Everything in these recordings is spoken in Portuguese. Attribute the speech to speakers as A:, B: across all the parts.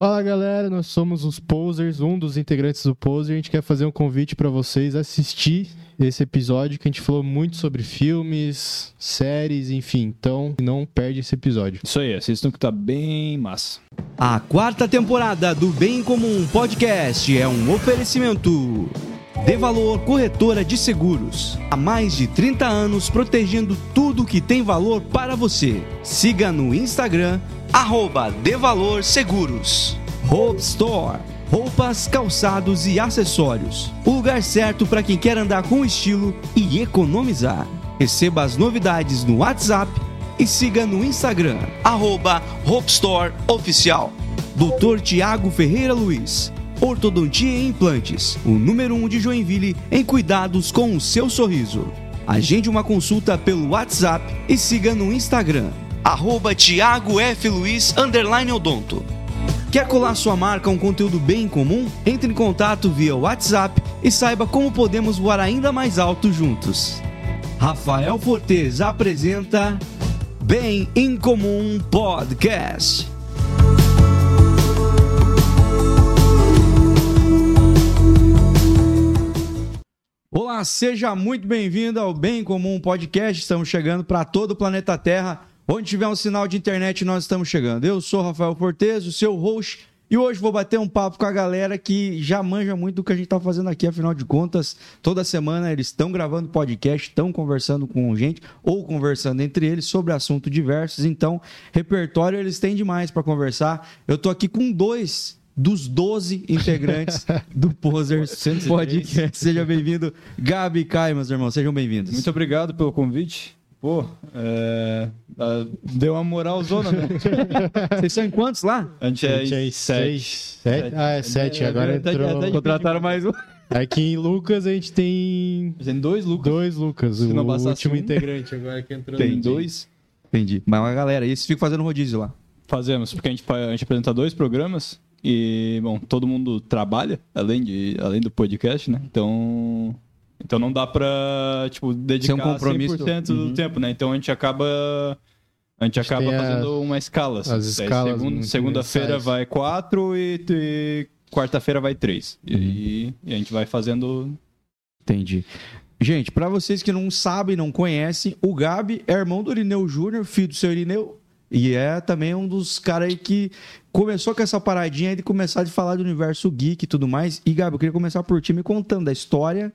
A: Fala galera, nós somos os Posers, um dos integrantes do Poser. A gente quer fazer um convite para vocês assistir esse episódio que a gente falou muito sobre filmes, séries, enfim. Então, não perde esse episódio.
B: Isso aí, assistam que tá bem massa.
C: A quarta temporada do Bem Comum Podcast é um oferecimento. De Valor Corretora de Seguros. Há mais de 30 anos protegendo tudo que tem valor para você. Siga no Instagram, arroba De Valor Seguros. Hope Store. Roupas, calçados e acessórios. O lugar certo para quem quer andar com estilo e economizar. Receba as novidades no WhatsApp e siga no Instagram, arroba Hope Store Oficial. Dr. Tiago Ferreira Luiz. Ortodontia e Implantes, o número 1 um de Joinville em cuidados com o seu sorriso. Agende uma consulta pelo WhatsApp e siga no Instagram, arroba Thiago F. Luiz, underline odonto. Quer colar sua marca a um conteúdo bem comum? Entre em contato via WhatsApp e saiba como podemos voar ainda mais alto juntos. Rafael Fortes apresenta Bem em Comum Podcast. Olá, seja muito bem-vindo ao Bem Comum Podcast. Estamos chegando para todo o planeta Terra. Onde tiver um sinal de internet, nós estamos chegando. Eu sou Rafael Cortez, o seu host, e hoje vou bater um papo com a galera que já manja muito do que a gente está fazendo aqui. Afinal de contas, toda semana eles estão gravando podcast, estão conversando com gente ou conversando entre eles sobre assuntos diversos. Então, repertório eles têm demais para conversar. Eu tô aqui com dois dos 12 integrantes do Poser
B: 403.
C: Podcast. Seja bem-vindo, Gabi e Caio, meus irmãos. Sejam bem-vindos.
B: Muito obrigado pelo convite. Pô, é, ah, deu uma moralzona, né?
C: Vocês são em quantos lá?
B: A gente é
A: A gente é
B: em
A: em
B: sete.
A: seis, sete? Ah, é sete. Agora
B: até- até
A: entrou.
B: Contrataram mais um.
A: Aqui É em Lucas a gente tem
B: Tem dois, Lucas.
A: dois Lucas.
B: Se
A: O
B: não bastasse
A: último
B: um.
A: integrante agora que entrou.
B: Tem
A: no time.
B: dois.
C: Entendi. Mas a galera, e vocês ficam fazendo rodízio lá?
B: Fazemos, porque a gente, fa- a gente apresenta dois programas e, bom, todo mundo trabalha, além, de, além do podcast, né? Então, então não dá pra, tipo, dedicar
A: um
C: compromisso.
B: 100% do tempo, né? Então a gente acaba... A gente acaba
A: Uhum. tem a-
B: fazendo uma escala. assim.
A: as
B: Daí
A: escalas
B: segun-
A: muito
B: Segunda-feira
A: mensais.
B: vai quatro e, e quarta-feira vai três. E,
A: Uhum.
B: aí- e a gente vai fazendo...
C: Entendi. Gente, pra vocês que não sabem, não conhecem, o Gabi é irmão do Irineu Júnior, filho do seu Irineu, e é também um dos caras aí que começou com essa paradinha aí de começar de falar do universo geek e tudo mais. E, Gabi, eu queria começar por ti me contando a história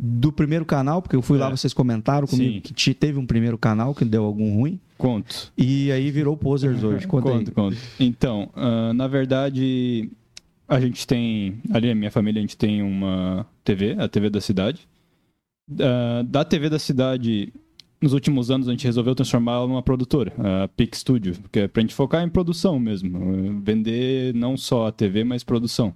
C: do primeiro canal, porque eu fui lá,
B: É.
C: vocês comentaram comigo
B: Sim.
C: que te- teve um primeiro canal que deu algum ruim,
B: Conto.
C: e aí virou Posers hoje. Conta aí.
B: Uhum. Conto, conto. Então, ah, na verdade, a gente tem. Ali, a minha família, a gente tem uma TV, a TV da cidade. Ah, da TV da cidade, nos últimos anos, a gente resolveu transformá-la numa produtora, a Pic Studio, porque é pra gente focar em produção mesmo. eh, Vender não só a TV, mas produção.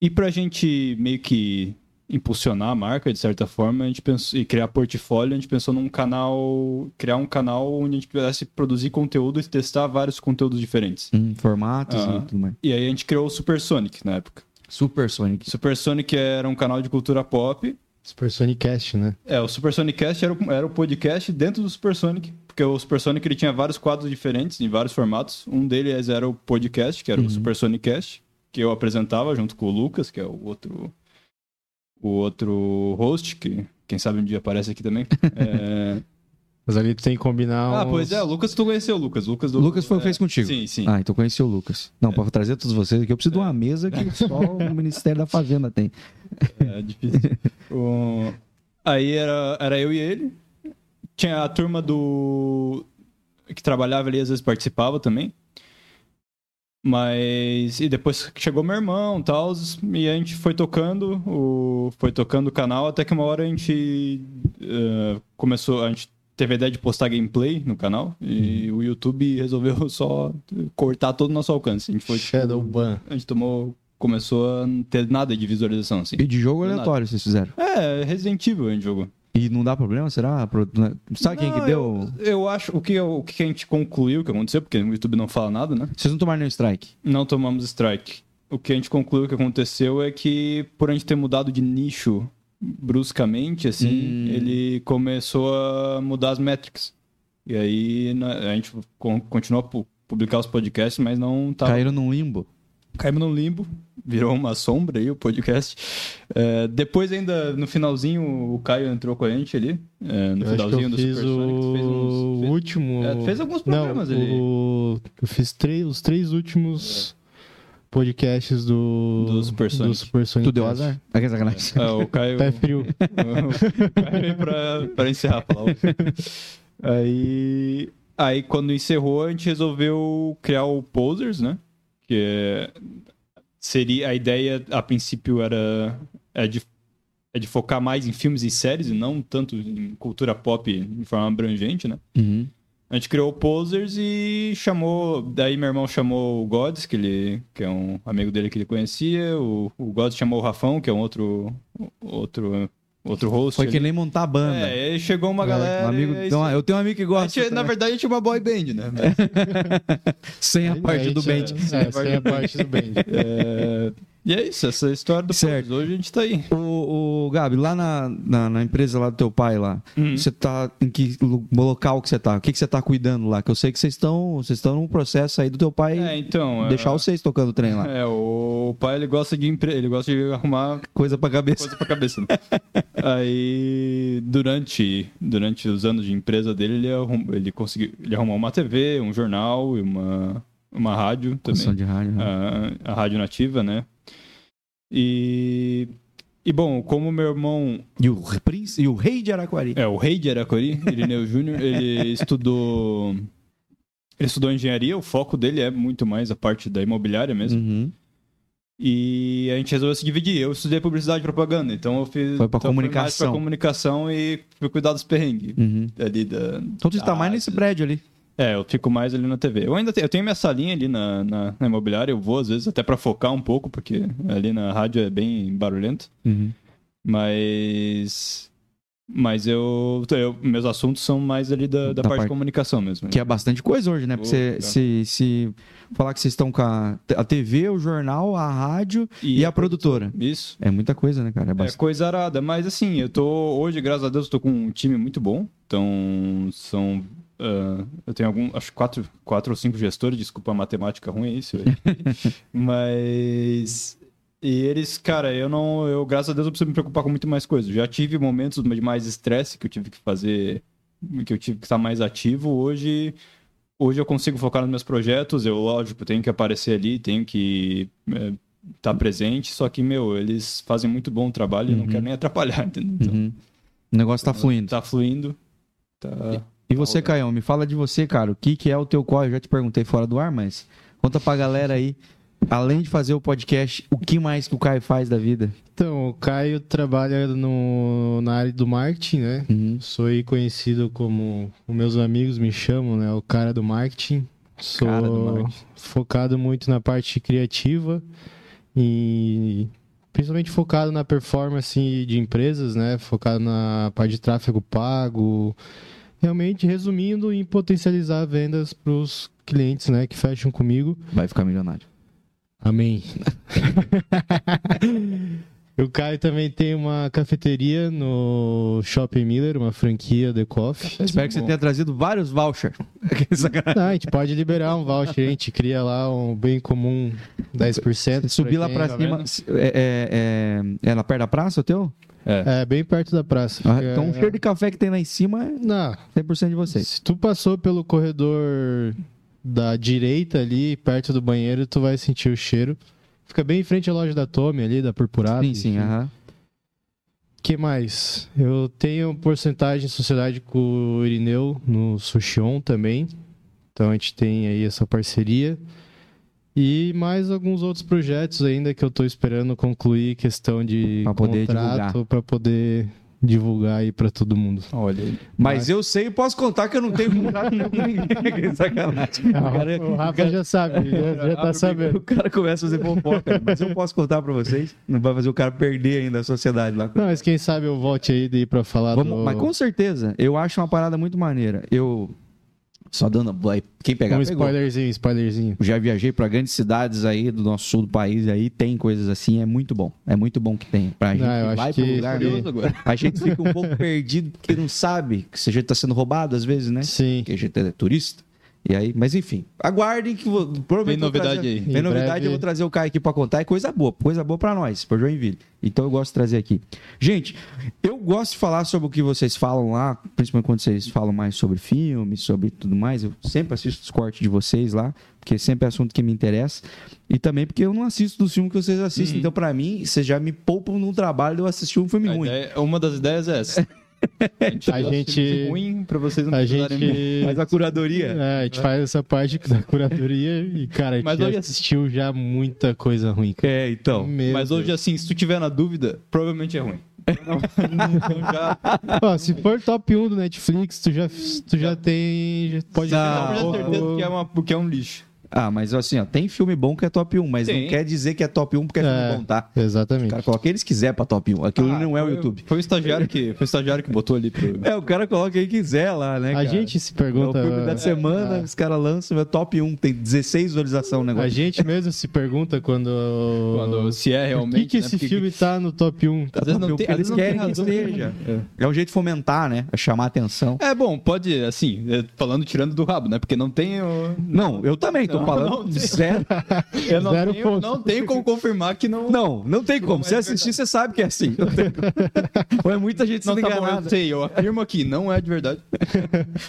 B: E pra gente meio que impulsionar a marca de certa forma, a gente pensou e criar portfólio, a gente pensou num canal, criar um canal onde a gente pudesse produzir conteúdo e testar vários conteúdos diferentes.
C: Hum, formatos
B: Ah.
C: e tudo mais.
B: E aí a gente criou o Super Sonic na época.
C: Super Sonic.
B: Super Sonic era um canal de cultura pop.
A: Super Sonic Cast, né?
B: É, o Super Sonicast era, o- era o podcast dentro do Super Sonic, porque o Super Sonic ele tinha vários quadros diferentes em vários formatos. Um deles era o podcast,
C: Uhum.
B: que era o Super Sonicast, que eu apresentava junto com o Lucas, que é o outro o outro host que quem sabe um dia aparece aqui também. É,
A: Mas ali tu tem que combinar
B: Ah,
A: uns-
B: pois é, o Lucas, tu conheceu o Lucas. O Lucas, do...
C: O um Lucas foi o
B: é,
C: que fez contigo.
B: Sim, sim. É.
C: Ah, então conheci o Lucas. Não, pra trazer todos vocês aqui, eu preciso de uma mesa que só o Ministério da Fazenda tem.
B: É difícil. O- Aí era, era eu e ele. Tinha a turma do. que trabalhava ali, às vezes participava também. Mas. E depois que chegou meu irmão e tal. E a gente foi tocando. O... Foi tocando o canal. Até que uma hora a gente. eh, começou. A gente teve a ideia de postar gameplay no canal. E o YouTube resolveu só cortar todo o nosso alcance. A gente foi.
A: Shadowban.
B: A gente tomou. Começou a não ter nada de visualização, assim.
C: E de jogo
B: Do nada.
C: aleatório vocês fizeram.
B: É, Resident Evil a gente jogou.
C: E não dá problema, será? Pro- né? Sabe quem
B: Não,
C: que deu?
B: Eu, eu acho, o que, eu- o que a gente concluiu que aconteceu, porque o YouTube não fala nada, né?
C: Vocês não tomaram nenhum strike.
B: Não tomamos strike. O que a gente concluiu que aconteceu é que, por a gente ter mudado de nicho bruscamente, assim,
C: Hum.
B: ele começou a mudar as métricas. E né, aí na- a gente con- continuou a pu- publicar os podcasts, mas não tá tava
C: Caíram num limbo.
B: Caímos num limbo, virou uma sombra aí o podcast. É, depois, ainda no finalzinho, o Caio entrou com a gente ali. é, no
A: Eu acho que
B: finalzinho
A: eu
B: do
A: fiz
B: Super
A: o
B: Fez uns, fez-
A: último.
B: é, fez alguns
A: Não,
B: programas ali.
A: o- eu fiz três, os três últimos podcasts do,
B: É. Do Supersonic.
A: do Supersonic
C: Tu deu
A: Cast.
C: azar? Aqui é sacanagem.
B: É, o Caio.
A: Pé frio.
B: Aí pra, pra encerrar, falar. o- Aí, aí, quando encerrou, a gente resolveu criar o Posers, né? Que é, seria a ideia, a princípio, era é de, é de focar mais em filmes e séries e não tanto em cultura pop de forma abrangente, né?
C: Uhum.
B: A gente criou o Posers e chamou. Daí meu irmão chamou o Gods, que, ele, que é um amigo dele que ele conhecia. O, o Gods chamou o Rafão, que é um outro. outro outro host.
C: Foi
B: ali.
C: que nem montar a banda.
B: É, aí chegou uma
A: É,
B: galera.
C: Um amigo,
B: e-
C: então, eu tenho um amigo que
B: a
C: gosta.
B: gente, na verdade, a gente é uma boy band, né?
C: Sem a parte do
A: É,
C: Bend.
A: é, essa é a parte do Bend.
B: É, e é isso, essa história do
C: Certo.
B: Posers. Hoje a gente tá aí.
C: O, o Gabi, lá na, na, na empresa lá do teu pai lá,
B: Uhum.
C: você tá em que lu- local que você tá? O que, que você tá cuidando lá? Que eu sei que vocês estão vocês estão num processo aí do teu pai
B: É, então. é-
C: deixar vocês tocando o trem lá.
B: É, o pai ele gosta de empre... ele gosta de arrumar
C: Coisa pra cabeça.
B: coisa pra cabeça. né? Aí, durante, durante os anos de empresa dele, ele, arrum, ele conseguiu ele arrumou uma TV, um jornal e uma, uma rádio também. Ah,
C: Construção de rádio. né?
B: A, a rádio nativa, né? E, e, bom, como meu irmão
C: E, o príncipe, e o rei de Araquari.
B: é o rei de Aracori, Irineu Júnior, ele estudou... Ele estudou engenharia, o foco dele é muito mais a parte da imobiliária mesmo.
C: Uhum.
B: E a gente resolveu se dividir. Eu estudei publicidade e propaganda, então eu fiz.
C: Foi pra
B: então mais pra
C: comunicação.
B: comunicação e fui cuidar dos perrengues.
C: Uhum.
B: Ali da...
C: Então você tá
B: Ah,
C: mais nesse
B: isso-
C: prédio ali.
B: É, eu fico mais ali na TV. Eu ainda tenho, eu tenho minha salinha ali na, na, na imobiliária, eu vou às vezes até pra focar um pouco, porque ali na rádio é bem barulhento.
C: Uhum.
B: Mas. Mas eu, eu- Meus assuntos são mais ali da, da
C: Da
B: parte
C: parte-
B: de comunicação mesmo.
C: Que é bastante coisa hoje, né? Porque
B: Ô,
C: você,
B: cara.
C: se, se falar que vocês estão com a, a TV, o jornal, a rádio e, a produtora.
B: Isso.
C: É muita coisa, né, cara? É
B: É
C: bastante.
B: coisa arada, mas assim, eu tô. Hoje, graças a Deus, eu tô com um time muito bom. Então, são. ah, eu tenho algum. Acho que quatro, quatro ou cinco gestores, desculpa a matemática ruim, é isso. velho. mas. E eles, cara, eu não. Eu, graças a Deus, eu preciso me preocupar com muito mais coisas. Já tive momentos de mais estresse que eu tive que fazer. Que eu tive que estar mais ativo. Hoje. Hoje eu consigo focar nos meus projetos. Eu, lógico, tenho que aparecer ali, tenho que. eh, tá presente, só que, meu, eles fazem muito bom o trabalho e eu não
C: Uhum.
B: quero nem atrapalhar, entendeu? Então,
C: Uhum. O negócio tá fluindo.
B: Tá fluindo. Tá.
C: E você,
B: Tá
C: Caião, me fala de você, cara. O que, que é o teu corre? Eu já te perguntei fora do ar, mas conta pra galera aí. Além de fazer o podcast, o que mais que o Caio faz da vida?
A: Então, o Caio trabalha no, na área do marketing, né?
C: Uhum.
A: Sou aí conhecido como os meus amigos me chamam, né? O cara do marketing. Sou
C: Cara do marketing.
A: focado muito na parte criativa e principalmente focado na performance de empresas, né? Focado na parte de tráfego pago. Realmente resumindo em potencializar vendas para os clientes, né, que fecham comigo.
C: Vai ficar milionário.
A: Amém. o Caio também tem uma cafeteria no Shopping Miller, uma franquia The Coffee.
C: Espero que você
B: bom.
C: tenha trazido vários vouchers.
A: Ah, a gente pode liberar um voucher, a gente cria lá um bem comum 10%.
C: Subir lá
A: quem-
C: pra
B: tá
C: cima. É, é, é, é lá perto da praça o teu?
B: É.
A: É, bem perto da praça.
C: Ah,
A: Fica-
C: então o cheiro de café que tem lá em cima é
A: Não,
C: 100% de vocês.
A: se tu passou pelo corredor da direita ali, perto do banheiro, tu vai sentir o cheiro. Fica bem em frente à loja da Tommy ali, da Purpurada.
C: sim, é. sim,
A: enfim.
C: aham.
A: que mais? Eu tenho um porcentagem em sociedade com o Irineu no Sushion também. Então a gente tem aí essa parceria. E mais alguns outros projetos ainda que eu estou esperando concluir questão de
C: Pra poder
A: contrato para poder divulgar aí para todo mundo.
B: Olha aí.
C: Mas eu sei e posso contar que eu não tenho contato nenhum com ninguém. Sacanagem.
A: Ah, O Rafa, o Rafa já sabe, já, já tá
C: O
A: sabendo.
C: cara começa a fazer fofoca, mas eu posso contar pra vocês. Não vai fazer o cara perder ainda a sociedade lá.
A: Não, mas quem sabe eu volte aí daí para falar
C: Vamos-
A: do
C: mas com certeza, eu acho uma parada muito maneira. Eu. Só dando. vai, Quem pegar,
A: um
C: pegou.
A: spoilerzinho, spoilerzinho.
C: Já viajei pra grandes cidades aí do nosso sul do país aí, tem coisas assim, é muito bom. É muito bom que tem. Pra gente
A: Ah, eu
C: que
A: acho
C: vai
A: que-
C: pro lugar
A: Curioso
C: mesmo.
B: agora.
C: A gente fica um pouco perdido porque não sabe que a gente tá sendo roubado às vezes, né?
A: Sim.
C: Porque a gente é turista. E aí, mas enfim, aguardem que vou, provavelmente
B: Tem
C: eu vou
B: novidade
C: trazer-
B: aí.
C: Tem
A: Em
C: novidade,
A: breve.
C: eu vou trazer o Caio aqui pra contar. É coisa boa, coisa boa pra nós, pra Joinville. Então eu gosto de trazer aqui. Gente, eu gosto de falar sobre o que vocês falam lá, principalmente quando vocês falam mais sobre filmes, sobre tudo mais. Eu sempre assisto os cortes de vocês lá, porque sempre é assunto que me interessa. E também porque eu não assisto dos filmes que vocês assistem. Então, pra mim, vocês já me poupam num trabalho de eu assistir um filme
B: Uhum. A
C: ruim.
B: ideia- uma das ideias é essa.
A: A
B: faz
A: gente-
B: filme ruim pra vocês não
A: A
B: precisarem ver.
A: gente.
C: Mas a curadoria.
A: É, a gente faz essa parte da curadoria e, cara, a gente
B: Mas
A: já
B: olha-
A: assistiu já muita coisa ruim, cara.
C: É, então.
A: Meu
B: Mas hoje,
A: Deus.
B: assim, se tu tiver na dúvida, provavelmente é ruim. Então já,
A: Ó, se for top 1 do Netflix, tu já, tu já tem. já pode
C: Ah,
A: ficar
B: já
A: um
B: tenho certeza
A: pouco-
B: que é, uma, que é um lixo.
C: Ah, mas assim, ó, tem filme bom que é top 1, mas não
B: Tem.
C: quer dizer que é top 1 porque é,
A: É.
C: filme bom, tá?
A: Exatamente.
C: O cara coloca eles quiser pra top 1. Aquilo
B: Ah,
C: não é o
B: foi-
C: YouTube.
B: Foi o estagiário que, foi o estagiário que botou ali pro.
C: É, o cara coloca quem quiser lá, né?
A: a
C: cara?
A: gente se
C: É o
A: pergunta.
C: filme da semana, os caras lançam, é top 1, tem 16 visualizações o
A: A
C: negócio.
A: gente mesmo se pergunta quando.
B: Quando, se é
A: Por que,
B: realmente.
A: que
B: né,
A: esse
B: porque-
A: filme tá no top 1?
B: Às vezes não
C: Porque
B: tem, às vezes
C: eles
B: não tem
C: querem que
B: razão
C: esteja.
B: nenhuma.
C: É um jeito de fomentar, né? É chamar atenção.
B: É bom, pode, assim, é, falando tirando do rabo, né? Porque não tem. o-
C: Não, eu também tô
B: Não,
C: falando
B: não,
C: de
B: tem-
C: sério.
B: Eu não,
A: Zero
B: tenho,
A: ponto.
B: não tenho como confirmar que não.
C: Não, não tem como.
B: Não é
C: Se assistir, você sabe que é assim. Não tem como. Ou é muita gente
B: Não,
C: sendo
B: tá bom, eu
C: enganada.
B: sei, eu afirmo aqui, não é de verdade.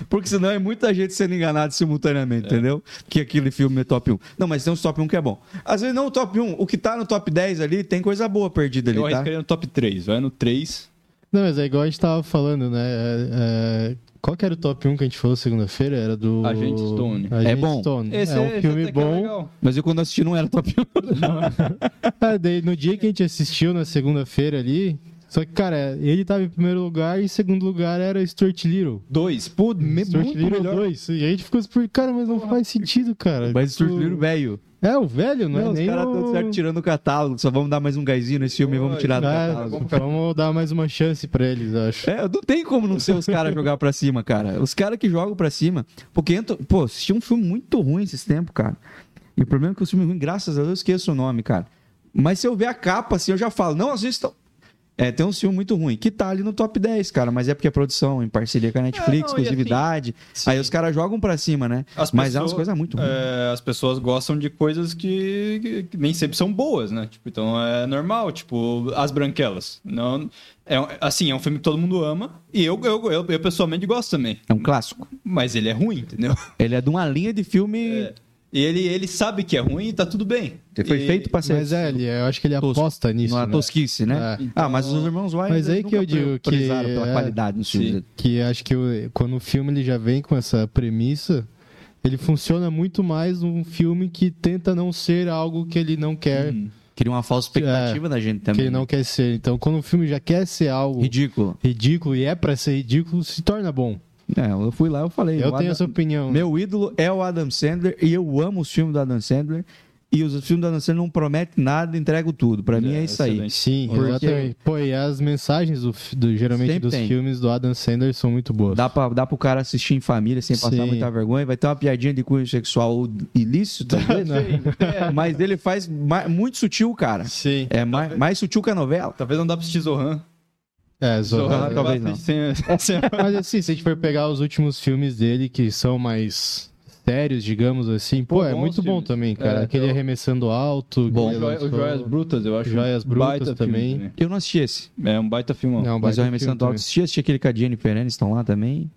C: Porque senão é muita gente sendo enganada simultaneamente, entendeu? Que aquele filme é top 1. Não, mas tem uns top 1 que é bom. Às vezes não o top 1, o que tá no top 10 ali tem coisa boa perdida ali,
B: Eu
C: tá?
B: arriscaria no top 3, vai no 3.
A: Não, mas é igual a gente tava falando, né? É, é, Qual que era o top 1 que a gente falou segunda-feira? Era do.
B: Agente Stone.
A: Agente
C: É bom.
A: Stone. é um filme bom.
C: Mas eu quando assisti não era top 1.
A: Ah, daí, no dia que a gente assistiu, na segunda-feira ali. Só que, cara, ele tava em primeiro lugar e em segundo lugar era Stuart Little.
B: 2, pô,
C: É
B: me,
A: Stuart
B: muito
A: Little
B: melhor.
A: 2. E a gente ficou assim, cara, mas não faz sentido, cara.
C: Mas o
A: Tipo,
C: Surfeiro velho.
A: É, o velho, não,
C: Não,
A: é
C: os
A: nem
C: caras
A: o...
C: estão certo tirando o catálogo. Só vamos dar mais um gásinho nesse filme e vamos tirar do
A: Ah,
C: catálogo.
A: vamos dar mais uma chance pra eles, eu acho.
C: É, não tem como não ser os caras jogar pra cima, cara. Os caras que jogam pra cima. Porque, entra... pô, assisti um filme muito ruim esses tempos, cara. E o problema é que o filme ruim, graças a Deus, eu esqueço o nome, cara. Mas se eu ver a capa, assim, eu já falo, não assistam. É, tem um filme muito ruim, que tá ali no top 10, cara, mas é porque é produção em parceria com a Netflix,
B: não, e assim,
C: exclusividade.
B: sim.
C: Aí os caras jogam pra cima, né?
B: As
C: mas é
B: pessoas-
C: umas coisas muito ruins.
B: É, as pessoas gostam de coisas que, que- que nem sempre são boas, né? Tipo, então é normal, tipo, As Branquelas. Não, é, um- assim, é um filme que todo mundo ama e eu, eu, eu, eu pessoalmente gosto também.
C: É um clássico.
B: Mas ele é ruim, entendeu?
C: Ele é de uma linha de filme
B: É. E ele, ele sabe que é ruim e tá tudo bem.
C: que foi
B: E-
C: feito pra ser
A: Mas é, ele, eu acho que ele
C: Tosco.
A: aposta nisso,
C: numa
A: né?
C: tosquice, né?
A: É.
C: Ah, mas os irmãos Wayans
A: Mas aí
C: eles
A: que eu
C: nunca
A: digo que-
C: priorizaram pela
A: é.
C: qualidade nos filmes.
B: Sim.
C: deles.
A: Que acho que o- quando o filme ele já vem com essa premissa, ele funciona muito mais num filme que tenta não ser algo que ele não quer,
C: Uhum. Cria uma falsa expectativa na gente
A: que
C: também. né?
A: ele não quer ser. Então, quando o filme já quer ser algo
C: Ridículo.
A: ridículo e é pra ser ridículo, se torna bom.
C: É, eu fui lá eu falei.
A: Eu
C: o
A: tenho
C: Adam-
A: essa opinião.
C: Meu ídolo é o Adam Sandler e eu amo os filmes do Adam Sandler. E os filmes do Adam Sandler não prometem nada, entregam tudo. Pra mim é isso aí.
B: excelente.
A: Sim,
C: Porque-
A: exatamente. Pô, e as mensagens do, fi- do- geralmente
C: Sempre
A: dos
C: tem.
A: filmes do Adam Sandler são muito boas.
C: Dá, pra, dá pro cara assistir em família sem passar
A: Sim.
C: muita vergonha. Vai ter uma piadinha de cunho sexual ilícito, talvez,
A: Né?
C: mas ele faz ma- muito sutil, cara.
A: Sim.
C: É mais, mais sutil que a novela.
B: Talvez não dá pra assistir Zohan.
A: É, Zorra.
C: Zorra, talvez não.
B: Sem- sem-
A: Mas assim, se a gente for pegar os últimos filmes dele, que são mais sérios, digamos assim, pô,
B: Pô,
A: é
B: bons
A: muito bom
B: filmes.
A: também, cara.
B: É,
A: Aquele
B: eu-
A: Arremessando Alto. que
C: então- Bom.
A: ele
B: O Joia- o
A: lançou.
B: Joias Brutas, eu acho.
A: Joias
B: um
A: Brutas
B: baita filme
A: também.
C: Eu não assisti esse.
B: né? É um baita filme.
A: Não,
C: Mas
A: baita
C: o
A: filme
C: Arremessando Alto
A: também.
C: assisti, assisti aquele com a Jennifer Aniston lá também.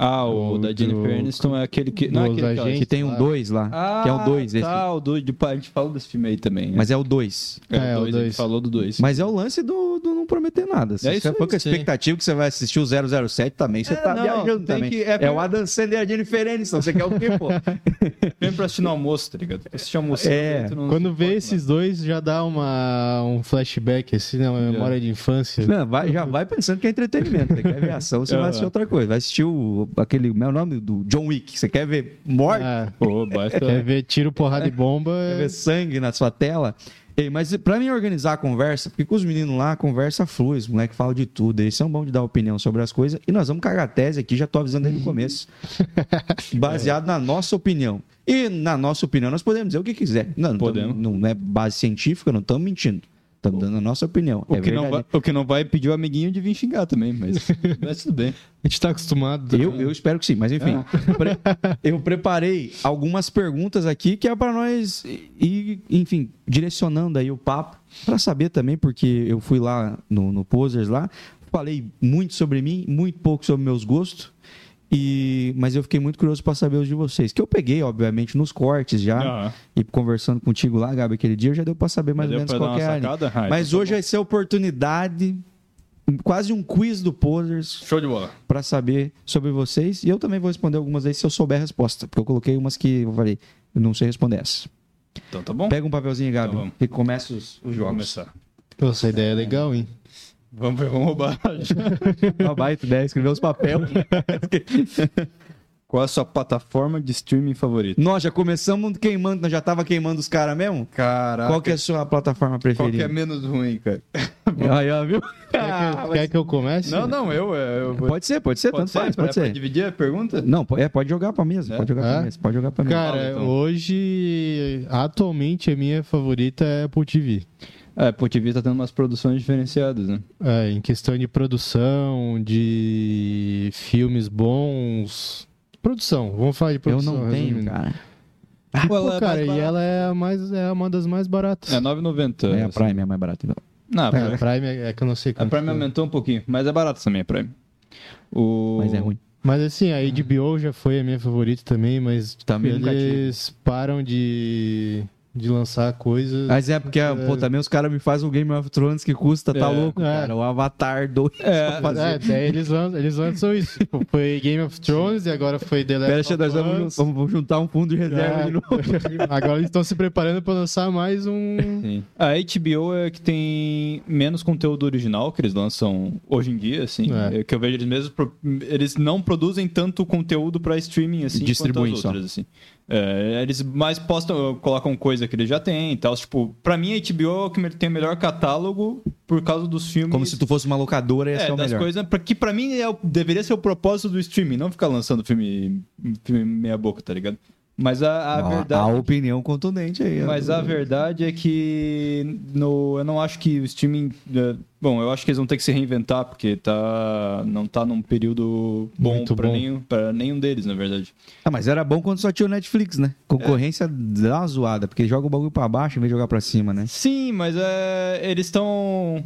B: Ah, o,
A: O
B: da Jennifer
A: do-
B: Aniston é aquele que. Não é
A: dos
B: aquele que ela-
A: agentes.
C: Que tem um
A: lá.
C: 2 lá.
B: Ah,
C: que é o 2 esse.
B: Tá, o 2. A gente falou desse filme aí também. né?
C: Mas é o 2.
A: É, o
B: dois, A
A: dois.
B: gente falou do 2.
C: Mas é o lance do, do não prometer nada. Se
B: É
C: você
B: isso
C: for com a
B: aí, sim.
C: expectativa que você vai assistir o 007 também, você
B: É,
C: tá
B: não,
C: viajando
B: tem
C: também.
B: que-
C: é,
B: é-
C: o Adam Sandler e a Jennifer Aniston. Você quer o quê, pô?
B: Vem pra assistir no almoço, tá ligado? Assistir almoço.
C: É.
B: tu não- né?
A: Quando
B: não
A: vê
B: pode,
A: esses dois, já dá uma, um flashback, assim, na memória de infância.
C: Não, vai- já vai pensando que é entretenimento. Você quer ver ação,
B: É.
C: você vai assistir outra coisa. Vai assistir o, aquele, meu nome, do John Wick. Você quer ver morte?
A: Ah,
B: não. Pô, baita.
C: É.
A: quer ver tiro, porrada e bomba.
C: Quer É ver sangue na sua tela. Ei, mas pra mim organizar a conversa, porque com os meninos lá a conversa flui, os moleques falam de tudo, eles são bons de dar opinião sobre as coisas e nós vamos cagar a tese aqui, já tô avisando desde o começo. Baseado na nossa opinião. E na nossa opinião nós podemos dizer o que quiser. Não, não
B: Podemos.
C: tamo- Não é base científica, não estamos mentindo. Estamos dando a nossa opinião.
B: O,
C: é
B: que não
C: verdade.
B: vai, o que não vai pedir o amiguinho de vir xingar também, mas, mas tudo bem.
A: A gente tá acostumado.
C: Eu, eu espero que sim, mas
B: Ah.
C: enfim. Pre- Eu preparei algumas perguntas aqui que é para nós e, enfim, direcionando aí o papo para saber também, porque eu fui lá no, no Posers lá, falei muito sobre mim, muito pouco sobre meus gostos. E, mas eu fiquei muito curioso para saber os de vocês, que eu peguei, obviamente, nos cortes já,
B: Ah,
C: e conversando contigo lá, Gabi, aquele dia, já deu para saber mais ou
B: deu
C: menos
B: pra dar
C: qual
B: uma
C: que é a linha.
B: sacada? Ah,
C: Mas
B: então tá
C: hoje vai ser a oportunidade, quase um quiz do Posers,
B: bom. Show de bola.
C: para saber sobre vocês. E eu também vou responder algumas aí se eu souber a resposta. Porque eu coloquei umas que eu falei, eu não sei responder essa.
B: Então tá bom?
C: Pega um papelzinho, Gabi,
B: Então vamos.
C: e começa os, os
B: Vamos
C: jogos.
B: começar.
A: Pô, essa ideia é legal, hein?
B: Vamos, vamos roubar.
C: Uma baita ideia, escrever os papéis.
B: Qual a sua plataforma de streaming favorita?
C: nós já começamos queimando, nós já tava queimando os caras mesmo?
B: Caraca.
C: Qual que é a sua plataforma
B: Ah, qual que é
C: preferida?
B: menos ruim, cara?
C: Aí, ó, viu?
A: Quer que, quer que eu comece?
B: Não, não, eu. é, eu vou-
C: Pode ser, pode ser, tanto faz,
B: Pra- pra
C: pode
B: né?
C: ser.
B: dividir a pergunta?
C: Não, po- é, pode jogar pra mesa,
B: É?
C: pode jogar
A: É?
C: pra mesa, pode jogar pra mesa.
A: Cara,
B: então.
A: hoje, atualmente, a minha favorita é Apple TV.
B: É, Apple TV tá tendo umas produções diferenciadas, né?
A: É, em questão de produção, de filmes bons. Produção, vamos falar de
C: Eu
A: produção.
C: não tenho,
A: resumindo.
C: cara. Ah,
A: Pô, cara, e ela é, a mais, é uma das mais baratas.
B: É R$ 9,90.
C: É a
B: assim.
C: Prime, é mais barata. então.
B: Não, a
A: É,
B: Prime,
A: a Prime é é que eu não sei
B: a
A: quanto.
B: Prime
A: que é.
B: aumentou um pouquinho, mas é barato também a Prime. O...
C: Mas é ruim.
A: Mas assim, a HBO já foi a minha favorita também, mas tipo,
C: Também nunca tive.
A: eles param de, de lançar coisas.
C: Mas é porque, pô, também os caras me fazem um Game of Thrones que custa, tá
B: É.
C: louco,
A: É.
C: cara. O Avatar 2.
B: É,
A: Mas, é, daí eles lançam, eles lançam isso. Tipo, foi Game of Thrones e agora foi The
C: Pera,
A: Last
C: deixa nós
A: of
C: vamos,
A: Us.
C: vamos- vamos juntar um fundo de reserva
A: É.
C: de novo.
A: Agora eles estão se preparando pra lançar mais um.
B: Sim. A HBO é que tem menos conteúdo original que eles lançam hoje em dia, assim.
A: É.
B: É que eu vejo eles mesmos. pro- Eles não produzem tanto conteúdo pra streaming, assim, quanto as
C: Distribuem só.
B: outras, assim. É, eles mais postam, colocam coisa que eles já têm e tal. Tipo, pra mim a HBO é o que me- tem o melhor catálogo por causa dos filmes.
C: Como se tu fosse uma locadora e ia
B: É,
C: ser o
B: das
C: melhor.
B: coisas pra- que pra mim é o- deveria ser o propósito do streaming, não ficar lançando filme, filme meia boca, tá ligado? Mas a, a
C: Ó,
B: verdade.
C: a opinião contundente aí. ó.
B: Mas a verdade é que no, eu não acho que o streaming. eh, Bom, eu acho que eles vão ter que se reinventar, porque tá, não tá num período bom
A: Muito
B: pra
A: bom.
B: nenhum, pra nenhum deles, na verdade.
C: Ah, mas era bom quando só tinha o Netflix, né? Concorrência dá uma zoada, porque joga o bagulho pra baixo em vez de jogar pra cima, né?
B: Sim, mas é, eles estão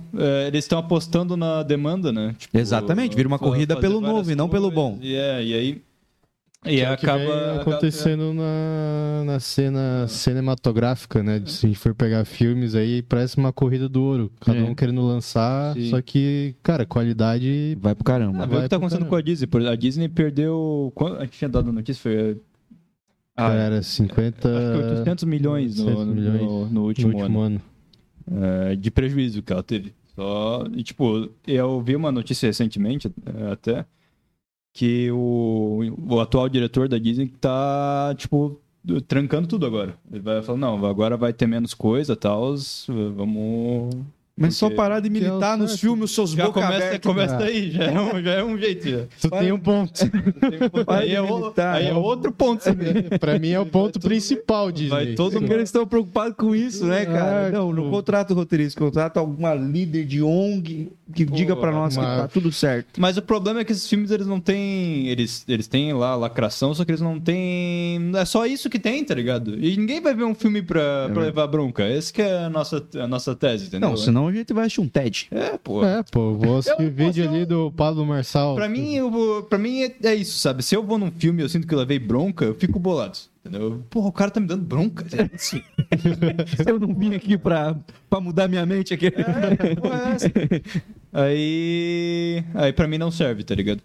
B: eles estão apostando na demanda, né? Tipo,
C: Exatamente, vira uma
B: fa-
C: corrida
B: fazer
C: pelo
B: várias
C: novo e não pelo bom.
B: coisas, E, é, e aí. E
A: que é o que
B: acaba.
A: vem
B: acaba-
A: acontecendo na, na cena cinematográfica, né? Se a gente for pegar filmes aí, parece uma corrida do ouro. Cada
B: É.
A: um querendo lançar,
B: Sim.
A: só que, cara, qualidade.
C: Vai pro
B: Ah,
C: caramba.
B: vê o
A: vai
B: que tá
A: pro
B: acontecendo
A: caramba.
B: com a Disney. por- A Disney perdeu. quant- A gente tinha dado a notícia, foi. Ah,
C: é.
A: Cara, 50
B: Acho que 800 milhões, no-
A: 800
B: no,
A: milhões
B: no- no
A: no
B: último,
A: último ano.
B: ano é, de prejuízo que ela teve. Só, e, tipo, eu vi uma notícia recentemente é, até que o, o atual diretor da Disney tá, tipo, trancando tudo agora. Ele vai falar, não, agora vai ter menos coisa, tal, vamos...
C: Mas só
B: porque-
C: parar de
A: Porque é o
C: militar nos
A: certo.
C: filmes, seus
B: Já
C: boca
B: começa,
C: aberta.
B: começa aí, já é um, já é um jeito. já.
A: Tu
C: Para-
A: tem um ponto.
C: Para
B: Aí
C: de
B: é, o-
C: militar.
B: aí é outro ponto.
A: pra mim é o ponto principal, Disney.
B: Vai todo
C: Porque eles estão preocupados com isso, né, cara?
A: É,
C: Não, não
A: tipo-
C: contrata o roteirista, contrata alguma líder de ONG que diga pra nós que
A: uma-
C: tá tudo certo.
B: Mas o problema é que esses filmes eles não têm. Eles, eles têm lá lacração, só que eles não têm. É só isso que tem, tá ligado? E ninguém vai ver um filme pra, pra levar bronca. Essa que é a nossa, a nossa tese, entendeu?
C: Não, senão a gente vai achar um TED.
B: É, pô.
A: É, pô, vou
B: Eu-
A: assistir o vídeo
B: eu-
A: ali do Pablo Marçal.
B: Pra mim, eu, vou- pra mim é, é isso, sabe? Se eu vou num filme e eu sinto que eu levei bronca, eu fico bolado. Entendeu? Porra, o cara tá me dando bronca. É isso.
C: Eu não vim aqui pra, pra mudar minha mente aqui.
B: Porra,
C: assim.
B: é essa? Aí. Aí pra mim não serve, tá ligado?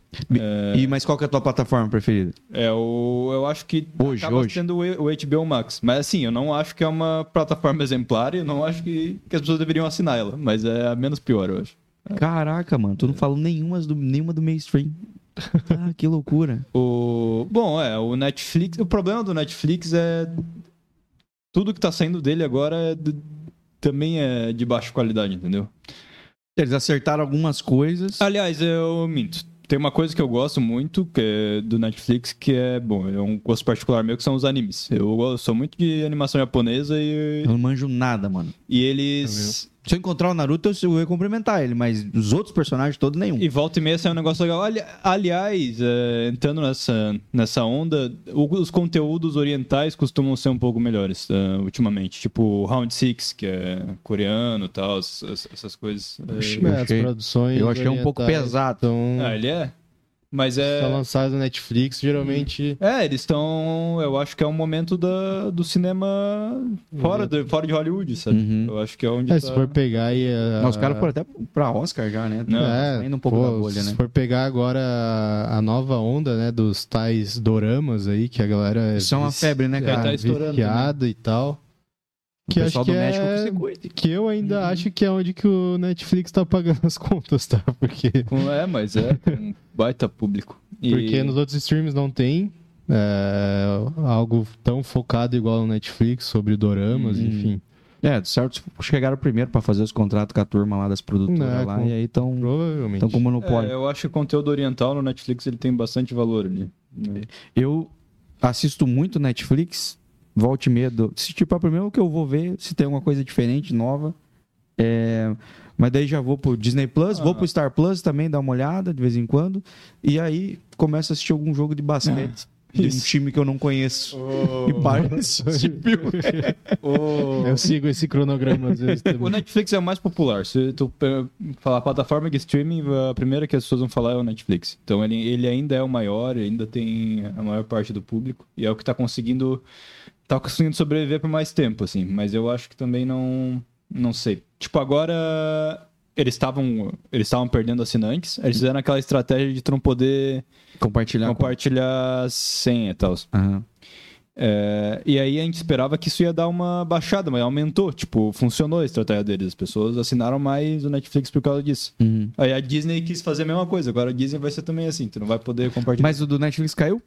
C: E, mas qual que é a tua plataforma preferida?
B: É, o, eu acho que
C: Hoje,
B: acaba
C: hoje.
B: sendo o E- o HBO Max. Mas assim, eu não acho que é uma plataforma exemplar e eu não acho que, que as pessoas deveriam assinar ela. Mas é a menos pior, eu acho.
C: Caraca, mano, tu não falou nenhuma do, nenhuma do mainstream. Ah, que loucura.
B: O, bom, é, o Netflix... O problema do Netflix é... Tudo que tá saindo dele agora é d- também é de baixa qualidade, entendeu?
C: Eles acertaram algumas coisas.
B: Aliás, eu minto. Tem uma coisa que eu gosto muito que é do Netflix que é, bom, é um gosto particular meu que são os animes. Eu, gosto- sou muito de animação japonesa e
C: Eu não manjo nada, mano.
B: E eles.
D: Se eu encontrar o Naruto, eu vou cumprimentar ele, mas os outros personagens todos, nenhum.
B: E volta e meia saiu um negócio legal. Ali- Aliás, é, entrando nessa, nessa onda, o- os conteúdos orientais costumam ser um pouco melhores é, ultimamente. Tipo Round Six, que é coreano e tal, essas- essas coisas. É...
A: É,
C: achei-
A: as produções.
C: eu achei um pouco
A: orientais
C: pesado.
A: Estão
B: Ah, ele é? Mas é.
A: estão lançadas na Netflix, geralmente.
B: É, eles estão. Eu acho que é um momento da, do cinema fora, do, fora de Hollywood, sabe?
C: Uhum.
B: Eu acho que é onde.
A: É,
B: tá-
A: se for pegar aí. a-
C: Mas os caras foram até pra Oscar já, né?
B: Não,
A: É,
C: Saindo um pouco
A: pô,
C: da bolha, né?
A: Se for pegar agora a, a nova onda, né, dos tais doramas aí, que a galera é
C: Isso é uma
A: vici-
C: febre, né,
A: é,
C: cara?
B: tá estourando
A: viciada e tal. Que
C: o pessoal
A: acho
C: do
A: que
C: México
A: é-
C: que se cuida.
A: Que eu ainda
B: Uhum.
A: acho que é onde que o Netflix tá pagando as contas, tá? Porque,
B: Com- É, mas é um baita público. E-
A: porque é nos outros streams não tem é, algo tão focado igual no Netflix sobre doramas, enfim.
C: É, de certo, chegaram primeiro pra fazer os contratos com a turma lá das produtoras
A: Não, é,
C: lá
A: com-
C: e aí estão
A: Provavelmente.
C: com monopólio.
B: É, eu acho que o conteúdo oriental no Netflix ele tem bastante valor ali. né?
C: Eu assisto muito Netflix, volte medo. Se tipo, é o primeiro que eu vou ver, se tem alguma coisa diferente, nova. É, mas daí já vou pro Disney Plus, vou
B: Ah.
C: pro Star Plus também, dar uma olhada de vez em quando. E aí começo a assistir algum jogo de basquete. De um
B: Ah, Isso. Oh.
C: time que eu não conheço. E paro de assistir.
B: O...
A: Eu sigo esse cronograma às vezes também.
B: Netflix é o mais popular. Se tu pe- falar plataforma de streaming, a primeira que as pessoas vão falar é o Netflix. Então ele, ele ainda é o maior, ainda tem a maior parte do público. E é o que tá conseguindo. Tá conseguindo sobreviver por mais tempo, assim. Mas eu acho que também não. Não sei. Tipo, agora. Eles estavam eles estavam perdendo assinantes. Eles fizeram aquela estratégia de tu não poder
C: Compartilhar. com-
B: compartilhar senha e tal.
C: Aham.
B: É, e aí a gente esperava que isso ia dar uma baixada, mas aumentou. Tipo, funcionou a estratégia deles. As pessoas assinaram mais o Netflix por causa disso.
C: Uhum.
B: Aí a Disney quis fazer a mesma coisa. Agora a Disney vai ser também assim. Tu não vai poder compartilhar.
C: Mas o do Netflix caiu?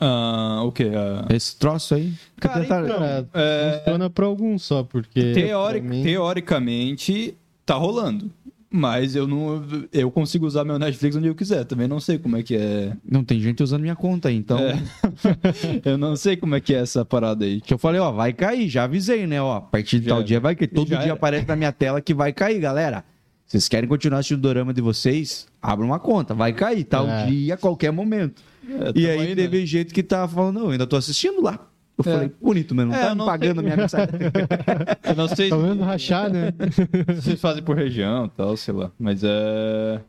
B: Ah, o quê? Ah,
C: Esse troço aí?
B: Cara,
C: Tentaram-
B: então,
A: Cara,
B: é,
A: funciona pra alguns só, porque.
B: teori-
A: pra mim-
B: teoricamente, tá rolando. Mas eu não. Eu consigo usar meu Netflix onde eu quiser. Também não sei como é que é.
C: Não tem gente usando minha conta aí, então.
B: É. Eu não sei como é que é essa parada aí.
C: Que eu falei, ó, vai cair, já avisei, né? Ó, a partir de
B: Já-
C: tal dia vai cair. Todo
B: já
C: dia
B: era.
C: aparece na minha tela que vai cair, galera. Vocês querem continuar assistindo o dorama de vocês? Abra uma conta, vai cair, tal
A: É.
C: dia, a qualquer momento.
B: É, tamo
C: e aí
B: né?
C: teve gente que tava falando, não, eu ainda tô assistindo lá. Eu
B: É.
C: falei, bonito, mas não
B: É,
C: tá
B: eu
C: me
B: não
C: pagando a minha mensagem.
B: Eu não sei.
A: Pelo menos rachar, né?
B: Vocês fazem por região e tal, sei lá. Mas é.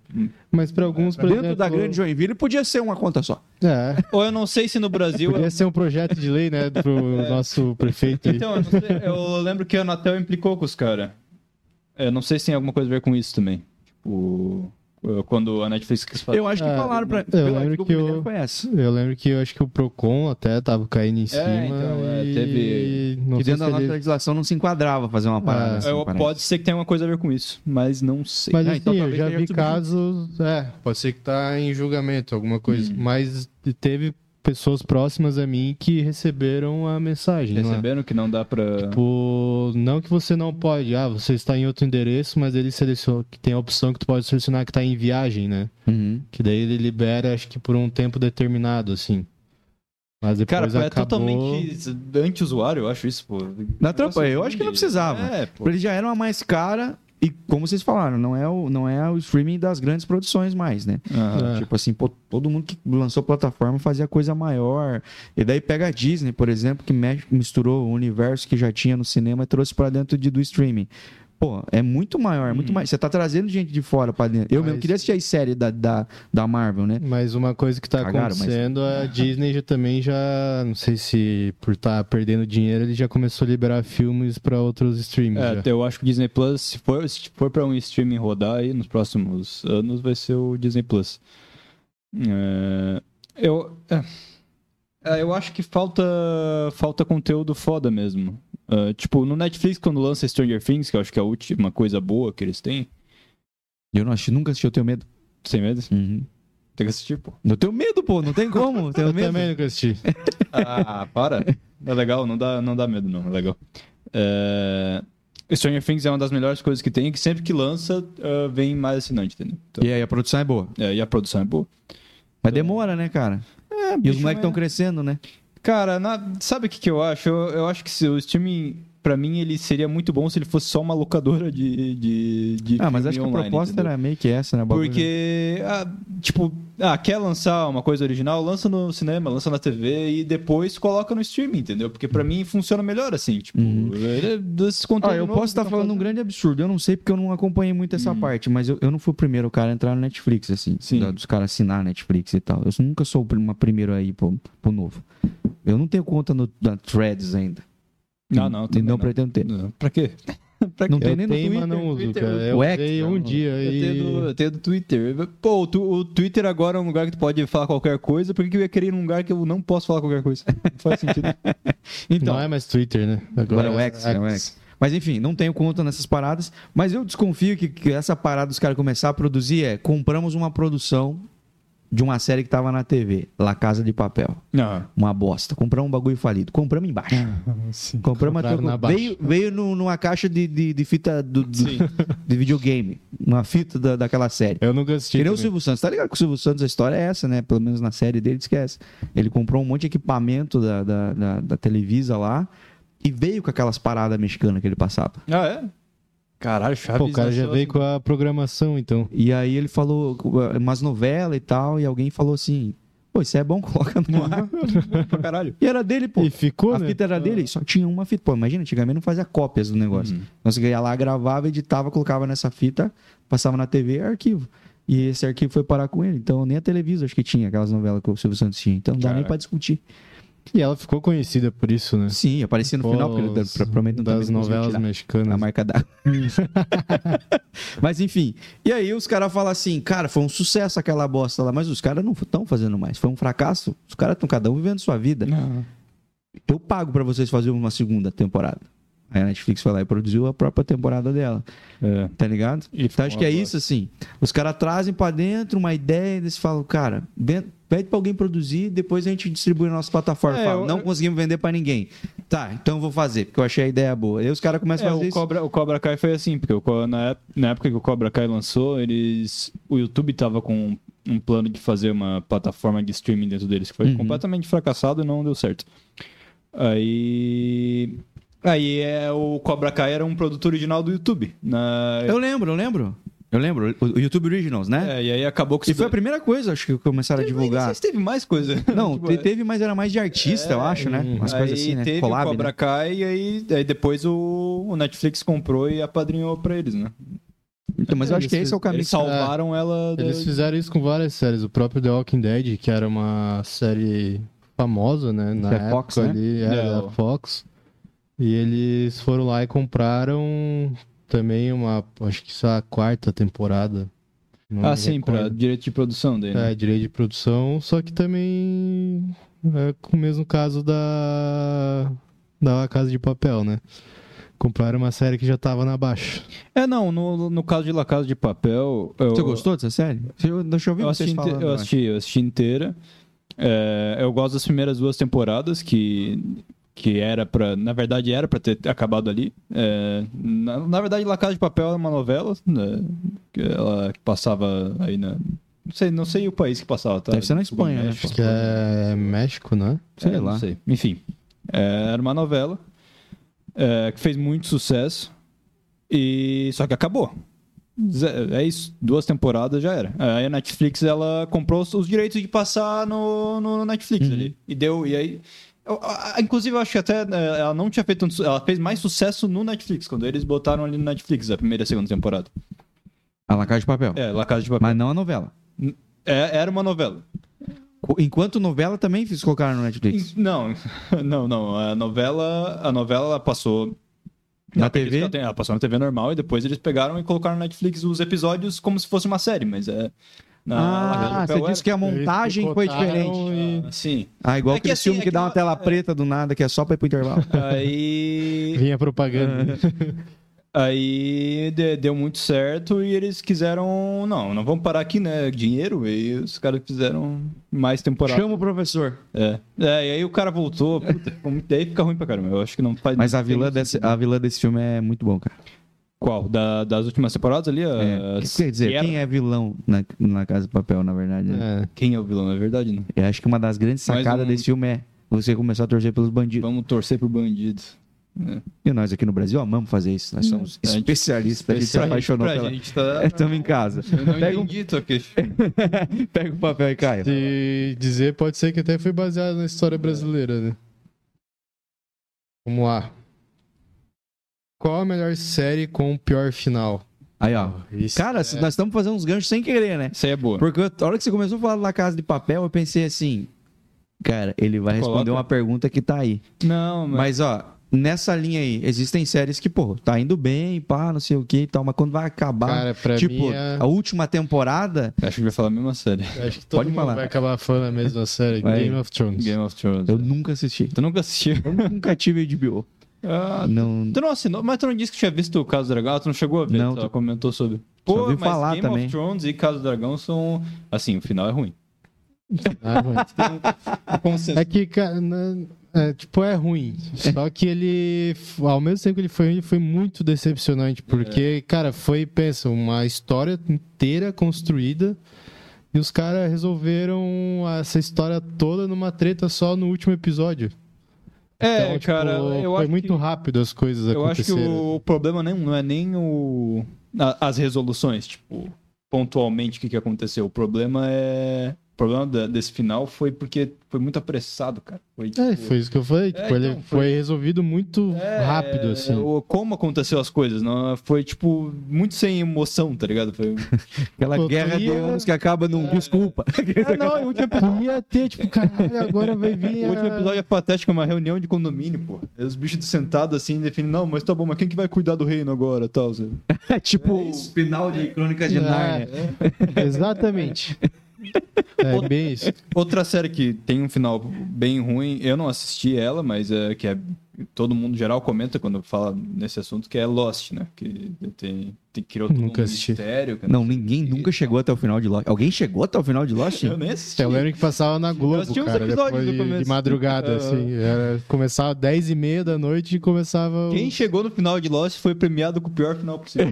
A: Mas pra alguns, por
C: Dentro da
A: exemplo,
C: grande Joinville podia ser uma conta só.
A: É.
B: Ou eu não sei se no Brasil.
A: Podia ser um projeto de lei, né, pro nosso prefeito. aí.
B: Então, eu, não sei, eu lembro que a Anatel implicou com os caras. Eu não sei se tem alguma coisa a ver com isso também. Tipo, quando a Netflix quis fazer.
C: Eu acho que
A: É,
C: falaram pra.
A: lembro
C: desculpa,
A: que eu-
C: Daniel, foi essa.
A: Eu lembro que eu acho que o Procon até tava caindo em cima.
B: então, é,
A: e...
B: teve-
A: Não
C: Que
A: sei
C: dentro da
A: se
C: nossa
A: ele-
C: legislação não se enquadrava fazer uma parada.
A: É.
C: assim,
B: Eu-
C: parece.
B: pode ser que tenha uma coisa a ver com isso, mas não sei.
A: Mas
C: Ah,
A: assim,
C: então
A: eu
C: talvez
A: já
C: seja
A: vi
C: tudo
A: casos. É, Hum. pode ser que tá em julgamento, alguma coisa. Mas teve pessoas próximas a mim que receberam a mensagem. não é?
B: Perceberam que não dá pra.
A: Tipo, não que você não pode, ah, você está em outro endereço, mas ele seleciona que tem a opção que tu pode selecionar que tá em viagem, né?
C: Uhum.
A: Que daí ele libera, acho que por um tempo determinado, assim. Mas depois
B: Cara, é
A: acabou...
B: totalmente anti-usuário, eu acho isso, pô.
C: Dá trampa, eu acho que não precisava.
B: É, pô.
C: Ele já era uma mais cara e, como vocês falaram, não é o, não é o streaming das grandes produções mais, né?
B: Aham.
A: É.
C: Tipo assim, pô, todo mundo que lançou plataforma fazia coisa maior. E daí pega a Disney, por exemplo, que mexe- misturou o universo que já tinha no cinema e trouxe pra dentro de, do streaming. Pô, é muito maior, é muito mais. Você tá trazendo gente de fora pra dentro. Eu mesmo
A: Mas-
C: queria assistir as séries da, da, da Marvel, né?
A: Mas uma coisa que tá
C: Cagaram, mas-
A: acontecendo, a Disney já também já, não sei se por estar perdendo dinheiro, ele já começou a liberar filmes pra outros streams.
B: É,
A: já.
B: eu acho que o Disney Plus, se for, se for pra um streaming rodar aí nos próximos anos, vai ser o Disney Plus. É, eu, é. É, eu acho que falta, falta conteúdo foda mesmo. É, tipo, no Netflix, quando lança Stranger Things, que eu acho que é a última coisa boa que eles têm,
C: Eu não assisti, nunca assisti, eu tenho medo.
B: sem medo,
C: Uhum.
B: tem que assistir, pô.
C: Eu tenho medo, pô, não tem como. eu Tenho
A: Eu
C: medo.
A: também nunca assisti.
B: Ah, para. É legal, não dá, não dá medo, não. É legal. É, Stranger Things é uma das melhores coisas que tem, que sempre que lança, é, vem mais assinante, entendeu? Então,
C: E aí, a produção é boa.
B: é, e a produção é boa.
C: Mas demora, né, cara? e os
B: bicho,
C: moleques
B: mas- é.
C: estão crescendo, né?
B: Cara, na- sabe o que, que eu acho? Eu, eu acho que se o streaming pra mim, ele seria muito bom se ele fosse só uma locadora de. de, de
C: Ah, mas
B: filme
C: acho que a
B: online,
C: proposta
B: entendeu?
C: era meio que essa, né? o bagulho?
B: Porque, ah, tipo, ah, quer lançar uma coisa original, lança no cinema, lança na TV e depois coloca no streaming, entendeu? Porque pra mim funciona melhor assim, tipo,
C: Uhum.
B: é, desse
C: Ah,
B: conteúdo
C: eu
B: novo
C: posso
B: que
C: estar
B: tá
C: falando
B: fazendo.
C: um
B: Hum.
C: grande absurdo. Eu não sei porque eu não acompanhei muito essa parte, mas eu, eu não fui o primeiro cara a entrar no Netflix, assim.
B: Sim.
C: da- dos caras assinar Netflix e tal. Eu nunca sou o prim- uma primeiro aí pro, pro novo. Eu não tenho conta no, da Threads ainda.
B: Ah, Não, não,
C: E
B: também
C: não,
B: não.
C: pretendo ter.
B: Não, Pra quê? pra
C: Não
B: quê?
C: tem
A: Eu
C: nem no
A: tenho, mas
C: Twitter. é
A: não uso,
B: Twitter,
A: cara.
B: o-
A: Eu
C: o X, né?
A: usei
C: cara.
A: um dia
B: Eu
A: e...
B: tenho, do, eu tenho do Twitter. Pô, o tu- o Twitter agora é um lugar que tu pode falar qualquer coisa. Por que que eu ia querer ir num lugar que eu não posso falar qualquer coisa? Não faz sentido.
C: Então,
A: Não é mais Twitter, né?
C: Agora é o X, é o X. Mas enfim, não tenho conta nessas paradas. Mas eu desconfio que, que essa parada dos caras começar a produzir é compramos uma produção de uma série que tava na TV, La Casa de Papel.
B: Não.
C: Uma bosta. Compramos um bagulho falido. Compramos embaixo.
B: Sim.
C: Compramos até
A: Compraram na baixa.
C: Veio, veio no- numa caixa de, de, de fita do, do-
B: Sim.
C: de videogame. Uma fita da- daquela série.
A: Eu nunca assisti.
C: Tirei o
A: também.
C: Silvio Santos. Tá ligado que o Silvio Santos a história é essa, né? Pelo menos na série dele, esquece. Ele comprou um monte de equipamento da, da, da, da Televisa lá e veio com aquelas paradas mexicanas que ele passava.
B: Ah, é? Caralho, Chaves.
A: Pô, o cara já
B: nasceu
A: veio
B: assim.
A: com a programação, então.
C: E aí ele falou uh, umas novelas e tal, e alguém falou assim: pô, isso é bom, coloca no ar.
B: pra caralho.
C: E era dele, pô.
A: E ficou,
C: a
A: né?
C: fita era dele, só tinha uma fita. Pô, imagina, antigamente não fazia cópias do negócio. Então você ia lá, gravava, editava, colocava nessa fita, passava na TV e arquivo. E esse arquivo foi parar com ele. Então nem a televisão acho que tinha aquelas novelas que o Silvio Santos tinha. Então não dá nem
B: Caraca.
C: pra discutir.
A: E ela ficou conhecida por isso, né?
C: Sim, aparecia no
A: Pô,
C: final, porque ele dá- pra- provavelmente não tá
A: Das
C: também não conseguiu
A: novelas
C: tirar Ah,
A: mexicanas.
C: a marca da. mas enfim. E aí os caras falam assim, cara, foi um sucesso aquela bosta lá, mas os caras não estão fazendo mais. Foi um fracasso. Os caras estão cada um vivendo sua vida.
B: Não.
C: Eu pago pra vocês fazerem uma segunda temporada. Aí a Netflix foi lá e produziu a própria temporada dela,
B: É.
C: tá ligado?
B: E
C: Então acho que é isso, assim. Os caras trazem pra dentro uma ideia e eles falam, cara, dentro- pede pra alguém produzir, depois a gente distribui na nossa plataforma.
B: É,
C: Fala,
B: eu-
C: não conseguimos vender pra ninguém. Tá, então eu vou fazer, porque eu achei a ideia boa. Aí os caras começam
B: É,
C: a fazer
B: o,
C: isso.
B: Cobra, o Cobra Kai foi assim, porque o Co- na, ép- na época que o Cobra Kai lançou, eles o YouTube tava com um plano de fazer uma plataforma de streaming dentro deles, que foi
C: Uhum.
B: completamente fracassado e não deu certo. Aí. Aí é, o Cobra Kai era um produto original do YouTube. Na,
C: Eu lembro, eu lembro. Eu lembro, o o YouTube Originals, né?
B: é, e aí acabou que
C: e foi a primeira coisa, acho que começaram a
B: Não
C: divulgar.
B: sei se teve mais coisa.
C: Não,
B: Tipo,
C: te-
B: é- hum,
C: teve, mas era mais de artista, eu acho, né? Umas
B: aí
C: coisas assim, né?
B: teve
C: Collab,
B: o Cobra
C: né?
B: Kai e aí, aí depois o, o Netflix comprou e apadrinhou pra eles, né?
C: Então, mas eu acho
A: Eles
C: que esse é o caminho.
B: Eles salvaram ela... da-
A: Eles fizeram isso com várias séries. O próprio The Walking Dead, que era uma série famosa, né? Na
C: Da
A: época
C: Fox, né?
A: ali, é,
B: Não.
A: da Fox. E eles foram lá e compraram também uma, acho que só a quarta temporada.
C: um
A: Não
B: Ah,
A: me
B: sim, pra
A: recordo.
B: direito de produção dele. né?
A: É, direito de produção, só que também é com o mesmo caso da da Casa de Papel, né? Compraram uma série que já tava na baixa.
B: É, não, no, no caso de La Casa de Papel... Eu,
C: Você gostou dessa série? Eu- Deixa eu ouvir
B: Eu
C: vocês
B: assisti, inte-
C: falando.
B: eu
C: eu acho.
B: assisti, eu assisti inteira. É, eu gosto das primeiras duas temporadas, que, que era pra... Na verdade, era pra ter acabado ali. É, na, na verdade, La Casa de Papel era uma novela, né, que ela que passava aí na... Não sei, não sei o país que passava, tá?
C: Deve ser na
B: Desculpa,
C: Espanha, né?
B: México.
A: Acho que é México, né?
C: Sei
B: É,
C: lá.
B: Não sei. Enfim, é, era uma novela é, que fez muito sucesso e só que acabou. Zé- É isso, duas temporadas já era. Aí a Netflix ela comprou os- os direitos de passar no, no Netflix ali e deu e aí eu- a- a- Inclusive, eu acho que até é, ela não tinha feito tanto su- Ela fez mais sucesso no Netflix, quando eles botaram ali no Netflix a primeira e a segunda temporada.
C: A La Casa de Papel.
B: É, La Casa de Papel.
C: Mas não a novela.
B: É, era uma novela.
C: Co- Enquanto novela também fiz colocar no Netflix.
B: Não, não, não. A novela, a novela ela passou
C: Na
B: Ela perdeu esse-
C: TV?
B: Ela ah, passou na TV normal e depois eles pegaram e colocaram no Netflix os episódios como se fosse uma série, mas é. na- na
C: ah,
B: Casa de
C: você
B: Papel é.
C: disse que a montagem
A: Eles
C: foi
A: picotaram
C: diferente.
A: e-
B: era- Sim.
C: Ah, igual
B: É que
C: aquele
B: assim,
C: filme
B: é
C: que
B: que
C: dá uma
B: não-
C: tela preta do nada, que é só pra ir pro intervalo.
B: Aí.
A: Vinha propaganda.
B: aí de- deu muito certo e eles quiseram. Não, não vamos parar aqui, né? Dinheiro. E os caras fizeram mais temporada.
C: Chama o professor.
B: É. É, e aí o cara voltou. Puta, ficou muito- daí fica ruim pra caramba. Eu acho que não faz.
C: Mas a
B: tem
C: vilã,
B: muito
C: desse,
B: sentido.
C: a vilã desse filme é muito bom, cara.
B: Qual? Da- das últimas temporadas ali?
C: É.
B: a-
C: Que- Quer dizer,
B: Ah, Sierra?
C: quem é vilão na, na Casa de Papel, na verdade? né?
A: É.
B: Quem é o vilão? É verdade, não.
C: Eu acho que uma das grandes
B: Mais
C: sacadas
B: um-
C: desse filme é você começar a torcer pelos bandidos.
B: Vamos torcer pro bandido.
C: E nós aqui no Brasil amamos fazer isso. Nós somos
B: Hum. A gente-
C: especialistas. A gente se
B: Pra gente-
C: apaixonou
B: pra
C: pela.
B: gente tá...
C: Estamos É, em casa.
B: Eu não
C: Pega um-
B: entendi tua queixa.
C: Pega o papel e caia.
A: Se dizer, pode ser que até foi baseado na história
C: É.
A: brasileira, né? Vamos lá. Qual a melhor série com o pior final? Ah,
C: Aí, ó.
A: Isso. é.
C: Cara, nós estamos fazendo uns ganchos sem querer, né?
B: Isso aí é boa.
C: Porque eu- a hora que você começou a falar da Casa de Papel, eu pensei assim, cara, ele vai responder
B: Coloca.
C: uma pergunta que tá aí.
B: Não,
A: É.
B: mas...
C: Mas, ó, nessa linha aí, existem séries que, pô, tá indo bem, pá, não sei o que e tal, mas quando vai acabar,
A: Cara, pra
C: tipo,
A: mim é-
C: a última temporada,
B: Acho que vai falar a mesma série.
A: Acho que todo
C: pode
A: mundo
C: falar.
A: vai acabar falando a mesma série,
C: Vai.
A: Game of Thrones.
B: Game of Thrones.
C: eu nunca assisti.
B: Tu nunca assistiu?
C: Eu nunca tive HBO.
B: Ah,
C: Não,
B: Tu não assinou, mas tu não disse que tinha visto o Caso do Dragão, Ah, tu não chegou a ver,
C: Não,
B: tu
C: tô-
B: só comentou sobre.
C: ouvi falar
B: Game
C: também.
B: of Thrones e Caso do Dragão são. Assim, o final é ruim.
A: Ah, mano.
B: um- Consenso.
A: É que, cara, né, é, tipo, é ruim. Só que ele, ao mesmo tempo que ele foi ruim, ele foi muito decepcionante. Porque,
B: É.
A: cara, foi, pensa, uma história inteira construída. E os caras resolveram essa história toda numa treta só no último episódio.
B: É,
A: Então, tipo,
B: cara, eu
A: foi
B: acho
A: muito
B: que,
A: rápido as coisas
B: Eu acho que
A: aconteceram.
B: o problema nem, não é nem o. a- as resoluções, tipo, pontualmente o que, que aconteceu. O problema é. O problema da- desse final foi porque foi muito apressado, cara. Foi,
A: É,
B: tipo,
A: foi isso que eu falei.
B: É,
A: tipo, ele
B: então,
A: foi...
B: foi-
A: resolvido muito
B: é,
A: rápido, assim.
B: o- como aconteceu as coisas, não? Foi, tipo, muito sem emoção, tá ligado? Foi.
C: aquela
A: Pô, tu
C: guerra de
A: ia- É.
C: anos que acaba num desculpa.
B: Ah, não, o último
A: Tu ia ter, tipo, caralho, agora vai vir.
B: O último
A: a-
B: episódio é patético, é uma reunião de condomínio, pô. Aí Os bichos sentados assim, definem, não, mas tá bom, mas quem que vai cuidar do reino agora, tal, Zé?
C: É tipo o final de Crônicas de
A: É,
C: Narnia.
A: é, exatamente. É bem isso.
B: Outra série que tem um final bem ruim, eu não assisti ela, mas é que é todo mundo geral comenta quando fala nesse assunto que é Lost, né? Que tem, tem criou todo
A: Nunca
B: um
A: assisti.
B: mistério. que
C: Não, ninguém nunca chegou até o final de Lost. Alguém chegou até o final de Lost?
B: Eu nem assisti.
A: Então, Eu lembro que passava na Globo,
B: assisti uns
A: cara,
B: episódios
A: depois
B: do
A: de,
B: começo.
A: de madrugada,
B: Ah.
A: assim. Era, começava às 10 e meia da noite e começava... o-
B: Quem chegou no final de Lost foi premiado com o pior final possível.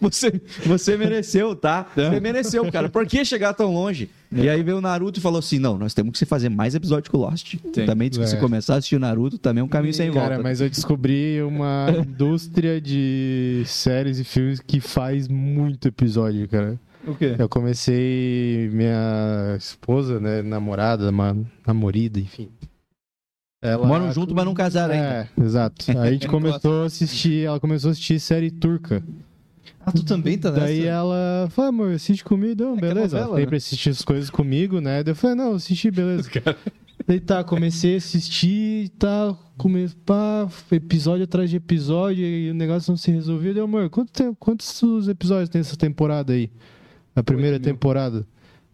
C: Você, você mereceu, tá? Você mereceu, cara. Por que chegar tão longe? E aí veio o Naruto e falou assim: não, nós temos que fazer mais episódio com o Lost.
B: Tem.
C: Também diz que se
A: É.
C: começar a assistir o Naruto, também é um caminho sem volta.
A: Cara, mas eu descobri uma indústria de séries e filmes que faz muito episódio, cara.
B: o quê?
A: Eu comecei, minha esposa, né, namorada, uma namorida, enfim. Ela
C: Moram junto, mas não casaram ainda.
A: É, exato. Aí a gente
B: Eu
A: começou a assistir, ela começou a assistir série turca.
B: Ah, tu também tá nessa? É
A: Daí ela falou, "Ah, amor, assiste comigo, não, beleza.
B: novela, né?"
A: Ela sempre assiste as coisas comigo, né? Daí eu falei, não, assisti, beleza. Daí tá, comecei a assistir e tá, comecei, pá, episódio atrás de episódio e o negócio não se resolvia. Daí, amor, quanto tempo, quantos episódios tem essa temporada aí? A primeira
B: Oito mil.
A: temporada?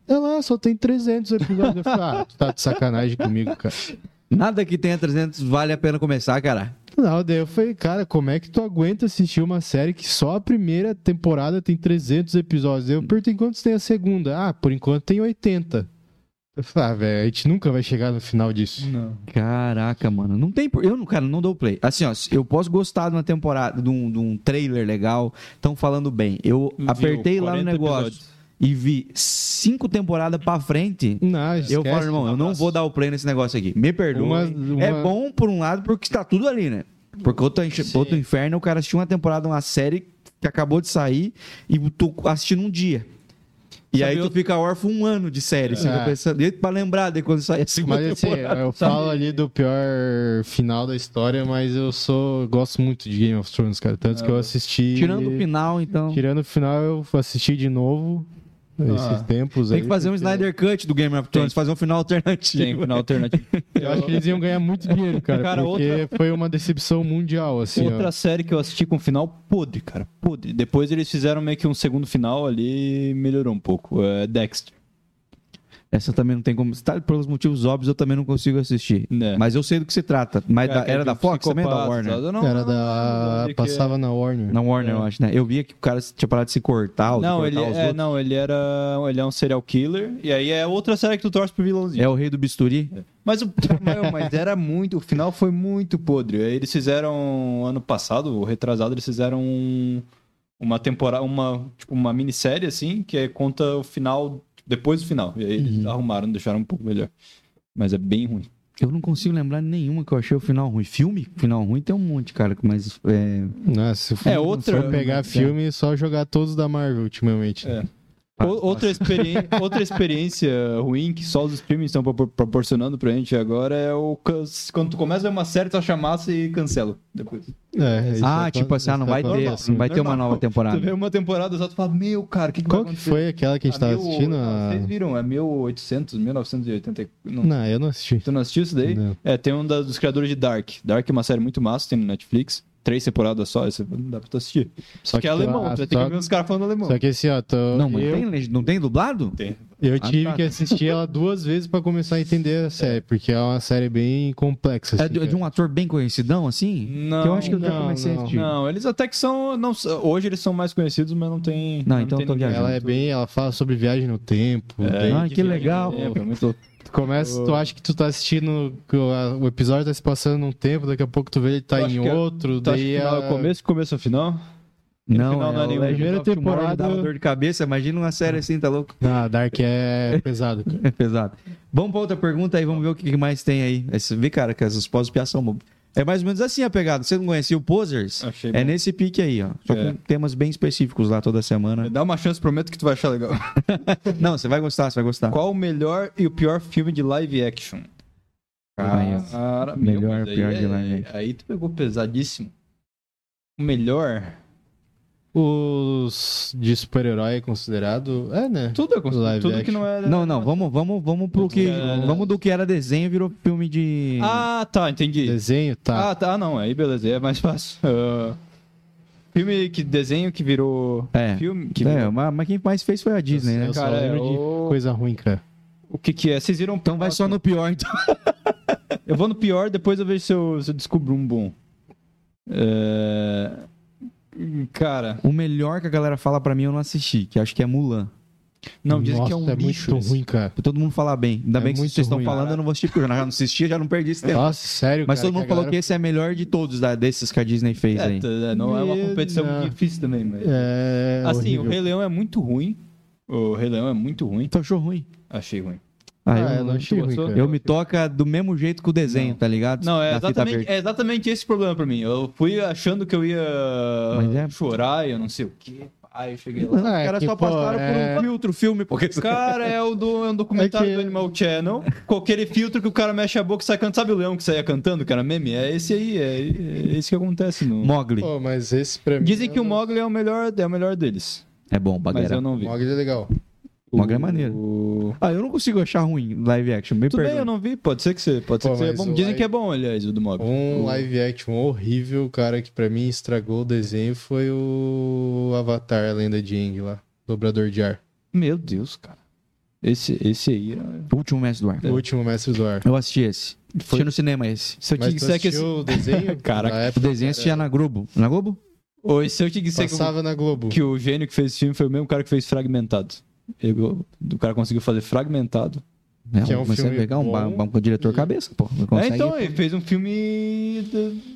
A: Ela, ah, só tem 300 episódios. Eu falei, ah, tu tá de sacanagem comigo, cara.
C: Nada que tenha 300 vale a pena começar, cara.
A: Não, daí eu falei, cara, como é que tu aguenta assistir uma série que só a primeira temporada tem 300 episódios? Eu perguntei quantos tem a segunda. Ah, por enquanto tem 80. Eu falei, ah, velho, a gente nunca vai chegar no final disso.
B: Não.
C: Caraca, mano. Não tem. por- Eu, não- cara, não dou play. Assim, ó, eu posso gostar de uma temporada, de um, de um trailer legal. Estão falando bem. Eu
B: Viu,
C: apertei lá no
B: 40
C: negócio
B: episódios.
C: e vi cinco temporadas pra frente.
A: Não, esquece.
C: Eu falo, irmão, eu não vou dar o play nesse negócio aqui. Me perdoa.
A: Uma-
C: hein?
A: uma-
C: É bom por um lado porque está tudo ali, né? Porque outro, enche- outro inferno, o cara assistiu uma temporada, uma série que acabou de sair e tô assistindo um dia. E
B: Sabe
C: aí tu
B: outro-
C: fica órfão um ano de série, assim,
A: É.
C: fica pensando, e pra lembrar de quando sair a segunda
A: Mas assim,
C: temporada.
A: eu falo ali do pior final da história, mas eu sou. gosto muito de Game of Thrones, cara. Tanto que eu assisti.
C: Ah. Tirando o final, então.
A: Tirando o final, eu assisti de novo esses
B: Ah.
A: tempos aí. é.
C: Tem que fazer um Snyder Cut do Game of Thrones, fazer um final alternativo.
B: Tem final alternativo.
A: Eu acho que eles iam ganhar muito dinheiro, cara.
B: Cara,
A: porque foi uma decepção mundial, assim. ó.
B: Outra série que eu assisti com final podre, cara. Podre. Depois eles fizeram meio que um segundo final ali e melhorou um pouco. É Dexter.
C: Essa também não tem como. Tá, pelos motivos óbvios, eu também não consigo assistir.
B: É.
C: Mas eu sei do que se trata. Mas da-
B: Cara, que é
C: era
B: de
C: da
B: um
C: Fox também? ou Da
B: psicopata,
C: Warner?
B: sabe? Não,
A: Era
B: não, não,
A: da.
B: ele que é-
A: Passava na Warner.
C: Na Warner, eu acho, né? Eu via que o cara tinha parado de se cortar. ou de
B: Não,
C: cortar
B: ele,
C: tá, os
B: é,
C: outros.
B: não, ele era. Ele é um serial killer. E aí é outra série que tu torce pro vilãozinho.
C: É o rei do bisturi?
B: Mas, o, mas- mas era muito. O final foi muito podre. Aí eles fizeram. Ano passado, ou retrasado, eles fizeram um- uma temporada. Uma, tipo, uma minissérie, assim, que é-
A: Uhum.
B: conta o final. tipo, Depois do final. E aí eles arrumaram, deixaram um pouco melhor. Mas é bem ruim.
C: Eu não consigo lembrar nenhuma que eu achei o final ruim. Filme? Final ruim tem um monte, cara, mas. É...
A: Nossa, Né, se for,
B: É outra-
A: for pegar filme, é só jogar todos da Marvel ultimamente.
B: É.
A: Tá,
B: O- outra, experiên- outra experiência ruim que só os streamings estão propor- proporcionando pra gente agora é o can- quando tu começa a ver uma série, tu acha massa e cancela depois.
A: É, isso
C: Ah,
A: é
C: tipo
A: quase-
C: assim, ah, não
A: isso é
C: vai
A: quase
C: ter,
A: assim.
C: não vai ter uma
B: Normal.
C: nova temporada.
B: Tu vê uma temporada só tu fala, meu, cara, o que, que vai
A: Qual que
B: acontecer?
A: foi aquela que a gente tava
B: mil-
A: assistindo?
B: Ah,
A: A-
B: Vocês viram, é 1800, 1980. Não,
A: Não, Ah, eu não assisti.
B: Tu não assistiu isso daí?
A: Não.
B: É, tem um da- dos criadores de Dark. Dark é uma série muito massa, tem no Netflix. Três temporadas só, essa não dá pra tu assistir. Só que, é
A: tu-
B: alemão,
A: ah,
B: tu vai ter
A: só-
B: que ver os caras falando alemão.
A: Só que assim, ó, tô-
C: Não, mas
A: eu,
C: tem leg- não tem dublado?
B: Tem.
A: eu
C: Ah,
A: tive
C: tá.
A: que assistir ela duas vezes pra começar a entender a série, porque é uma série bem complexa.
C: É
A: assim,
C: de, de
A: cara.
C: um ator bem conhecidão, assim?
B: Não,
C: que eu acho que eu já
A: não,
C: comecei a
A: não.
C: assistir.
B: Não, eles até que são. Não, s- hoje eles são mais conhecidos, mas não tem.
C: Não, então
B: tem
C: eu tô
B: ninguém.
A: Ela é bem, ela fala sobre viagem no tempo. bem-
C: Ah, que
B: viagem
C: legal.
B: no tempo, é muito louco.
A: Tu começa, tu acha que tu tá assistindo, que o a- o episódio tá se passando num tempo, daqui a pouco tu vê ele tá
B: Tu acha
A: em
B: que é-
A: outro,
B: Tu acha
A: daí
B: que o final é o começo, começo é o final?
C: Não,
B: final não é
C: o
B: nenhum.
C: Legend
A: Primeira
C: of Tomorrow me
A: temporada-
C: dava dor de cabeça, imagina uma série assim, tá louco?
A: Ah, Dark é pesado. cara.
C: É pesado. Vamos pra outra pergunta aí, vamos ver o que que mais tem aí. Aí Você vê, cara, que as esposas piadas são bobas. É mais ou menos assim a pegada. Você não conhecia o Posers?
B: Achei
C: é
B: bom.
C: nesse pique aí, ó. Só
B: É.
C: com temas bem específicos lá toda semana.
B: Dá uma chance, prometo que tu vai achar legal.
C: Não, você vai gostar, você vai gostar.
B: Qual o melhor e o pior filme de live action?
C: Vai,
B: Cara,
C: Melhor
B: meu, mas
C: e pior
B: aí- é,
C: de live action.
B: Aí tu pegou pesadíssimo. O melhor?
A: Os de super-herói é considerado. É, né?
B: Tudo é
A: Live
B: considerado. Tudo que
A: action.
B: não é.
C: Não, não, vamos, vamos, vamos pro que.
B: É.
C: Vamos do que era desenho, virou filme de.
B: Ah, tá, entendi.
A: Desenho, tá.
B: Ah, tá, não. Aí beleza, aí é mais fácil. Ah, filme que desenho que virou.
C: É.
B: Filme que
C: é, mas, mas quem mais fez foi a Disney, né?
A: Eu só
B: Cara, é
A: lembro
B: o-
A: de coisa ruim, cara.
B: O que que é? Vocês viram?
C: Então vai só no pior, então.
B: Eu vou no pior, depois eu vejo se eu, se eu descubro um bom. É, Cara,
C: O melhor que a galera fala pra mim eu não assisti, que acho que é Mulan.
B: não, dizem
A: Nossa,
B: que é um lixo.
A: muito
B: esse.
A: ruim, cara.
C: Todo mundo fala bem. Ainda
A: É
C: bem que
A: muito
C: vocês estão
A: ruim,
C: falando,
B: cara.
C: eu não vou assistir, porque eu já não perdi, já não perdi esse
B: É.
C: tempo.
A: Nossa, sério,
C: Mas
A: cara.
C: todo mundo falou que esse é melhor de todos da, desses que a Disney fez
B: É,
C: aí.
B: tá, é, não é uma competição
A: Não.
B: difícil também, mas.
A: É.
B: assim, o
A: horrível.
B: Rei Leão é muito ruim. O Rei Leão é muito ruim.
C: Tu achou ruim?
B: Achei ruim.
C: Ah,
A: Ah,
C: eu,
B: é,
A: eu
C: não
A: não achei
C: gosto.
A: ruim, cara.
C: eu me toca do mesmo jeito que o desenho,
B: Não.
C: tá ligado?
B: Não, é
C: Da fita
B: exatamente,
C: verde.
B: é exatamente esse o problema pra mim. Eu fui achando que eu ia
C: Mas é-
B: chorar, eu não sei o quê. Aí eu cheguei lá.
A: Não, é
C: Os caras
A: que,
C: só
A: pô,
C: passaram
A: é-
C: por um filtro filme, porque
B: O cara é o do é um documentário
A: É que-
B: do Animal Channel, com aquele filtro que o cara mexe a boca e sai cantando. Sabe o leão que saia cantando, cara? Meme? É esse aí, é, é esse que acontece no.
C: Mogli.
A: Pô, mas esse pra mim. um
B: Dizem que
A: eu
B: o
A: não-
B: Mogli é o melhor, é o melhor deles.
C: É bom,
B: Mas
C: bagueira.
B: eu não vi.
A: Mogli é legal.
C: O Mogli é maneiro.
B: O-
C: Ah, eu não consigo achar ruim live action, me
B: Tudo bem, eu
C: perdoa.
B: não vi. Pode ser que seja. Pode ser
A: Pô,
B: que seja
A: mas
B: bom.
A: o
B: Dizem
A: live-
B: que é bom, aliás, o do Mogli.
A: Um
B: O-
A: live action horrível, cara, que pra mim estragou o desenho foi o Avatar, a lenda de Aang lá. Dobrador de ar.
B: Meu Deus, cara. Esse, esse aí. é-
C: O Último Mestre do Ar.
A: O último mestre do ar.
C: Eu assisti esse. Assisti no cinema esse.
B: Se eu te
A: Mas tu
B: disser que esse.
A: assistiu o desenho?
B: Caraca.
A: Na
C: O
A: época,
C: desenho assistia na Globo. Na Globo?
B: Ou se eu te disser que,
A: passava na Globo.
B: o- que o gênio que fez esse filme foi o mesmo cara que fez Fragmentado. Ele- o cara conseguiu fazer Fragmentado.
A: Que é um
C: mas você
A: filme
C: pegar um, ba-
A: bom
C: um diretor cabeça, pô. Não
B: É,
C: consegue.
B: então, ele fez um filme. do-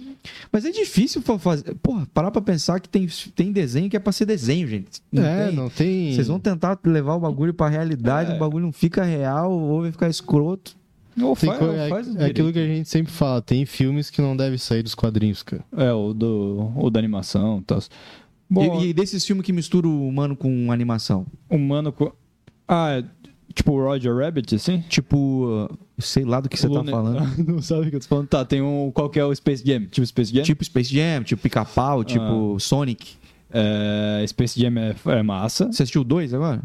C: Mas é difícil fa- fazer. Porra, parar pra pensar que tem, tem desenho que é pra ser desenho, gente. Não
A: é,
C: tem.
A: não tem.
C: Vocês vão tentar levar o bagulho pra realidade,
B: É.
C: o bagulho não fica real, ou vai ficar escroto.
B: Ou
A: Tem
B: faz,
A: co-
B: ou
A: é-
B: faz
A: é, aquilo
B: direito.
A: que a gente sempre fala, tem filmes que não devem sair dos quadrinhos, cara.
B: É, o do. Ou da animação tá. e tal. Bom,
C: E, e desses filmes que misturam o humano com animação?
B: humano. Co... Ah, é tipo o Roger Rabbit, assim?
C: Tipo, uh, sei lá do que você tá
B: Lone-
C: falando.
B: Não sabe o que eu tô falando. Tá, tem um. Qual que é o Space Jam? Tipo Space Jam?
C: Tipo Space Jam, tipo
A: Ah.
C: Pica-Pau, tipo Sonic.
B: É, Space Jam é, é massa.
C: Você assistiu dois agora?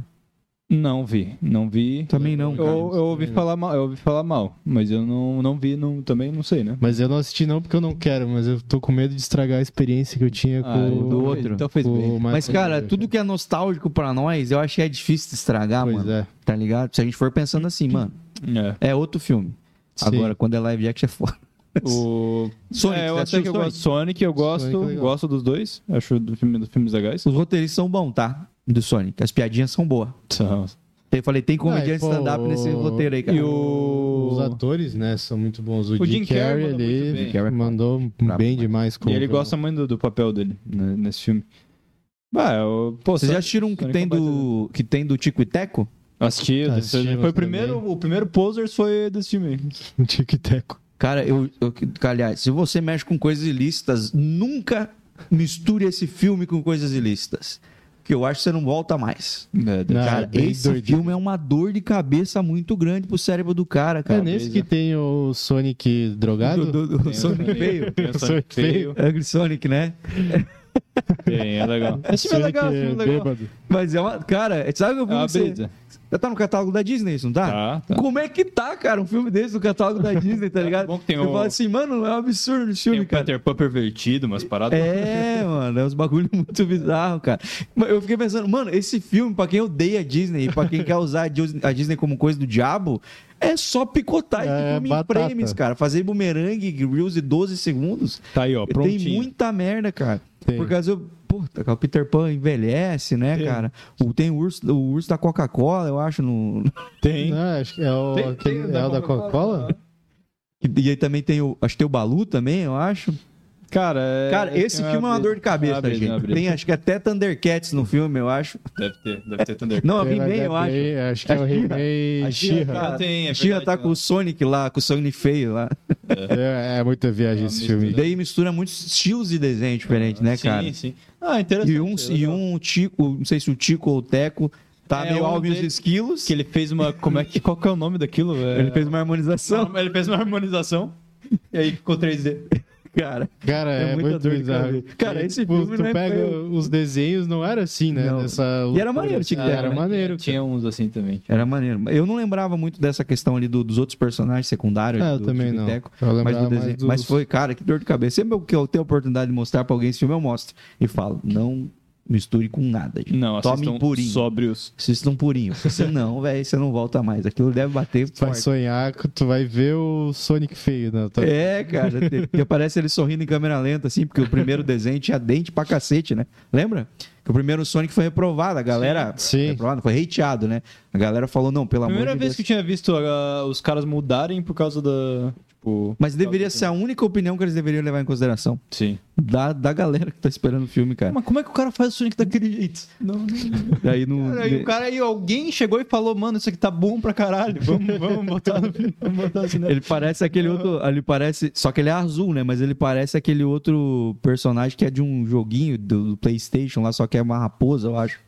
B: Não vi, não vi.
C: Também não,
B: Eu,
C: cara.
B: eu ouvi falar mal, eu ouvi falar mal, mas eu não, não vi, não, também não sei, né?
A: Mas eu não assisti não porque eu não quero, mas eu tô com medo de estragar a experiência que eu tinha com
B: Ah, então
A: o-
B: fez-
C: outro.
B: Então fez
A: com
B: bem.
A: o
C: Mas,
A: Michael
C: cara,
A: Jackson.
C: tudo que é nostálgico pra nós, eu acho que é difícil de estragar,
A: Pois
C: mano.
A: é.
C: Tá ligado? Se a gente for pensando assim, mano,
B: É.
C: é outro filme.
A: Sim.
C: Agora, quando é live action, é foda.
B: O...
C: Sonic,
B: é, eu
C: você
B: até que
C: assistiu
B: eu gosto de Sonic, eu gosto,
A: Sonic é legal.
B: gosto dos dois. Acho do filme, dos filmes legais.
C: Os roteiristas são bons, tá? Do Sonic. As piadinhas são boas.
B: Então,
C: Eu falei, tem
A: Ah, e,
C: comediante
A: pô,
C: stand-up nesse
A: o-
C: roteiro aí, cara.
B: E o.
A: Os atores, né, são muito bons. O,
B: O
A: Jim
B: Jim Carrey
A: Carrey,
B: mandou muito bem.
A: ele
B: Jim
C: Carrey é
A: mandou bem demais.
B: E
A: como
B: ele
A: vilão.
B: gosta muito do, do papel dele né, nesse filme. Bah, eu, pô,
C: Vocês já
B: só-
C: assistiram um que
B: Sonic
C: tem
B: é um baita
C: do. que tem do Tico e Teco?
B: Assisti,
A: Ah,
B: assisti,
A: assisti,
B: foi
A: você
B: o primeiro,
A: também?
B: o primeiro Posers foi desse time. aí.
A: Um tic-teco.
C: Cara, eu, eu. cara, Aliás, se você mexe com coisas ilícitas, nunca misture esse filme com coisas ilícitas. Que eu acho que você não volta mais.
B: É, deve-
A: Não,
C: Cara,
A: é bem
C: esse
A: doido.
C: filme é uma dor de cabeça muito grande pro cérebro do cara, cara.
A: É nesse
C: Beleza.
A: que tem o Sonic drogado?
C: Do, do, do,
B: tem
C: Sonic
B: também,
C: feio.
B: tem o Sonic feio.
C: É o Sonic, né?
B: Tem, é legal. Esse filme é
A: Sonic
B: legal, esse filme é legal.
A: bêbado.
C: Mas é uma. Cara, sabe o que
B: É uma
C: eu você...
B: brisa.
C: Já tá no catálogo da Disney, isso não tá?
B: Tá, tá.
C: Como é que tá, cara, um filme desse no catálogo da Disney, tá ligado?
B: É bom que tem
C: eu
B: o-
C: falo assim, mano, é um absurdo esse
B: Tem
C: filme,
B: o
C: cara.
B: Peter Pan pervertido, umas paradas.
C: É, mano, é uns bagulho muito bizarro, cara. Mas Eu fiquei pensando, mano, esse filme, pra quem odeia a Disney, pra quem quer usar a Dis- a Disney como coisa do diabo, é só picotar esse
A: É,
C: filme em
A: batata.
C: frames, cara. Fazer bumerangue, reels de 12 segundos.
B: Tá aí, ó, prontinho.
C: Tem muita merda, cara.
A: Tem.
C: Por causa do. Puta, cara, o Peter Pan envelhece, né,
B: Tem.
C: cara? O, tem o urso, o urso da Coca-Cola, eu acho, no.
B: Tem.
A: Não, acho que é o,
B: Tem-
A: aquele-
B: tem o da
A: é o da
B: Coca-Cola?
A: Coca-Cola?
C: E, e aí também tem o. Acho que tem o Balu também, eu acho.
B: Cara, é-
C: né? Cara, esse
B: tem
C: filme é uma
B: brisa.
C: dor de cabeça,
B: Uma brisa, uma
C: gente.
B: brisa.
C: Tem, acho que até Thundercats no filme, eu acho.
B: Deve ter, deve ter Thunder.
C: Não, é
A: Tem,
C: He-Man, eu
A: vai
C: acho.
A: ter- Acho que é o
C: A She-Ra.
A: He-Man She-Ra.
C: A She-Ra
B: Ah, tem, é
C: a She-Ra
B: verdade,
C: tá
B: né?
C: com o Sonic lá, com o Sonic feio lá.
A: É, é muita viagem
B: É uma
A: esse
B: mistura.
A: filme.
C: E daí mistura muitos estilos de desenho diferentes, né,
B: sim,
C: cara?
B: Sim, Ah, interessante.
C: E um, e
B: legal.
C: um Tico, não sei se o Tico ou o Teco, tá
B: É,
C: meio
B: um
C: alves
B: deles-
C: esquilos.
B: Que ele fez uma. Como é que. Qual que é o nome daquilo? É-
C: Ele fez uma harmonização,
B: Ele fez uma harmonização. E aí ficou 3D.
C: cara.
A: Cara,
C: É
A: é,
C: muita
A: muito
C: dor de
A: bizarro.
C: cabeça. Cara,
A: E,
C: esse
A: tipo,
C: filme
A: tu
C: não é
A: pega
C: feio.
A: os desenhos, não era assim, né?
C: Não.
A: Nessa assim.
C: E era maneiro, tinha que
A: Era
C: ter, né?
A: maneiro. cara.
B: Tinha uns assim também.
C: Era maneiro. Eu não lembrava muito dessa questão ali do- dos outros personagens secundários.
B: É,
A: Ah, eu
C: do
A: também
C: Tico e
A: não.
C: Teco,
A: Eu
C: mas,
A: lembrava
C: do desenho.
A: mais dos-
C: mas foi, cara, que dor de cabeça. Sempre que eu tenho a oportunidade de mostrar pra alguém esse filme, eu mostro. E falo, não misture com nada, gente.
B: Não,
C: Tome um
B: assistam
C: purinho.
B: sóbrios.
C: Assista um purinho. Você não, velho, você não volta mais. Aquilo deve bater
A: Tu vai
C: forte.
A: sonhar, que tu vai ver o Sonic feio né? Tá- na tua
C: É, cara. te- E aparece ele sorrindo em câmera lenta, assim, porque o primeiro desenho tinha dente pra cacete, né? Lembra? Que o primeiro Sonic foi reprovado, a galera.
A: Sim, sim.
C: Reprovado, foi hateado, né? A galera falou, não, pelo amor de
B: Primeira
C: Deus.
B: vez que eu tinha visto ah, os caras mudarem por causa da. Tipo.
C: Mas deveria ser a única opinião que eles deveriam levar em consideração.
B: Sim.
C: Da, da galera que tá esperando o filme, cara.
B: Mas como é que o cara faz o Sonic daquele jeito? Não, não.
C: Daí não.
B: Cara, aí o cara aí, alguém chegou e falou, mano, isso aqui tá bom pra caralho. Vamos, vamos botar no vamos botar no cinema.
C: Ele parece aquele outro. Ele parece. Só que ele é azul, né? Mas ele parece aquele outro personagem que é de um joguinho do, do PlayStation lá, só que é uma raposa, eu acho.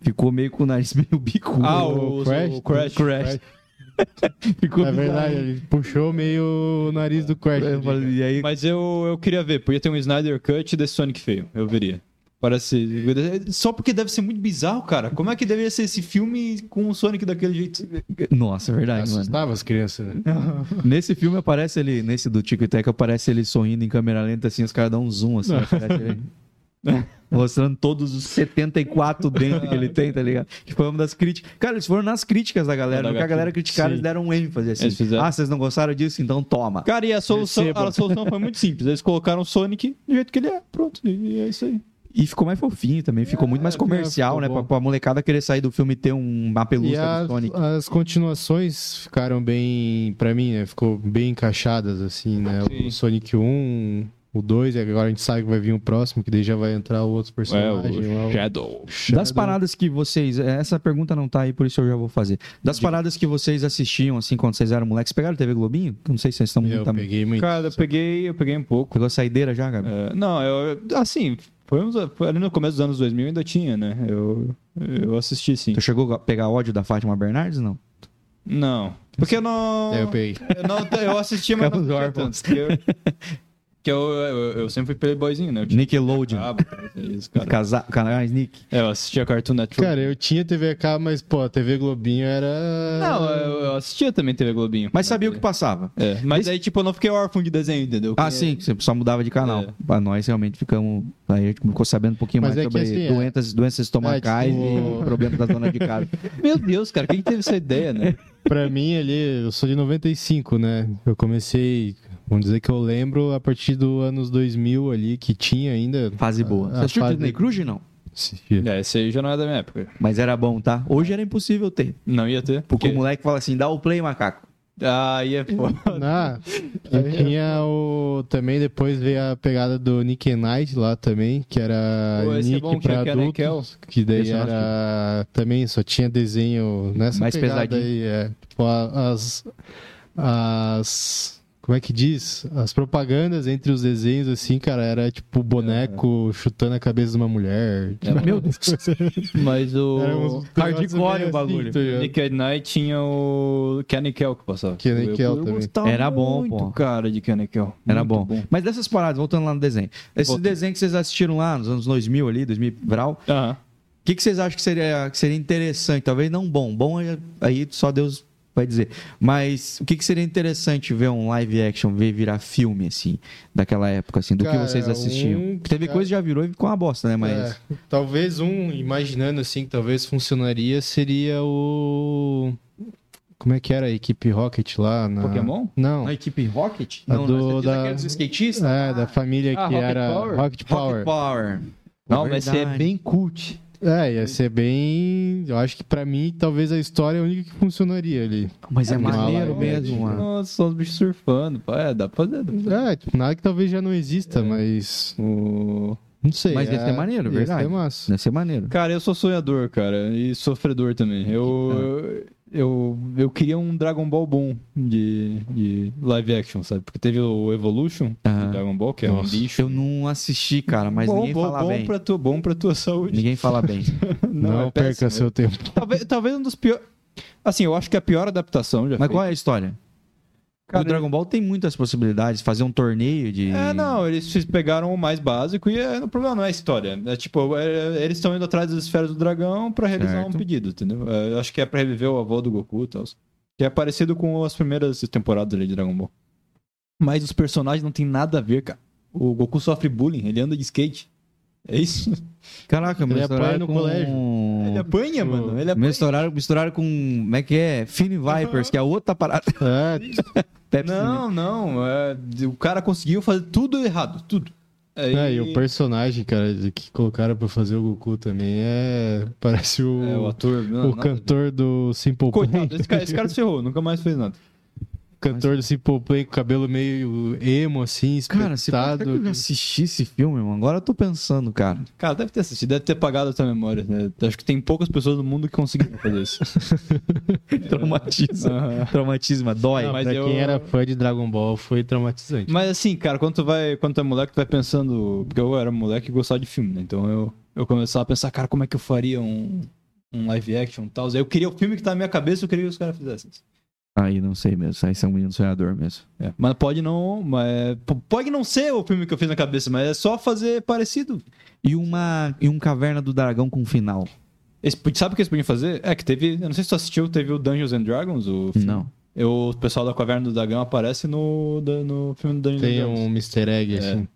C: Ficou meio com o nariz meio bicudo.
B: Ah,
A: o
B: o, o
A: Crash?
B: Crash. O Crash.
C: Crash. Ficou
A: É verdade, é ele puxou meio o nariz do né? Crash.
C: bizarro. Eu falei, e aí,
B: Mas eu, eu queria ver, podia ter um Snyder Cut desse Sonic feio, eu veria. Parece. Só porque deve ser muito bizarro, cara. Como é que deveria ser esse filme com o Sonic daquele jeito?
C: Nossa, é verdade, mano.
A: Assustava as crianças, né?
C: Nesse filme aparece ele, nesse do Tico e Teco, aparece ele sorrindo em câmera lenta, assim, os caras dão um zoom, assim, aparece ele. Mostrando todos os 74 dentes que ele tem, tá ligado? Que foi uma das críticas. Cara, eles foram nas críticas da galera.
B: Da
C: Porque a galera
B: HQ.
C: criticaram, eles
B: Sim.
C: deram um ênfase assim.
B: Eles fizeram.
C: Ah, vocês não gostaram disso? Então toma.
B: Cara, e a solução,
A: Receba.
B: a solução foi muito simples. Eles colocaram o Sonic do jeito que ele é. Pronto, e é isso aí.
C: E ficou mais fofinho também, ficou muito mais
A: ficou-
C: comercial,
A: ficou
C: né? Pra,
A: bom.
C: pra molecada querer sair do filme e ter um- uma
A: E
C: pelúcia do
A: as,
C: Sonic.
A: as continuações ficaram bem, pra mim, né? Ficou bem encaixadas, assim, né?
B: Sim.
A: O Sonic 1, o 2, e agora a gente sabe que vai vir o próximo, que daí já vai entrar o outro
C: É,
A: personagem. lá, o-
B: É, Shadow.
C: Das paradas que vocês. Essa pergunta não tá aí, por isso eu já vou fazer. Das paradas que vocês assistiam, assim, quando vocês eram moleques, pegaram TV Globinho? Não sei se vocês estão muito.
A: Eu peguei muito.
B: Cara, eu peguei, eu peguei um pouco.
C: Pegou a saideira já, Gabi?
B: É, não, eu. Assim, foi, uns, foi ali no começo dos anos 2000 ainda tinha, né? Eu, eu assisti sim.
C: Tu chegou a pegar ódio da Fátima Bernardes? Não.
B: Não. Porque eu não.
A: É, eu peguei.
B: Eu, não, eu assistia, mas não
C: Ficamos
B: assistia
C: órfãos.
B: tanto. Que eu, que eu, eu, eu sempre fui playboyzinho, né? Eu tinha
A: Ah,
C: Nickelodeon.
B: cabo, isso, cara.
C: Casa... Canais ah, Nick.
B: É, eu assistia Cartoon Network.
A: Cara, eu tinha TV a cabo, mas, pô, a TV Globinho era.
B: Não, eu, eu assistia também TV Globinho.
C: Mas sabia o que passava.
B: É, mas aí, tipo, eu não fiquei órfão de desenho, entendeu?
C: Ah, sim, você só mudava de canal.
B: É.
C: Pra nós realmente ficamos. Aí a gente ficou sabendo um pouquinho
A: Mas
C: mais
A: é que
C: sobre
A: assim, é-
C: doenças, doenças estomacais
A: tipo-
C: e problemas da dona de casa.
B: Meu Deus, cara, quem teve essa ideia, né?
A: Pra mim, ali, eu sou de 95, né? Eu comecei, vamos dizer que eu lembro, a partir dos anos 2000 ali, que tinha ainda.
C: Fase
A: Ah,
C: boa.
A: A-
C: Você
A: a
C: assistiu
A: fase-
C: Disney Cruise? Não.
A: Assistia.
B: É, esse aí já não é da minha época.
C: Mas era bom, tá? Hoje era impossível ter.
B: Não ia ter. Porque
C: Porque o moleque fala assim: dá o play, macaco.
B: Aí é foda.
A: Ah, e tinha o. Também depois veio a pegada do Nick and Knight lá também, que era
B: Pô, esse é
A: Nick
B: bom, tinha
A: pra
B: Kenan
A: adultos.
B: Kells.
A: Que daí
C: Esse eu não
B: assim.
A: era. Também só tinha desenho nessa
C: Mais
A: pegada
C: pesadinho.
A: aí. É. Tipo, a- as. As. Como é que diz? As propagandas entre os desenhos, assim, cara, era tipo boneco chutando a cabeça de uma mulher.
B: É.
A: tipo.
B: Meu Deus. Mas
A: Era
B: o.
A: uns negócios meio
B: Hardcore
A: assim,
B: o bagulho.
A: tá ligado?
B: Nick at Night tinha o Kenny Kell que passava.
A: Kenny
B: Eu-
A: Kell
B: eu
A: também.
B: gostava
C: Era bom,
B: muito,
C: pô.
B: cara, de Kenny Kell.
C: Era
B: Muito
C: bom. Mas dessas paradas, voltando lá no desenho. Esse
B: Voltando.
C: desenho que vocês assistiram lá nos anos 2000 ali, 2000 Vral,
B: Aham.
C: o que, que vocês acham que seria, que seria interessante? Talvez não bom. Bom é- aí só Deus vai dizer. Mas o que, que seria interessante ver um live action, ver virar filme, assim, daquela época, assim, do
A: Cara,
C: que vocês assistiam?
A: um-
C: Teve coisa que já virou e ficou uma bosta, né? Mas...
A: É, talvez um, imaginando assim, que talvez funcionaria, seria o. Como é que era a equipe Rocket lá? Na...
B: Pokémon?
A: Não.
C: Na equipe Rocket?
A: É. A do-
C: você diz
A: da-
C: aquele dos skatistas?
A: É, da família
B: Ah,
A: que
B: Rocket
A: era
B: Power?
A: Rocket Power.
C: Rocket Power.
B: Não, mas você é
C: Verdade.
B: bem cult.
A: É, ia ser bem. Eu acho que pra mim, talvez a história é a única que funcionaria ali.
C: Mas é,
A: É
C: maneiro
A: maneiro,
C: mesmo,
A: né?
C: mano.
B: Nossa, só os bichos surfando. pá. É, dá pra fazer. dá pra fazer.
A: É, tipo, nada que talvez já não exista,
B: É.
A: mas.
B: O-
A: Não sei. é,
C: Mas ia ser maneiro, verdade.
A: Ia ser massa.
C: Deve ser maneiro.
B: Cara, eu sou sonhador, cara. E sofredor também. Eu, eu, eu queria um Dragon Ball bom de, de live action, sabe? Porque teve o Evolution
C: Aham.
B: do Dragon Ball, que é um
A: Nossa.
B: lixo.
C: Eu não assisti, cara, mas
B: bom,
C: ninguém
B: bom,
C: fala
B: bom
C: bem.
B: Pra tua, bom pra tua saúde.
C: Ninguém fala bem.
A: Não,
B: é
A: perca
B: péssimo.
A: seu tempo.
B: Talvez, talvez um dos piores. Assim, eu acho que a pior adaptação já
C: mas
B: feita. é
C: qual é a história?
B: Cara,
C: o Dragon Ball tem muitas possibilidades. Fazer um torneio de...
B: É, não, eles fiz- pegaram o mais básico e é, o problema não é a história. É tipo, é, eles estão indo atrás das esferas do dragão pra realizar
C: Certo.
B: um pedido, entendeu? É, eu acho que é pra reviver o avô do Goku e tal. Que é parecido com as primeiras temporadas ali de Dragon Ball. Mas os personagens não tem nada a ver, cara. O Goku sofre bullying, ele anda de skate. É isso?
C: Caraca,
A: Ele
C: misturaram
A: apanha no
C: com...
B: Ele apanha, mano. Ele apanha.
C: Misturaram, misturaram com... Como é que é? Fini Vipers, que é outra parada.
A: É,
C: Pepsi.
B: Não, não. é, o cara conseguiu fazer tudo errado, tudo. Aí-
A: é, e o personagem, cara, que colocaram pra fazer o Goku também é. Parece o.
B: É, o ator. não,
A: O
B: nada a ver.
A: cantor do Simple Plan.
B: Coitado, esse cara, esse cara se ferrou, nunca mais fez nada.
A: Cantor do Simple Plan com cabelo meio emo, assim,
C: Cara, se pá, será que
A: espetado.
C: eu já assisti esse filme, mano? Agora eu tô pensando, cara.
B: Cara, deve ter assistido, deve ter pagado essa memória. né? Acho que tem poucas pessoas no mundo que conseguiram fazer isso.
C: Traumatiza.
B: Aham.
C: Traumatisma, dói.
B: Não, mas-
A: pra
B: eu-
A: quem era fã de Dragon Ball, foi traumatizante.
B: Mas assim, cara, quando tu, vai, quando tu é moleque, tu vai pensando. Porque eu era moleque e gostava de filme, né? Então eu, eu começava a pensar, cara, como é que eu faria um, um live action e tal. Eu queria o filme que tá na minha cabeça, eu queria que os caras fizessem. isso.
C: Aí não sei mesmo. Aí são um menino sonhador mesmo.
B: É, Mas pode não. Mas, p- pode não ser o filme que eu fiz na cabeça, mas é só fazer parecido.
C: E uma e um Caverna do Dragão com final.
B: Eles pod- sabe o que eles podiam fazer? É que teve. Eu não sei se tu assistiu, teve o Dungeons and Dragons, o filme.
C: Não.
B: Eu- o pessoal da Caverna do Dragão aparece no, da- no filme do Dungeons and
A: Tem
B: Dragons.
A: um Easter egg, assim.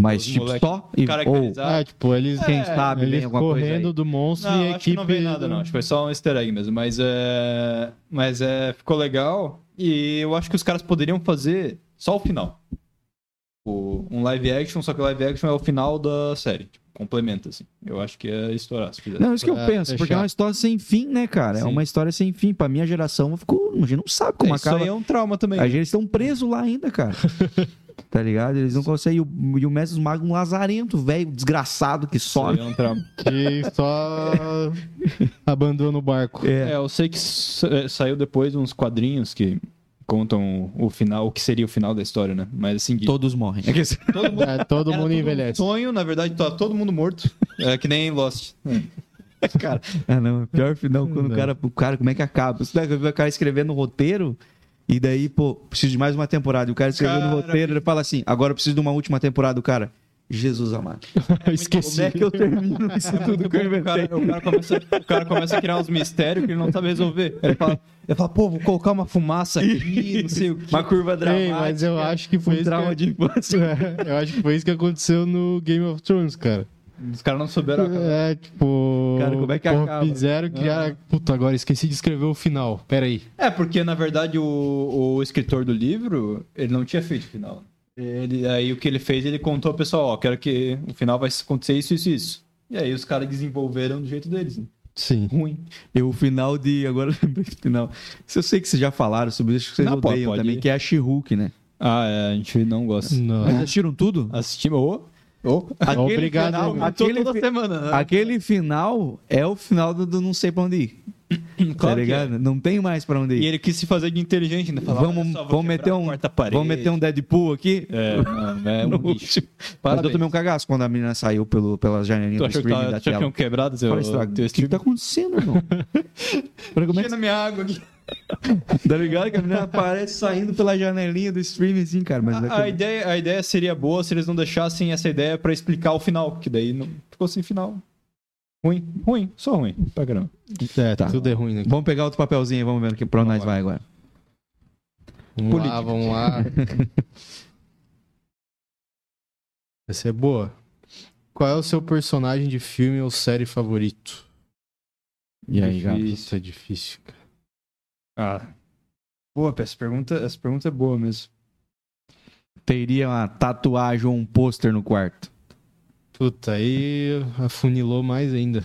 C: mas
B: os
C: tipo
B: moleque
C: só e ou é,
B: caracterizado.
A: Ah, tipo, eles,
C: quem sabe vem
A: eles
C: alguma
A: correndo
C: coisa.
A: do monstro
B: Não,
A: e a
B: acho que
A: equipe...
B: não vem nada,
C: né?
B: não. Acho que foi só um easter egg mesmo. Mas é. Mas é. Ficou legal. E eu acho que os caras poderiam fazer só o final. O- um live action, só que o live action é o final da série. Tipo, complementa, assim. Eu acho que é estourar, se
C: Aí.
B: fizer.
C: Não, isso que eu
A: Pra
C: penso, porque é
A: fechar.
C: uma história sem fim, né, cara? É
B: Sim.
C: uma história sem fim. Pra minha geração, ficou, a gente não sabe
B: É,
C: como
B: isso
C: acaba.
B: aí é um trauma também.
C: A gente estão presos lá ainda, cara. tá ligado? Eles não conseguem. E o, e o Mestre dos Magos, um lazarento, velho, desgraçado que
B: Isso aí
C: sobe.
B: é um trauma.
A: Que só abandona o barco.
B: É, eu sei que sa- é, saiu depois uns quadrinhos que contam o final, o que seria o final da história, né? Mas assim, de-
C: Todos morrem.
B: todo mundo
A: É, todo
B: Era
A: mundo
B: todo
A: envelhece.
B: Um sonho, na verdade, tá todo mundo morto. É que nem Lost.
C: cara. Ah, não. é Pior final quando
A: Não.
C: o cara. O cara, como é que acaba? Você deve ver o cara escrevendo um roteiro. E daí, pô, preciso de mais uma temporada. E o cara escreveu no
B: Cara,
C: roteiro, ele fala assim: agora eu preciso de uma última temporada. O cara, Jesus amado.
A: Esqueci.
C: Como é que eu termino isso tudo que eu
B: O cara,
C: inventei?
B: o cara começa, o cara começa a criar uns mistérios que ele não sabe resolver. Ele fala, ele fala pô, vou colocar uma fumaça aqui, não sei o que.
C: Uma curva
A: Ei,
C: dramática.
A: mas eu acho que foi
C: um
A: isso
C: trauma
A: que...
C: de infância.
A: Eu acho que foi isso que aconteceu no Game of Thrones, cara.
B: Os caras não souberam. acabar.
A: É, tipo.
C: Cara, como é que
A: pô,
C: acaba?
A: Fizeram criar. Puta, agora esqueci de escrever o final. Pera aí.
B: É, porque na verdade o, o escritor do livro, ele não tinha feito o final. Ele, aí o que ele fez, ele contou ao pessoal, ó, quero que o final vai acontecer isso, isso, isso. E aí os caras desenvolveram do jeito deles. né?
A: Sim.
B: ruim.
C: Eu, o final de. Agora eu lembrei do final. Isso eu sei que vocês já falaram sobre isso, acho que vocês
B: Não, pô,
C: odeiam
B: pode
C: também,
B: ir.
C: que é a She-Hulk, né?
B: Ah, é, a gente não gosta.
A: Não.
C: Vocês assistiram tudo?
B: Assistimos. Ô, ô.
C: Aquele
A: Obrigado,
C: final-
A: amigo.
C: aquele, fi-
B: semana. né?
C: aquele final é o final do, do não sei pra onde ir. tá
B: Claro que é.
C: ligado? Não tem mais pra onde ir.
B: E ele quis se fazer de inteligente ainda. Falar,
C: vamos
B: "Olha só, vou
C: vamos
B: quebrar
C: meter
B: a
C: um
B: quarta parede."
C: vamos meter um Deadpool aqui.
B: É, não, é um
C: No
B: lixo.
C: Mas eu
B: Parabéns.
C: tomei um cagaço quando a menina saiu pelo, pela
B: Tu
C: janelinha do
B: achou que
C: streaming
B: tava,
C: da
B: tu achou que
C: tela.
B: tinham quebrado seu,
C: Fala, Estrago,
B: teu
C: o que, que tá acontecendo, irmão? Pera, como é que...
B: minha água aqui.
C: Tá ligado? Que a menina aparece saindo pela janelinha do streaming, assim, cara. Mas
B: A, a ideia, a ideia seria boa se eles não deixassem essa ideia pra explicar o final, que daí não ficou sem final. Ruim, ruim, só ruim. Pra caramba.
A: É,
C: Tá.
A: tudo é ruim, né?
C: Vamos pegar outro papelzinho aí, vamos ver que pra onde nós vai agora.
A: Vamos lá, Um vamos lá. Essa é boa. Qual é o seu personagem de filme ou série favorito?
C: E aí, Gabi?
A: Isso é difícil, cara.
B: Ah. Boa, essa pergunta, essa pergunta é boa mesmo.
C: Teria uma tatuagem ou um pôster no quarto?
A: Puta, aí afunilou mais ainda.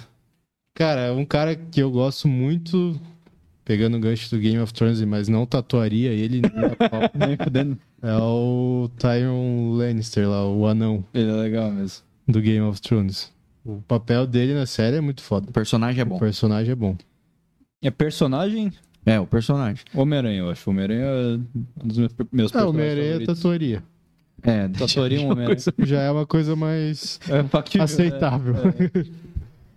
A: Cara, um cara que eu gosto muito, pegando o gancho do Game of Thrones, mas não tatuaria ele, nem a pau,
B: Nem fudendo.
A: é o Tyrion Lannister lá, o anão
B: Ele é legal mesmo.
A: do Game of Thrones. O papel dele na série é muito foda.
C: O personagem é
A: O
C: bom.
A: personagem é bom.
B: É personagem?
C: É, o personagem.
B: Homem-Aranha, eu acho. Homem-Aranha é um dos meus, meus
A: É, o
B: personagens
A: Homem-Aranha é
B: favoritos.
A: tatuaria.
C: É,
B: Tatuaria um Homem-Aranha.
A: Já é uma coisa mais
B: É factível.
A: aceitável.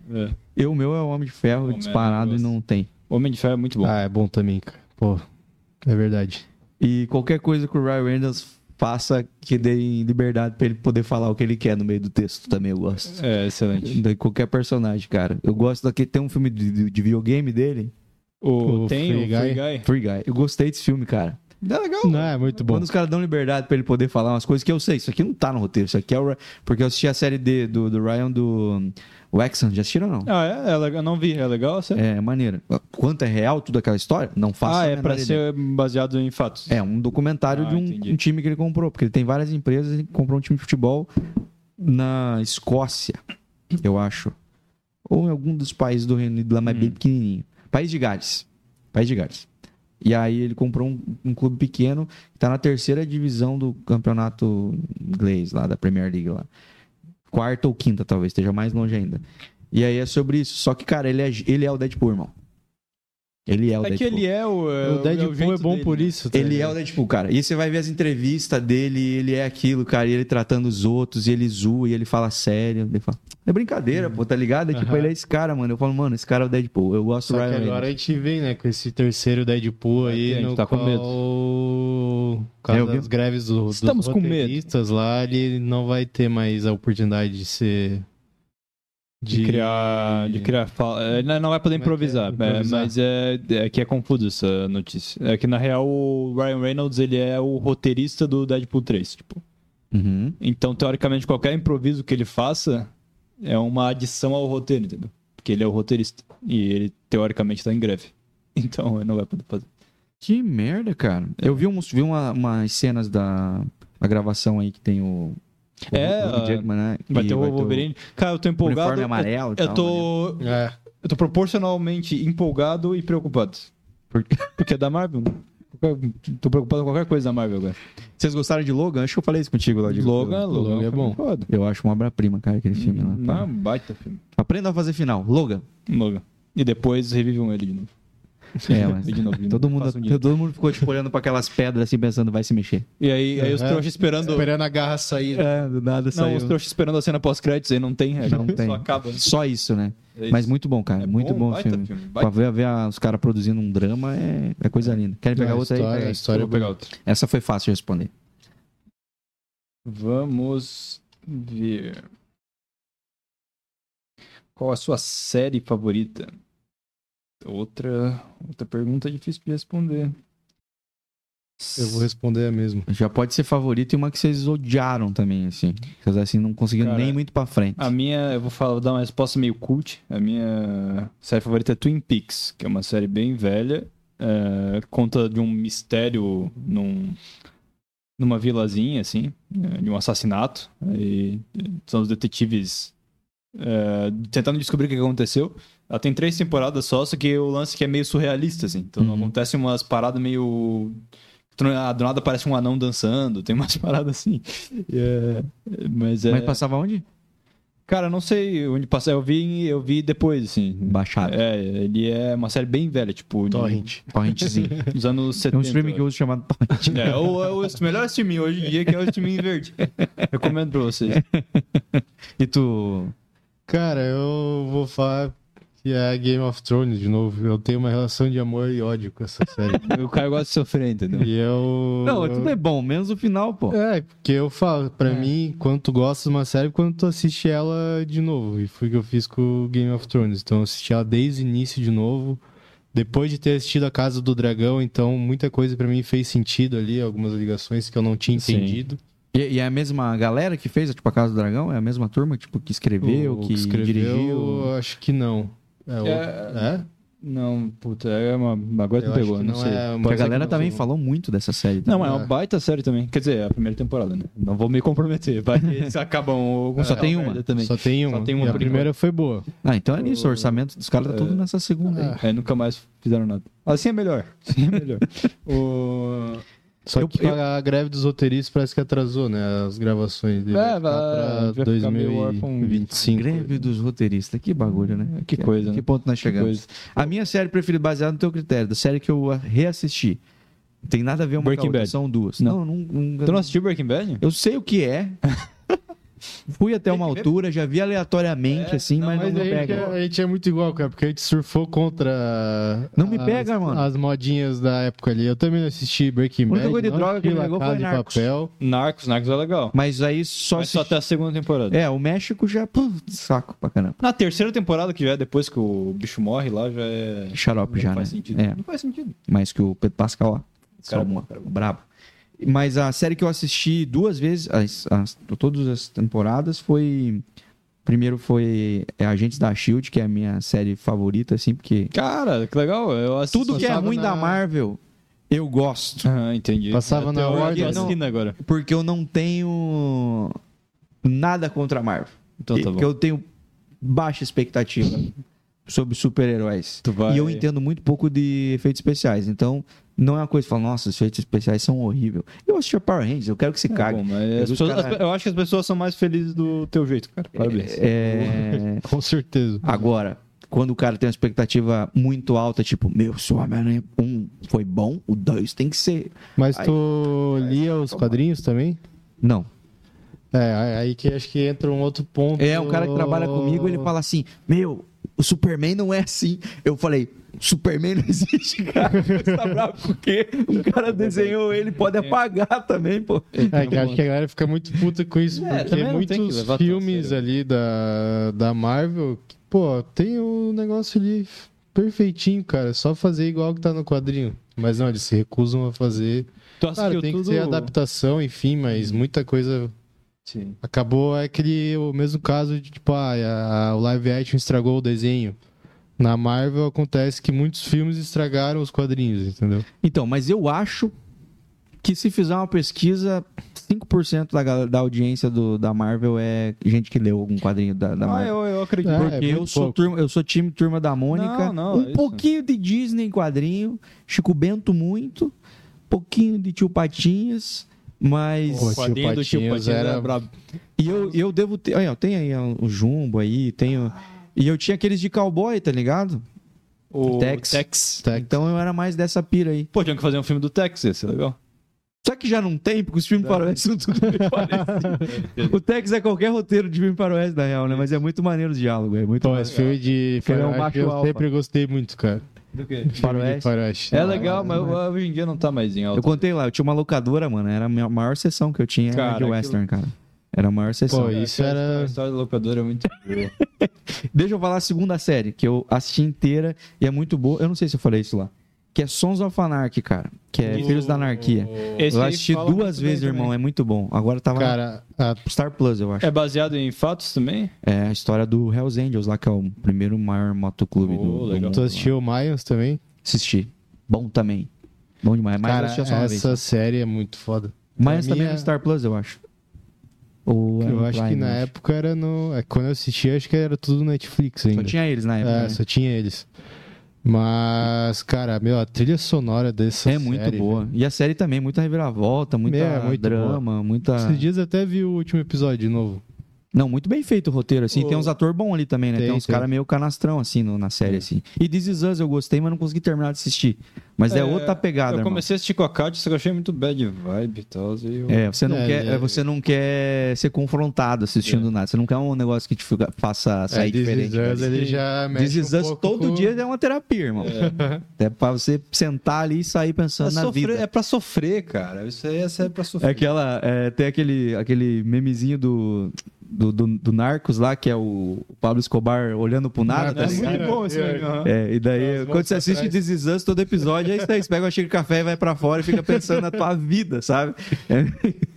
B: é, é.
C: Eu, o meu é o Homem de Ferro
B: Homem,
C: disparado
B: eu
C: e
B: gosto.
C: não tem.
B: Homem de Ferro é muito bom.
A: Ah, é bom também, cara. Pô, é verdade.
C: E qualquer coisa que o Ryan Reynolds faça que dê liberdade pra ele poder falar o que ele quer no meio do texto também eu gosto.
B: É, excelente.
C: De qualquer personagem, cara. Eu gosto daquele. Tem um filme de, de- de videogame dele,
B: O,
A: O
B: tem
A: Free
B: o
A: Guy.
B: Free Guy.
C: Free Guy. Eu gostei desse filme, cara.
B: É legal.
A: Não, é muito bom.
C: Quando os caras dão liberdade pra ele poder falar umas coisas que eu sei, isso aqui não tá no roteiro, isso aqui é o. Ry- Porque eu assisti a série D do, do Ryan do. Wexon, já assistiram ou não?
B: Ah, é? é legal. Não vi. É legal? Você...
C: É, maneira. Quanto é real tudo aquela história? Não faço
B: ah,
C: a
B: é
C: menor
B: pra
C: ideia.
B: ser baseado em fatos.
C: É, um documentário
B: Ah,
C: de um,
B: entendi.
C: um time que ele comprou, porque ele tem várias empresas, ele comprou um time de futebol na Escócia, eu acho. Ou em algum dos países do Reino Unido lá, mas é
B: Hum.
C: bem pequenininho. País de Gales. País de Gales. E aí ele comprou um, um clube pequeno, que tá na terceira divisão do campeonato inglês lá, da Premier League lá. Quarta ou quinta, talvez, esteja mais longe ainda. E aí é sobre isso. Só que, cara, ele é, ele é o Deadpool, irmão. Ele é o
B: É
C: Deadpool.
B: que ele é o. É,
A: o Deadpool é,
B: jeito
A: bom
B: dele,
A: por
B: né?
A: isso. tá
C: Ele é
A: ligado?
C: o Deadpool, cara. E você vai ver as entrevistas dele, ele é aquilo, cara. E ele tratando os outros, e ele zoa, e ele fala sério. Ele fala, é brincadeira, pô, tá ligado? É tipo,
A: Aham.
C: ele é esse cara, mano. Eu falo, mano, esse cara é o Deadpool. Eu gosto do
A: Só que
C: Ryan
A: agora
C: Reynolds.
A: a gente vem, né, com esse terceiro Deadpool aí,
B: a gente
A: no
B: tá com
A: qual...
B: medo.
A: Por causa
C: É, eu vi.
A: das greves do, dos
B: Estamos com medo.
A: roteiristas lá, ele não vai ter mais a oportunidade de ser...
B: De criar. De criar fala. é, Ele não vai poder
A: Como é que é?
B: improvisar, é,
A: Improvisar.
B: mas é, é que é confuso essa notícia. É que na real o Ryan Reynolds ele é o roteirista do Deadpool 3. Tipo.
C: Uhum.
B: Então, teoricamente, qualquer improviso que ele faça é uma adição ao roteiro, entendeu? Porque ele é o roteirista. E ele, teoricamente, tá em greve. Então, ele não vai poder fazer.
C: Que merda, cara. Eu vi, uns, vi uma- umas cenas da a gravação aí que tem o. o
B: É,
C: Hugh Jackman, né?
B: Vai
C: E
B: ter o Wolverine. Cara, eu tô
C: o
B: empolgado.
C: uniforme amarelo. e
B: Eu,
C: tal, né?
B: eu tô.
A: É,
B: Eu tô proporcionalmente empolgado e preocupado.
C: Por-
B: Porque é da Marvel. né? Qualquer- Tô preocupado com qualquer coisa da Marvel agora.
C: né? Vocês gostaram de Logan? Acho que eu falei isso contigo lá de
B: Logan,
A: Logan
B: Logan,
A: é bom.
B: Foda.
C: Eu acho uma obra-prima, cara, aquele filme lá.
B: Não, baita filme.
C: Aprenda a fazer final. Logan.
B: Logan. E depois revivam ele de novo.
C: É, mas.
B: De novo, de novo.
C: Todo mundo,
B: Faça um dia.
C: todo mundo ficou tipo, olhando pra aquelas pedras assim, pensando, vai se mexer.
B: E aí, aí os
A: É.
B: trouxas esperando.
A: Esperando a garra sair. né?
C: É, do nada
B: Não, os trouxas esperando a cena pós-créditos aí não tem. aí
C: Não tem.
B: Só acaba. né?
C: Só isso, né?
B: É isso.
C: Mas muito bom, cara.
B: É
C: muito bom, o
B: baita
C: filme. Pra
B: baita-
C: ver, ver a- os caras produzindo um drama é, é coisa linda. Querem pegar
A: a
C: outra
A: história,
C: aí?
A: a
C: Pega
A: história é
B: Vou pegar outro.
C: aí. Essa foi fácil de responder.
B: Vamos ver. Qual a sua série favorita? Outra, outra pergunta difícil de responder.
A: Eu vou responder a mesma.
C: Já pode ser favorito e uma que vocês odiaram também, assim. Vocês assim não conseguiram
B: Cara,
C: nem muito pra frente.
B: A minha, eu vou falar, dar uma resposta meio cult. A minha série favorita é Twin Peaks, que é uma série bem velha. é, conta de um mistério num, numa vilazinha, assim, é, de um assassinato. eh, E são os detetives é, tentando eh, descobrir o que aconteceu. Ela tem três temporadas só, só que o lance que é meio surrealista, assim. Então acontece umas paradas meio. Do nada parece um anão dançando, tem umas paradas assim. E é- Mas é.
C: Mas passava onde?
B: Cara, eu não sei onde passar. Eu vi, eu vi depois, assim.
C: Baixado.
B: É, ele é uma série bem velha, tipo, de,
A: Torrent.
C: Torrentzinho.
B: dos anos 70.
C: Tem um streaming que eu
B: eu...
C: uso chamado Torrent.
B: acho. É, o, é o melhor streaming hoje em dia que é o streaming verde. Recomendo pra vocês.
C: E tu.
A: Cara, eu vou falar que é Game of Thrones de novo. Eu tenho uma relação de amor e ódio com essa série.
B: O cara gosta de sofrer, entendeu?
A: e eu.
C: Não, É. tudo é bom, menos o final, pô.
A: É, porque eu falo, pra mim, quanto gosto de uma série, quanto assiste ela de novo. E foi o que eu fiz com o Game of Thrones. Então eu assisti ela desde o início de novo. Depois de ter assistido A Casa do Dragão, então muita coisa pra mim fez sentido ali, algumas ligações que eu não tinha
B: Sim.
A: entendido.
C: E, e é a mesma galera que fez, tipo, a Casa do Dragão? É a mesma turma, tipo, que escreveu,
A: O
C: que, dirigiu?
A: eu acho que não. É, o- é?
B: Não, puta, é uma... agora
A: Eu
B: tu
A: acho
B: pegou,
A: que
B: não,
A: não
B: sei.
A: é uma-
C: Porque a
A: Pode ser que
C: galera
A: não
C: também
A: sou-
C: falou muito dessa série. também.
B: Não, é uma
A: É.
B: baita série também. Quer dizer, é a primeira temporada, né? Não vou me comprometer. Vai que eles acabam com
C: Só tem uma.
B: Também.
A: Só tem uma.
B: Só tem uma
A: e a
B: por
A: primeira foi boa.
C: Ah, então é isso, o orçamento dos caras tá tudo nessa segunda
A: Ah.
C: aí.
B: É, nunca mais fizeram nada. Assim é melhor. Assim é melhor. o...
A: Só
C: Eu-
A: que
C: eu-
A: a greve dos roteiristas parece que atrasou, né? As gravações dele. Vai
B: É, vai-
A: ficar pra
B: vai ficar meio órfão.
A: 2025.
C: Greve dos roteiristas, que bagulho, né?
B: Que coisa,
C: Que
B: né?
C: ponto nós chegamos.
B: coisa.
C: A minha série preferida, baseada no teu critério, da série que eu a- reassisti. Não tem nada a ver uma
B: Breaking
C: com a outra,
B: Bad.
C: são duas.
B: Não.
C: Não, não, não-
B: Tu não assistiu Breaking Bad?
C: Eu sei o que é. Fui até uma
B: Tem que ver.
C: altura, já vi aleatoriamente,
B: É,
C: assim,
B: não,
C: mas,
A: Mas
C: não
A: a
C: me
A: gente,
C: pega.
A: é, a gente é muito igual, cara, porque a gente surfou contra.
C: Não me
A: as-
C: pega, mano.
A: As modinhas da época ali. Eu também não assisti Breaking
C: A única
A: Bad.
C: coisa de
A: não
C: droga que
A: assisti
C: me
A: La
C: pegou foi
A: Casa de
C: Narcos.
A: Papel.
B: Narcos, Narcos é legal.
C: Mas aí só,
B: Mas só tá-
C: assisti-
B: até a segunda temporada.
C: É, o México já. pô, saco pra caramba.
B: Na terceira temporada, que já é depois que o bicho morre lá, já é.
C: Xarope
B: Não
C: já,
B: faz
C: né?
B: sentido.
C: É.
B: Não faz sentido.
C: mais que o Pedro Pascal, ó. Só
B: Cara bom,
C: uma, brabo. Mas a série que eu assisti duas vezes, as, as- todas as temporadas, foi. Primeiro foi é, Agentes da Shield, que é a minha série favorita, assim, porque.
B: Cara, que legal. Eu assisto.
C: Tudo que é
A: passava
C: ruim da
A: na-
C: Marvel, eu gosto.
B: Ah, entendi.
A: Passava na
B: ordem.
A: Warner,
B: Eu
C: não.
B: assino agora.
C: Porque eu não tenho nada contra a Marvel.
B: Então tá bom.
C: Porque eu tenho baixa expectativa sobre super-heróis.
B: Tu vai-
C: E eu entendo muito pouco de efeitos especiais. Então, não é uma coisa que fala, nossa, os efeitos especiais são horríveis. Eu assisti a Power Rangers, eu quero que se
B: É
C: cague.
B: bom, mas
C: Mas
B: as
C: os
B: pessoas-
C: cara-
B: as- eu acho que as pessoas são mais felizes do teu jeito, cara. Parabéns.
C: É,
A: Com certeza.
C: Agora, quando o cara tem uma expectativa muito alta, tipo, meu, se o Homem-Aranha 1 foi bom, o 2 tem que ser.
A: Mas
C: Aí-
A: tu lia os quadrinhos também?
C: Não.
A: É, aí- aí que acho que entra um outro ponto.
C: É, um cara que trabalha comigo, ele fala assim: Meu, o Superman não é assim. Eu falei: Superman não existe, cara. Você tá bravo porque um cara desenhou ele, pode apagar também, pô.
A: É, que acho que a galera fica muito puta com isso,
B: É,
A: porque
B: também não tem que
A: muitos
B: levar tão
A: filmes
B: sério.
A: ali da, da Marvel, que, pô, tem o negócio ali perfeitinho, cara, é só fazer igual que tá no quadrinho. Mas não, eles se recusam a fazer.
B: Tu
A: Claro,
B: assistiu
A: tem
B: tudo. Uhum.
A: que ter adaptação, enfim, mas muita coisa
B: Sim.
A: acabou. É aquele, o mesmo caso de, tipo, ah, a- o live action estragou o desenho. Na Marvel acontece que muitos filmes estragaram os quadrinhos, entendeu?
C: Então, mas eu acho que se fizer uma pesquisa, 5% da, gal- da audiência do- da Marvel é gente que leu algum quadrinho da, da
B: Ah,
C: Marvel.
B: eu, eu acredito.
A: É,
C: Porque eu
A: muito
C: sou,
A: pouco.
C: turma- eu sou time Turma da Mônica.
B: Não, não,
C: um
B: isso.
C: pouquinho de Disney em quadrinho. Chico Bento muito. pouquinho de Tio Patinhas. Mas.
A: Pô,
B: O quadrinho do tio
A: Patinhas
B: Patinhas
A: era-
B: era brabo.
C: E eu, eu devo ter. Olha, tem aí ó, o Jumbo aí, tenho. E eu tinha aqueles de cowboy, tá ligado?
B: O
C: Tex.
B: Tex.
A: Tá,
C: Então eu era mais dessa pira aí.
B: Pô, tinha que fazer um filme do Tex, ia ser legal.
C: Só que já não tem, porque os filmes faroeste são tudo meio parecido. O Tex é qualquer roteiro de filme faroeste, na real, né? Mas é muito maneiro o diálogo, é muito
A: Pô,
C: maneiro.
A: Então, esse filme de
C: Porque ele é um
A: faroeste
C: macho
A: eu
C: alfa.
A: sempre gostei muito, cara.
B: Do quê?
A: Filme de
C: Faroeste.
A: faroeste.
B: É legal, mas hoje em dia não tá mais em
C: Eu
B: alta.
C: contei lá, eu tinha uma locadora, mano. Era a minha maior sessão que eu tinha era
B: Cara,
C: de western, cara. Era a maior sessão.
A: Pô, isso
B: A
A: era.
B: história da locadora é muito boa.
C: Deixa eu falar a segunda série, que eu assisti inteira e é muito boa. Eu não sei se eu falei isso lá. Que é Sons of Anarchy, cara. Que é
A: Hum.
C: Filhos da Anarquia.
B: Esse
C: eu
B: aí
C: assisti
B: fala
C: duas
B: muito bem
C: vezes,
B: também.
C: irmão. É muito bom. Agora tava na
A: Cara, a-
C: Star Plus, eu acho.
B: É baseado em fatos também?
C: É a história do Hells Angels lá, que é o primeiro maior motoclube
B: Oh,
C: do, do
B: legal.
C: mundo.
A: tu
C: lá.
A: assistiu o Mayans também?
C: Assisti. Bom também. Bom demais. Mas eu
A: Cara,
C: assisti só uma
A: essa
C: vez.
A: série é muito foda.
C: Mas
A: pra mim
C: também é
A: é-
C: no Star Plus, eu acho. Ou era
A: Eu
C: no
A: acho
C: Prime,
A: que na
C: acho.
A: época era no. é, Quando eu assisti, acho que era tudo Netflix ainda.
C: Só tinha eles na época.
A: É,
C: né?
A: só tinha eles. Mas, cara, meu, a trilha sonora dessa
C: é muito
A: série,
C: boa. E a série também, muita reviravolta, muita
A: É, muito
C: drama, muita.
A: velho. Esses dias eu até vi o último episódio de novo.
C: Não, muito bem feito o roteiro, assim.
A: O-
C: Tem uns atores bons ali também, né? Tem,
A: Tem,
C: uns
A: tem. É.
C: caras meio canastrão, assim, no- na série, assim. E This Is Us eu gostei, mas não consegui terminar de assistir. Mas é,
B: É,
C: outra pegada,
B: eu
C: irmão.
B: comecei a assistir com a Kátia, só que eu achei muito bad vibe e tal. E eu...
C: É, você não,
A: É,
C: quer,
A: é.
C: você não quer ser confrontado assistindo nada. Você não quer um negócio que te fica- faça sair
A: é, This Is
C: diferente. cara.
A: Us, ele já mexe
C: This Is
A: um
C: Us
A: pouco
C: todo
A: com-
C: dia é uma terapia, irmão. É pra você sentar ali e sair pensando
B: É
C: na
B: sofrer-
C: vida.
B: é pra sofrer, cara. Isso aí isso aí é pra
C: É
B: sofrer.
C: aquela. é, tem aquele, aquele memezinho do, do, do- do Narcos lá, que é o Pablo Escobar olhando pro nada,
A: Nada,
B: É
C: tá
A: né?
C: ligado?
A: Muito bom esse meme, aham.
C: É, e daí,
A: As mãos
C: quando você
A: pra
C: assiste
A: trás.
C: This Is Us, todo episódio, é isso daí. Você pega uma xícara de café e vai pra fora e fica pensando na tua vida, sabe? É.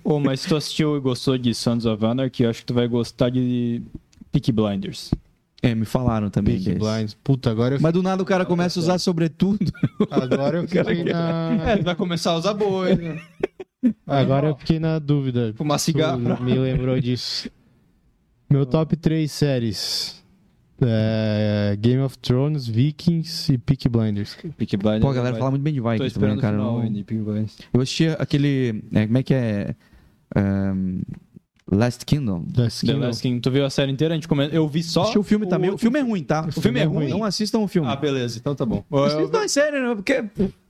B: Pô, mas se tu assistiu e gostou de Sons of Anarchy, eu acho que tu vai gostar de Peaky Blinders.
C: É, me falaram também
A: Peaky
C: desse.
A: Blinds. Puta, agora eu,
C: Mas do nada o cara começa a usar sobretudo.
A: agora eu fiquei na...
B: É, tu vai começar a usar boi, né?
A: Agora eu fiquei na dúvida.
C: um
B: Fumar cigarro.
A: Tu me lembrou disso. Meu top 3 séries. É, Game of Thrones, Vikings e Peaky Blinders.
B: Peaky Blinders.
C: Pô, a galera fala muito bem de
B: Tô
C: Vikings também,
B: esperando
C: cara.
B: o final,
C: Eu não-
B: ainda, Peaky Blinders.
C: Eu assisti aquele. é, como é que é? Ahn, Last Kingdom.
A: Da
B: The
A: Skin,
B: Last King, tu viu a série inteira? A gente comenta... Eu vi só.
C: Assisti o filme também. O filme é ruim, tá?
A: filme é ruim.
C: Não assistam o filme.
B: Ah, beleza, então tá bom. Eu-
C: Assistam, é sério, né? Porque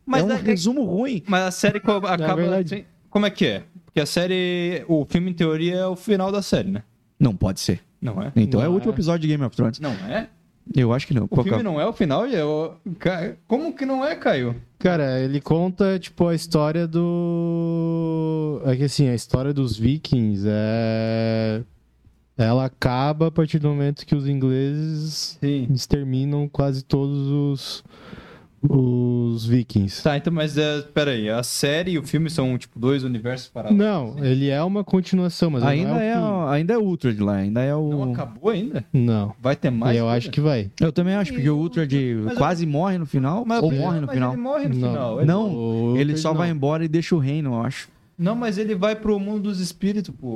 B: Mas
C: é um
B: é-
C: resumo ruim.
B: Mas a série co- acaba.
A: É verdade-
B: sem- Como é que é? Porque a série. O filme, em teoria, é o final da série, né?
C: Não pode ser.
B: Não é?
C: Então
A: Não
C: é o último
A: é.
C: episódio de Game of Thrones.
B: Não é?
C: Eu acho que não.
B: O
C: Qual que é?
B: filme não é o final? E eu... Ca- Como que não é, Caio?
A: Cara, ele conta, tipo, a história do. É que assim, a história dos vikings é. Ela acaba a partir do momento que os ingleses
B: Sim.
A: exterminam quase todos os. Os vikings.
B: Tá, então, mas é, peraí, a série e o filme são, tipo, dois universos paralelos.
A: Não, ele é uma continuação, mas ele
C: Ainda,
A: não
C: é
A: é. o
C: o- ainda é Ultra lá, ainda é o.
B: Não acabou ainda?
A: fim. Não.
B: Vai ter mais?
A: eu acho que vai.
C: Eu também acho, porque o Ultra de
B: Mas eu-
C: quase morre no final. ou morre no
B: mas
C: final.
B: Ele morre no
A: Não.
B: final.
C: Não,
A: O
C: ele
A: Ultra
C: só
A: não.
C: vai embora e deixa o reino, eu acho.
B: Não, mas ele vai pro mundo dos espíritos, pô.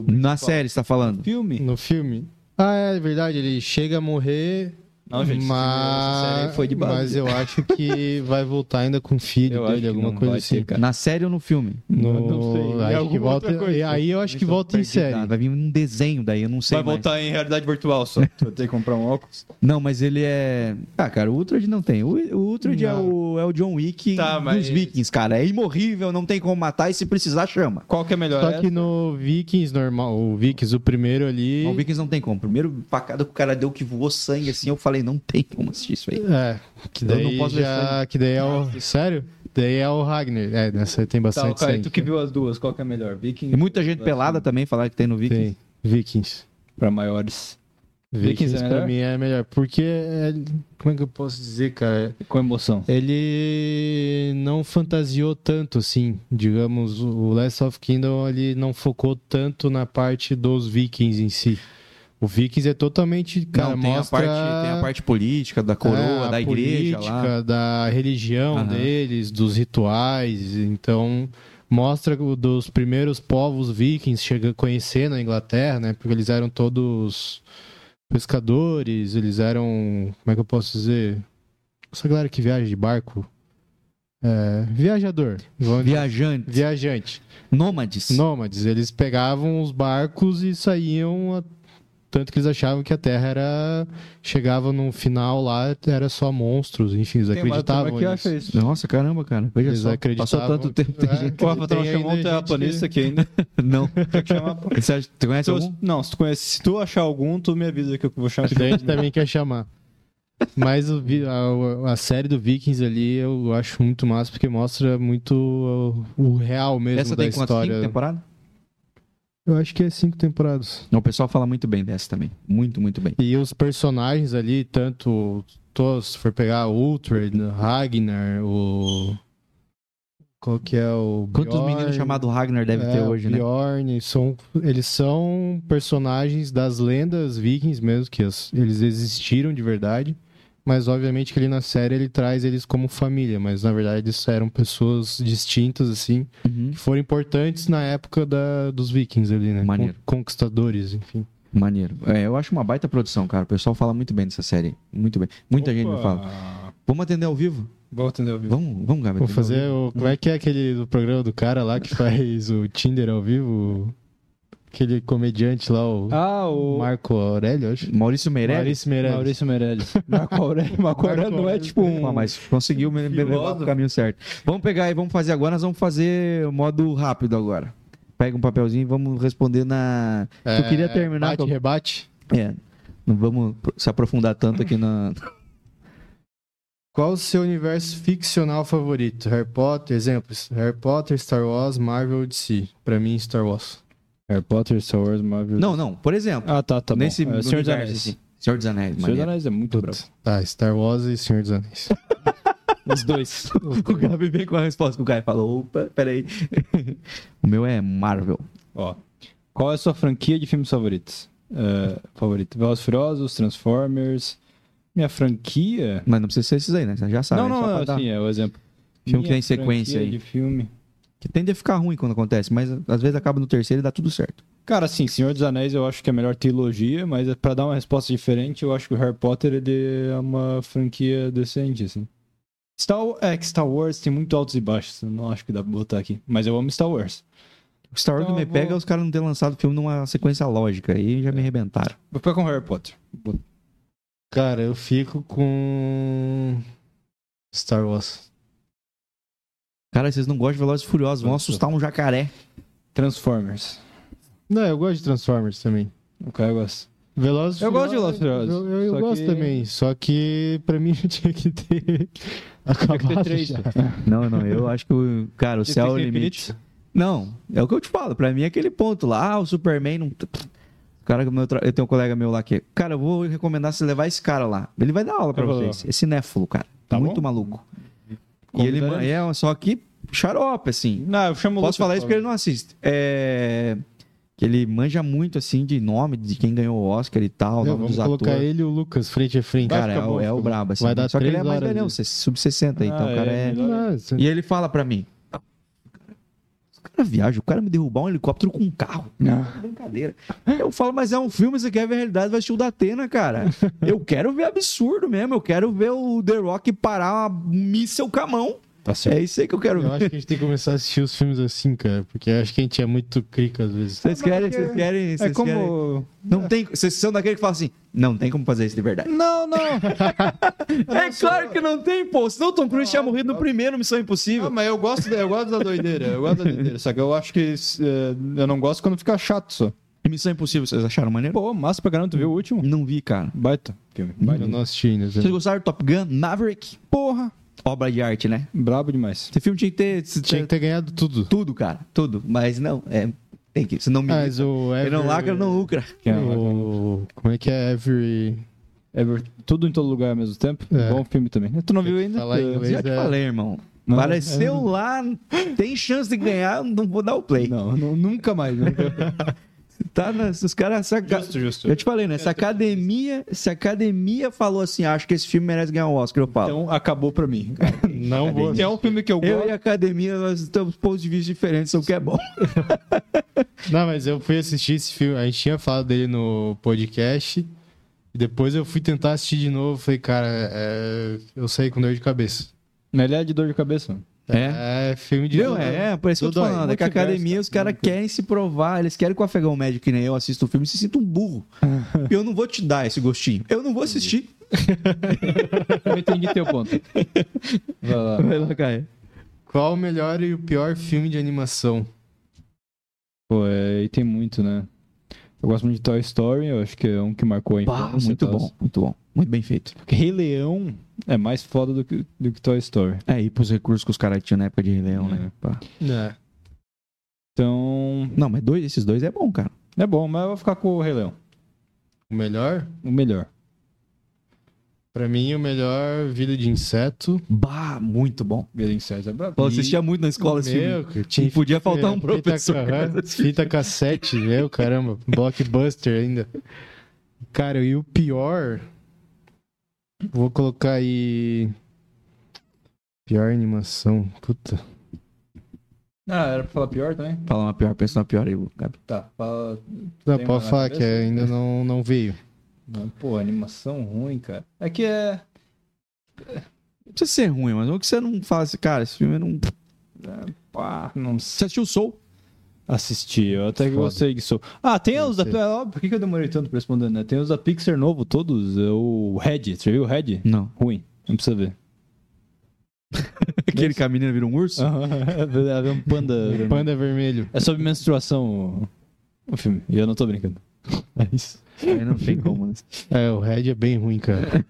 B: o
C: Na série, você tá falando.
B: Filme?
A: No filme. Ah, é verdade, ele chega a morrer.
B: Não, gente, esse filme- essa série
A: mas,
B: foi de base.
A: mas eu acho que vai voltar ainda com o filho
B: Eu acho
A: dele,
B: que
A: alguma
B: não
A: coisa
B: vai
A: assim.
B: ter, cara.
C: Na série ou no filme?
A: No...
B: Não sei, em
A: Acho que
B: alguma
A: volta...
B: outra coisa.
A: e Aí eu acho que volta em
C: Ah,
A: série.
C: Vai vir um desenho daí, eu não sei.
B: Vai
C: mais.
B: voltar em realidade virtual só. Tu vai ter que comprar um óculos.
C: Não, mas ele é. Ah, cara, o Ultrad não tem. O, o Ultrad é o, é o John Wick
B: Tá,
C: dos
B: mas-
C: Vikings, cara. É imorrível, não tem como matar e se precisar, chama.
B: Qual que é melhor?
A: Só que no Vikings normal, o Vikings, o primeiro ali.
C: O Vikings não tem como. Primeiro facada que o cara deu que voou sangue assim, eu falei, não tem como assistir isso aí.
A: É, que
C: Eu não
A: daí
C: posso
A: já. Que daí é o. Sério? Daí é o Ragnar. É, nessa aí tem
B: Tá,
A: bastante
B: Caio,
A: sangue.
B: tu que viu as duas, qual que é melhor? Viking.
C: E muita gente pelada também falar que tem no Vikings.
A: Tem. Vikings.
B: Pra maiores. Vikings
A: Vikings,
B: é
A: pra
B: melhor?
A: mim é melhor. Porque. é- Como é que eu posso dizer, cara?
B: Com emoção.
A: ele não fantasiou tanto, assim, digamos, o Last of Kingdom ele não focou tanto na parte dos vikings em si. O vikings é totalmente, cara,
C: não, tem,
A: mostra
C: a parte, tem a parte política da coroa,
A: é, a
C: da igreja
A: política,
C: lá.
A: da religião
C: Aham.
A: deles, dos rituais, então mostra o dos primeiros povos vikings chegando conhecendo a Inglaterra, né? Porque eles eram todos pescadores, eles eram, como é que eu posso dizer? Essa galera que viaja de barco, é, viajador, vamos dizer,
C: Viajantes,
A: viajante,
C: nômades.
A: nômades, eles pegavam os barcos e saíam a- tanto que eles achavam que a Terra era chegava no final lá era só monstros, enfim, eles acreditavam
B: que
A: nisso.
B: acha isso?
C: Nossa, caramba, cara. Veja
A: Eles
C: só,
A: acreditavam
C: Passou tanto tempo. Tem
A: É.
C: gente...
B: O Rafa
A: Tem
B: não chamou um
A: ainda gente
B: terraplanista aqui ainda.
C: Não.
B: Tem que chamar. pô.
C: Você acha- você conhece
B: Se eu-
C: algum?
B: não, se tu, conhece, se tu achar algum, tu me avisa que eu vou chamar.
A: Que daí a gente também quer chamar. Mas o vi- a, a série do Vikings ali eu acho muito massa, porque mostra muito o, o real mesmo
C: Essa
A: da
C: tem quantas? Cinco
A: história.
C: temporadas?
A: Eu acho que é cinco temporadas.
C: Não, o pessoal fala muito bem dessa também. Muito, muito bem.
A: E os personagens ali, tanto todos, se for pegar o Ultra, Ragnar, o. Qual que é o. É,
C: Quantos meninos chamados Ragnar deve ter hoje, né?
A: Bjorn, são, eles são personagens das lendas vikings mesmo, que as- eles existiram de verdade. Mas obviamente que ele na série ele traz eles como família, mas na verdade eles eram pessoas distintas, assim,
C: Uhum.
A: que foram importantes na época da, dos vikings ali, né?
C: Maneiro.
A: Con- Conquistadores, enfim.
C: Maneiro. É, eu acho uma baita produção, cara. O pessoal fala muito bem dessa série. Muito bem. Muita gente me fala. Vamos atender ao vivo?
B: Vou atender o vivo.
C: Vamos, vamos, Gabi.
A: Vou
C: atender ao
A: fazer
C: vivo.
A: o. Como é que é aquele do programa do cara lá que faz o Tinder ao vivo? Aquele comediante lá, o
B: Ah, o
A: Marco Aurélio, eu acho.
C: Maurício Meirelles.
A: Maurício Meirelles.
B: Maurício Meirelles. Marco Aurélio, Marco Aurélio não é tipo um...
C: Pô, Ah, mas conseguiu me me levar pro caminho certo. Vamos pegar e vamos fazer agora. Nós vamos fazer o modo rápido agora. Pega um papelzinho e vamos responder na.
A: É,
C: eu queria terminar.
A: Bate,
C: com-
A: rebate.
C: É. Não vamos se aprofundar tanto aqui na.
A: Qual o seu universo ficcional favorito? Harry Potter, exemplos. Harry Potter, Star Wars, Marvel ou DC. Pra mim, Star Wars.
B: Harry Potter, Star Wars, Marvel...
C: Não, não. Por exemplo,
B: Ah, tá, tá bom.
C: nesse.
B: É, Senhor dos
C: universo,
B: Anéis.
C: assim. Senhor dos Anéis,
B: Senhor dos
C: maneiro.
B: Anéis é muito bravo.
A: Tá, Star Wars e Senhor dos Anéis.
B: Os dois.
C: O Gabi vem com a resposta que o Caio falou. Opa, peraí. o meu é Marvel.
B: Ó. Qual é a sua franquia de filmes favoritos? É, favorito? Velozes e Furiosos, Transformers... Minha franquia...
C: Mas não precisa ser esses aí, né? Você já sabe.
B: não,
C: né? Só
B: não,
C: pra
B: não,
C: dar-
B: assim, é o exemplo.
C: Filme
B: Minha
C: que tem sequência
B: franquia
C: aí.
B: de filme...
C: Que tende a ficar ruim quando acontece, mas às vezes acaba no terceiro e dá tudo certo.
B: Cara, assim, Senhor dos Anéis eu acho que é a melhor trilogia, mas é pra dar uma resposta diferente, eu acho que o Harry Potter ele é uma franquia decente, assim. Star, é que Star Wars tem muito altos e baixos, eu não acho que dá pra botar aqui. Mas eu amo Star Wars.
C: O Star Wars
B: Então
C: me
B: eu vou-
C: pega os caras não terem lançado o filme numa sequência lógica. Aí já me arrebentaram.
B: Vou ficar com Harry Potter.
A: Cara, eu fico com. Star Wars.
C: Cara, vocês não gostam de Velozes e Furiosos, vão
B: Nossa.
C: assustar um jacaré.
B: Transformers.
A: Não, eu gosto de Transformers também.
B: O cara gosta.
A: Velozes e
B: Eu gosto de
A: Furiosos-
B: Velozes e Furiosos,
A: Eu, eu
B: só
A: gosto
B: que-
A: também, só que pra mim eu tinha que ter acabado
B: três,
A: já.
B: né?
C: Não, não, eu acho que, o- cara, o céu é o limite. Não, é o que eu te falo. Pra mim é aquele ponto lá. Ah, o Superman não. Cara, que meu tra- eu tenho um colega meu lá que. Cara, eu vou recomendar você levar esse cara lá. Ele vai dar aula pra
B: Eu vou-
C: vocês. Esse néfilo, cara.
B: Tá
C: Muito
B: bom.
C: maluco. E ele
B: Convidaremos.
C: é só que xarope, assim.
B: Não, eu chamo o
C: Posso
B: Lucas
C: falar isso
B: pra-
C: porque ele não assiste. É. Que ele manja muito, assim, de nome, de quem ganhou o Oscar e tal,
A: Eu,
C: nome
A: vamos
C: dos
A: colocar
C: atores.
A: ele e o Lucas frente a frente.
C: Cara, é,
B: ficar
C: o-
B: bom,
C: é
B: fica
C: o
B: bom.
C: brabo, assim.
A: Vai dar
C: Só que ele é
A: três
C: mais
A: horas
C: velhão,
A: de-
C: sub-60, então
B: Ah,
C: o cara é...
B: melhor.
A: Nossa.
C: E ele fala pra mim... Os caras viajam, o cara me derrubar um helicóptero com um carro.
B: Ah.
C: Brincadeira. Eu falo, mas é um filme, você quer ver a realidade, vai assistir o da Atena, cara. Eu quero ver absurdo mesmo, eu quero ver o The Rock parar um míssel com a mão.
B: Tá certo.
C: É isso aí que eu quero ver.
A: Eu acho que a gente tem que começar a assistir os filmes assim, cara, porque eu acho que a gente é muito crica às vezes.
C: Vocês querem, vocês querem,
B: É,
C: vocês
B: como.
C: querem... Não tem, vocês são daquele que fala assim, não tem como fazer isso de verdade.
B: Não, não.
C: É claro que não tem, pô. Senão o Tom Cruise tinha morrido no primeiro Missão Impossível.
B: Ah, mas eu gosto, eu gosto da doideira. Eu gosto da doideira. Só que eu acho que eh, eu não gosto quando fica chato só.
C: Missão Impossível, vocês acharam maneiro?
B: Pô, massa pra caramba, tu viu o último? Hum.
C: Não vi, cara.
B: Baita filme.
A: Eu
B: Baita.
A: não assisti ainda.
C: Vocês
A: também.
C: gostaram do Top Gun Maverick?
B: Porra.
C: Obra de arte, né?
B: Brabo demais.
C: Esse filme tinha que ter,
A: Tinha que ter ganhado tudo.
C: tudo, cara. Tudo. Mas não, é. Tem que. Se não me.
A: Ah,
B: Ah,
A: Mas o
C: Ele
B: é
A: Ever...
C: não lacra, não lucra.
B: Quem é o-
A: O... Como é que é Every...
B: Ever- Tudo em todo lugar ao mesmo tempo.
A: É.
B: Bom filme também. Tu não viu ainda?
A: falar em inglês.
C: Já te
A: é.
C: falei, irmão.
B: Não, é
C: Apareceu lá, tem chance de ganhar, não vou dar o play.
B: Não, não, nunca mais. Nunca.
C: Tá, na- os caras. Saca...
B: justo.
C: Eu te falei, né? Se a academia, se a academia falou assim, acho que esse filme merece ganhar um Oscar, eu falo.
B: Então acabou pra mim.
A: Não vou...
B: Se é um filme que eu
C: Eu
B: gosto.
C: e a academia, nós temos pontos de vista diferentes sobre o que é bom.
A: Não, mas eu fui assistir esse filme. A gente tinha falado dele no podcast. E depois eu fui tentar assistir de novo. Falei, cara, é... eu saí com dor de cabeça.
B: Ele é de dor de cabeça. mano.
C: É.
A: É, filme de...
C: Viu? É, é, por isso que eu tô
A: Dodói.
C: falando. É que a
B: Multiverso,
C: academia, os
B: cara.
C: caras querem se provar, eles querem que o afegão médio, que nem eu, assista o filme e se sinta um burro. eu não vou te dar esse gostinho. Eu não vou assistir.
B: Eu entendi teu ponto. Vai lá.
C: Vai lá, Caio.
A: Qual o melhor e o pior filme de animação?
B: Pô, é, e tem muito, né? Eu gosto muito de Toy Story, eu acho que é um que marcou a
C: Pá,
B: infância.
C: muito
B: e tal.
C: bom, muito bom. Muito bem feito.
B: Rei Leão é mais foda do que, do que Toy Story.
C: É, e pros recursos que os caras tinham na época de Rei Leão,
B: É.
C: né? Pá.
A: É.
B: Então,
C: Não, mas dois, esses dois é bom, cara.
B: é bom, mas eu vou ficar com o Rei Leão.
A: O melhor?
B: O melhor.
A: Pra mim, o melhor Vida de Inseto.
C: Bah, muito bom.
B: Vida em Séries é brabo.
C: Eu assistia muito na escola esse filme.
A: Meu, cara, tinha
C: Não podia faltar
A: É,
C: um professor.
A: Fita,
C: cara.
A: aham, fita cassete, meu, caramba. Blockbuster ainda. Cara, e o pior. Vou colocar aí. Pior animação. Puta.
B: Ah, era pra falar pior também?
C: Fala uma pior, pensa na pior aí, Gabi.
B: Tá,
A: Não,
B: fala. Tem uma
A: pode
B: na
A: falar que
B: cabeça?
A: ainda não, não veio.
B: Não, Pô, animação ruim, cara. É que é.
C: Não precisa ser ruim, mas o que você não fala assim, cara, esse filme não.
B: Pá, não
C: Você assistiu o Soul?
B: assisti. Eu até que
A: Foda.
B: gostei que sou. Ah, tem
A: Eu
B: os da.
A: sei.
B: Ah, Por que que eu demorei tanto pra responder, né? Tem os da Pixar novo, todos. É O Red, você viu o Red?
C: Não.
B: Ruim. Não precisa ver.
C: Aquele que a menina vira um urso?
B: Ela vê um panda.
A: O Panda Vermelho.
B: É sobre menstruação o- o filme. E eu não tô brincando. É isso.
C: Aí não tem como, né?
A: É, o Red é bem ruim, cara.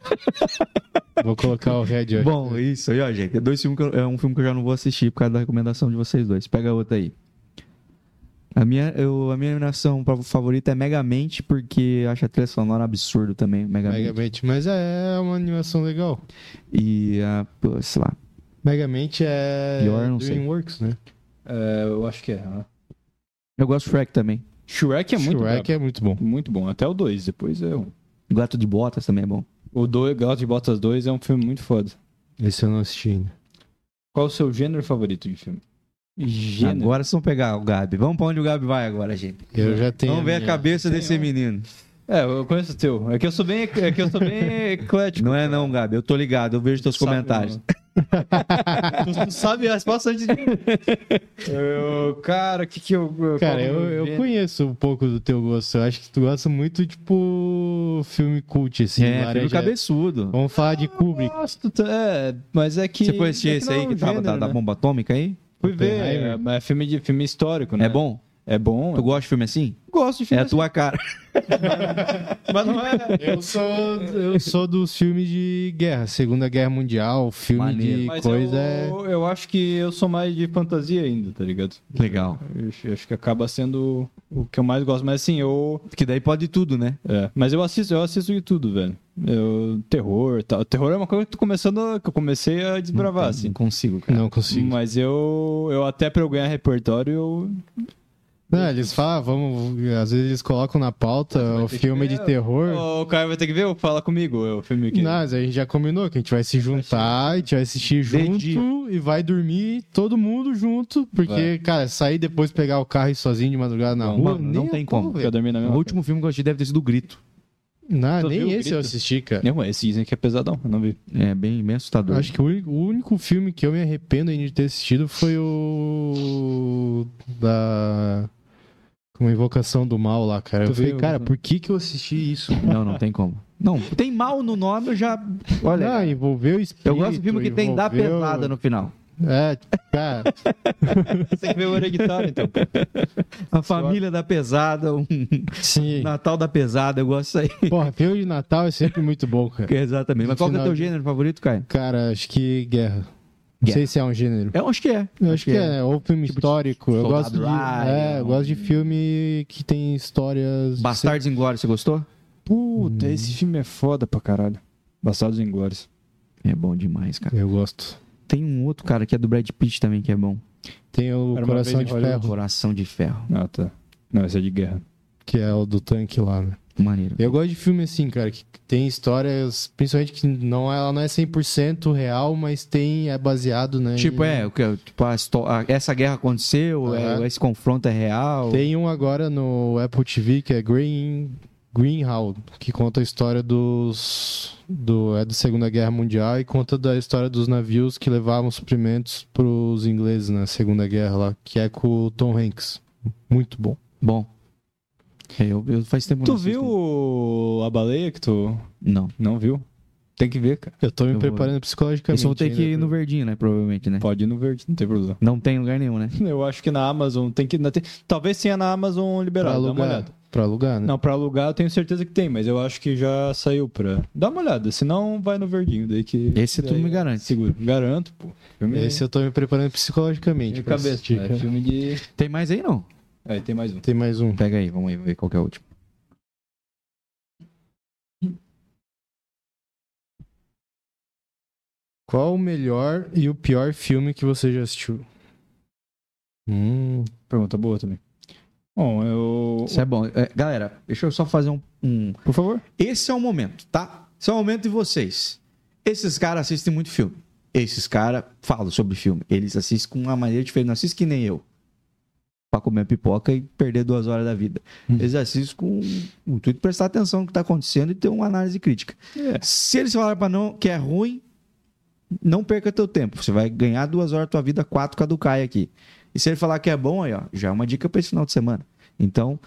A: Vou colocar o Red. ó.
C: Bom, isso aí, ó, gente. É, dois filmes que eu- é um filme que eu já não vou assistir por causa da recomendação de vocês dois. Pega outra aí. A minha, eu, a minha animação pra- favorita é Megamente, porque eu acho a trilha sonora absurdo também, Megamente.
A: Megamente. Mas é uma animação legal.
C: E, a, pô, sei lá,
A: Megamente é
C: Pior, não sei.
A: DreamWorks, né?
B: É, eu acho que é. né?
C: eu gosto de Shrek também.
B: Shrek é muito
A: Shrek
B: Shrek
A: é muito bom.
B: Muito bom. Até o 2, depois é um.
C: Gato de Botas também é bom.
B: O do- Gato de Botas 2 é um filme muito foda.
A: Esse eu não assisti ainda.
B: Qual o seu gênero favorito de filme? Gênero?
C: Agora vocês vão pegar o Gabi. Vamos pra onde o Gabi vai agora, gente.
A: Eu já tenho.
C: Vamos ver a
A: minha-
C: cabeça desse menino.
B: É, eu conheço o teu. É que eu sou bem, é que eu sou bem eclético.
C: Não é não, Gabi. Eu tô ligado, eu vejo teus
B: Sabe,
C: comentários.
B: não. tu, tu sabe a resposta antes de. Eu, cara, o que que eu. eu
A: Cara,
B: qual
A: eu,
B: o meu
A: eu
B: gênero?
A: conheço um pouco do teu gosto. Eu acho que tu gosta muito, tipo, filme cult, assim.
C: É, filme
A: laranja.
C: cabeçodo.
A: Vamos falar de Kubrick.
B: gosto, tá- é, mas é que.
C: Você conhecia
B: é que
C: esse
B: não é
C: aí
B: um
C: que tava da,
B: gênero,
C: da
B: né?
C: bomba atômica aí?
B: Fui ver, é,
A: Oppenheimer.
B: mas é filme, de, filme histórico, né?
C: É bom?
B: É bom.
C: Tu gosta de filme assim?
B: gosto de
C: É
B: filme.
C: a tua cara.
B: assim, Mas não é.
A: Eu sou, eu sou dos filmes de guerra, Segunda Guerra Mundial, filme
C: Maneiro.
A: de
B: Mas
A: coisa. é-
B: eu, eu acho que eu sou mais de fantasia ainda, tá ligado?
C: Legal.
B: Eu acho- eu acho que acaba sendo o que eu mais gosto. Mas assim, eu.
C: Que daí pode tudo, né?
B: É, mas eu assisto, eu assisto de tudo, velho. Eu, terror, tal. Terror é uma coisa que eu tô começando, a- que eu comecei a desbravar, assim.
C: Não consigo, cara.
A: é- Não consigo.
B: Mas eu, eu até pra eu ganhar repertório, eu
A: Não, eles falam, vamos. Às vezes eles colocam na pauta
B: vai
A: o
B: ter que
A: filme de
B: ver.
A: terror.
B: Ô, O Caio vai ter que ver ou fala comigo? É o filme que.
A: Não, mas a gente já combinou que a gente vai se juntar, a gente vai assistir junto
C: dia.
A: e vai dormir todo mundo junto. Porque,
B: Vai.
A: cara, sair depois pegar o carro e ir sozinho de madrugada na
B: Não,
A: rua.
C: mano,
A: nem
C: não
A: a
C: tem
A: pau,
C: como.
B: Porque
A: velho.
B: eu dormi na
C: O
B: mesma.
C: último filme que eu assisti deve ter sido o Grito.
A: Não,
B: Tu
A: nem
B: viu o
A: esse eu
B: grito?
A: assisti, cara.
B: Não, esse dizem que é pesadão, eu não vi.
C: É bem, bem assustador.
A: Acho que o único, o único filme que eu me arrependo ainda de ter assistido foi o. Da. Como é, Invocação do Mal lá, cara.
B: Tu
A: Eu falei,
B: viu?
A: cara, por que, que eu assisti isso?
C: Não, não tem como. Não, tem mal no nome, eu já. Olha.
A: ah, envolveu o espírito.
C: eu gosto de filme que tem dá
A: envolveu-
C: pesada no final.
A: É, cara.
B: Tem que ver o Hereditário, então.
C: A família da pesada, um
A: Sim.
C: Natal da pesada, eu gosto disso aí.
A: Porra, filme de Natal é sempre muito bom, cara.
C: Exatamente. Mas qual que é o
A: Final
C: teu
A: de-
C: gênero favorito, Caio?
A: Cara, acho que guerra. Não
C: Guerra.
A: sei se é um gênero.
C: Eu acho que é.
A: Eu acho que é, né? ou filme
C: tipo de
A: histórico. Eu
C: Soldado
A: gosto de.
C: Ryan,
A: É, eu gosto de filme que tem histórias.
C: Bastardos Inglórios, você gostou?
B: Puta, esse filme é foda pra caralho. Bastardos em Glórias.
C: É bom demais, cara.
A: Eu gosto.
C: Tem um outro cara que é do Brad Pitt também, que é bom.
A: Tem o
B: Era uma
A: Coração
B: vez
A: de
B: em Hollywood.
A: Ferro.
C: Coração de Ferro.
B: Ah, tá. Não, esse é de guerra.
A: Que é o do tanque lá, né?
C: Maneiro.
A: Eu gosto de filme assim, cara, que tem histórias, principalmente que não, ela não é 100% real, mas tem, é baseado, né?
C: Tipo,
A: em-
C: é, o que, tipo, a histó- a- essa guerra aconteceu,
A: Aham.
C: é, esse confronto é real.
A: Tem um agora no Apple TV que é Green Greenhow, que conta a história dos do é da Segunda Guerra Mundial e conta da história dos navios que levavam suprimentos pros ingleses na Segunda Guerra lá, que é com o Tom Hanks. Muito bom.
C: Bom. É, eu, eu- faz tempo que
B: Tu
C: não assisto.
B: viu o- a baleia que tu
C: Não.
B: não viu? Tem que ver, cara.
A: Eu tô me
C: Eu vou-
A: preparando psicologicamente.
C: Isso eu vou ter que ir
A: ainda
C: no
A: pra-
C: verdinho, né? Provavelmente, né?
B: Pode ir no verde, não tem problema.
C: Não tem lugar nenhum, né?
B: Eu acho que na Amazon tem que. na- tem- Talvez tenha na Amazon
A: pra
B: liberado, dá uma
A: alugar,
B: olhada.
A: pra alugar, né?
B: Não, pra alugar eu tenho certeza que tem, mas eu acho que já saiu pra. Dá uma olhada, se não, vai no verdinho, daí que.
C: Esse tu
B: daí
C: me garante.
B: Seguro. Garanto, pô. Filme
A: Esse eu tô me né? preparando psicologicamente
B: de
A: pra
B: cabeça.
A: assistir,
B: é
A: cara.
B: filme de.
C: Tem mais aí, não?
B: Aí tem mais um.
A: Tem mais um.
C: Pega aí, vamos aí ver qual que é o último.
A: Qual o melhor e o pior filme que você já assistiu? Hum,
B: Pergunta boa também. Bom, eu.
C: Isso é bom. É,
A: é-
C: galera, deixa eu só fazer um- um...
B: Por favor.
C: Esse é o momento, tá? Esse é o momento de vocês. Esses caras assistem muito filme. Esses caras falam sobre filme. Eles assistem com uma maneira diferente. Não assistem que nem eu. Pra comer pipoca e perder duas horas da vida.
B: Hum.
C: Eles assistem com o intuito de prestar atenção no que tá acontecendo e ter uma análise crítica.
B: É.
C: Se eles falarem pra não que é ruim, não perca teu tempo. Você vai ganhar duas horas da tua vida, quatro caducai aqui. E se ele falar que é bom, aí, ó, já é uma dica pra esse final de semana. Então,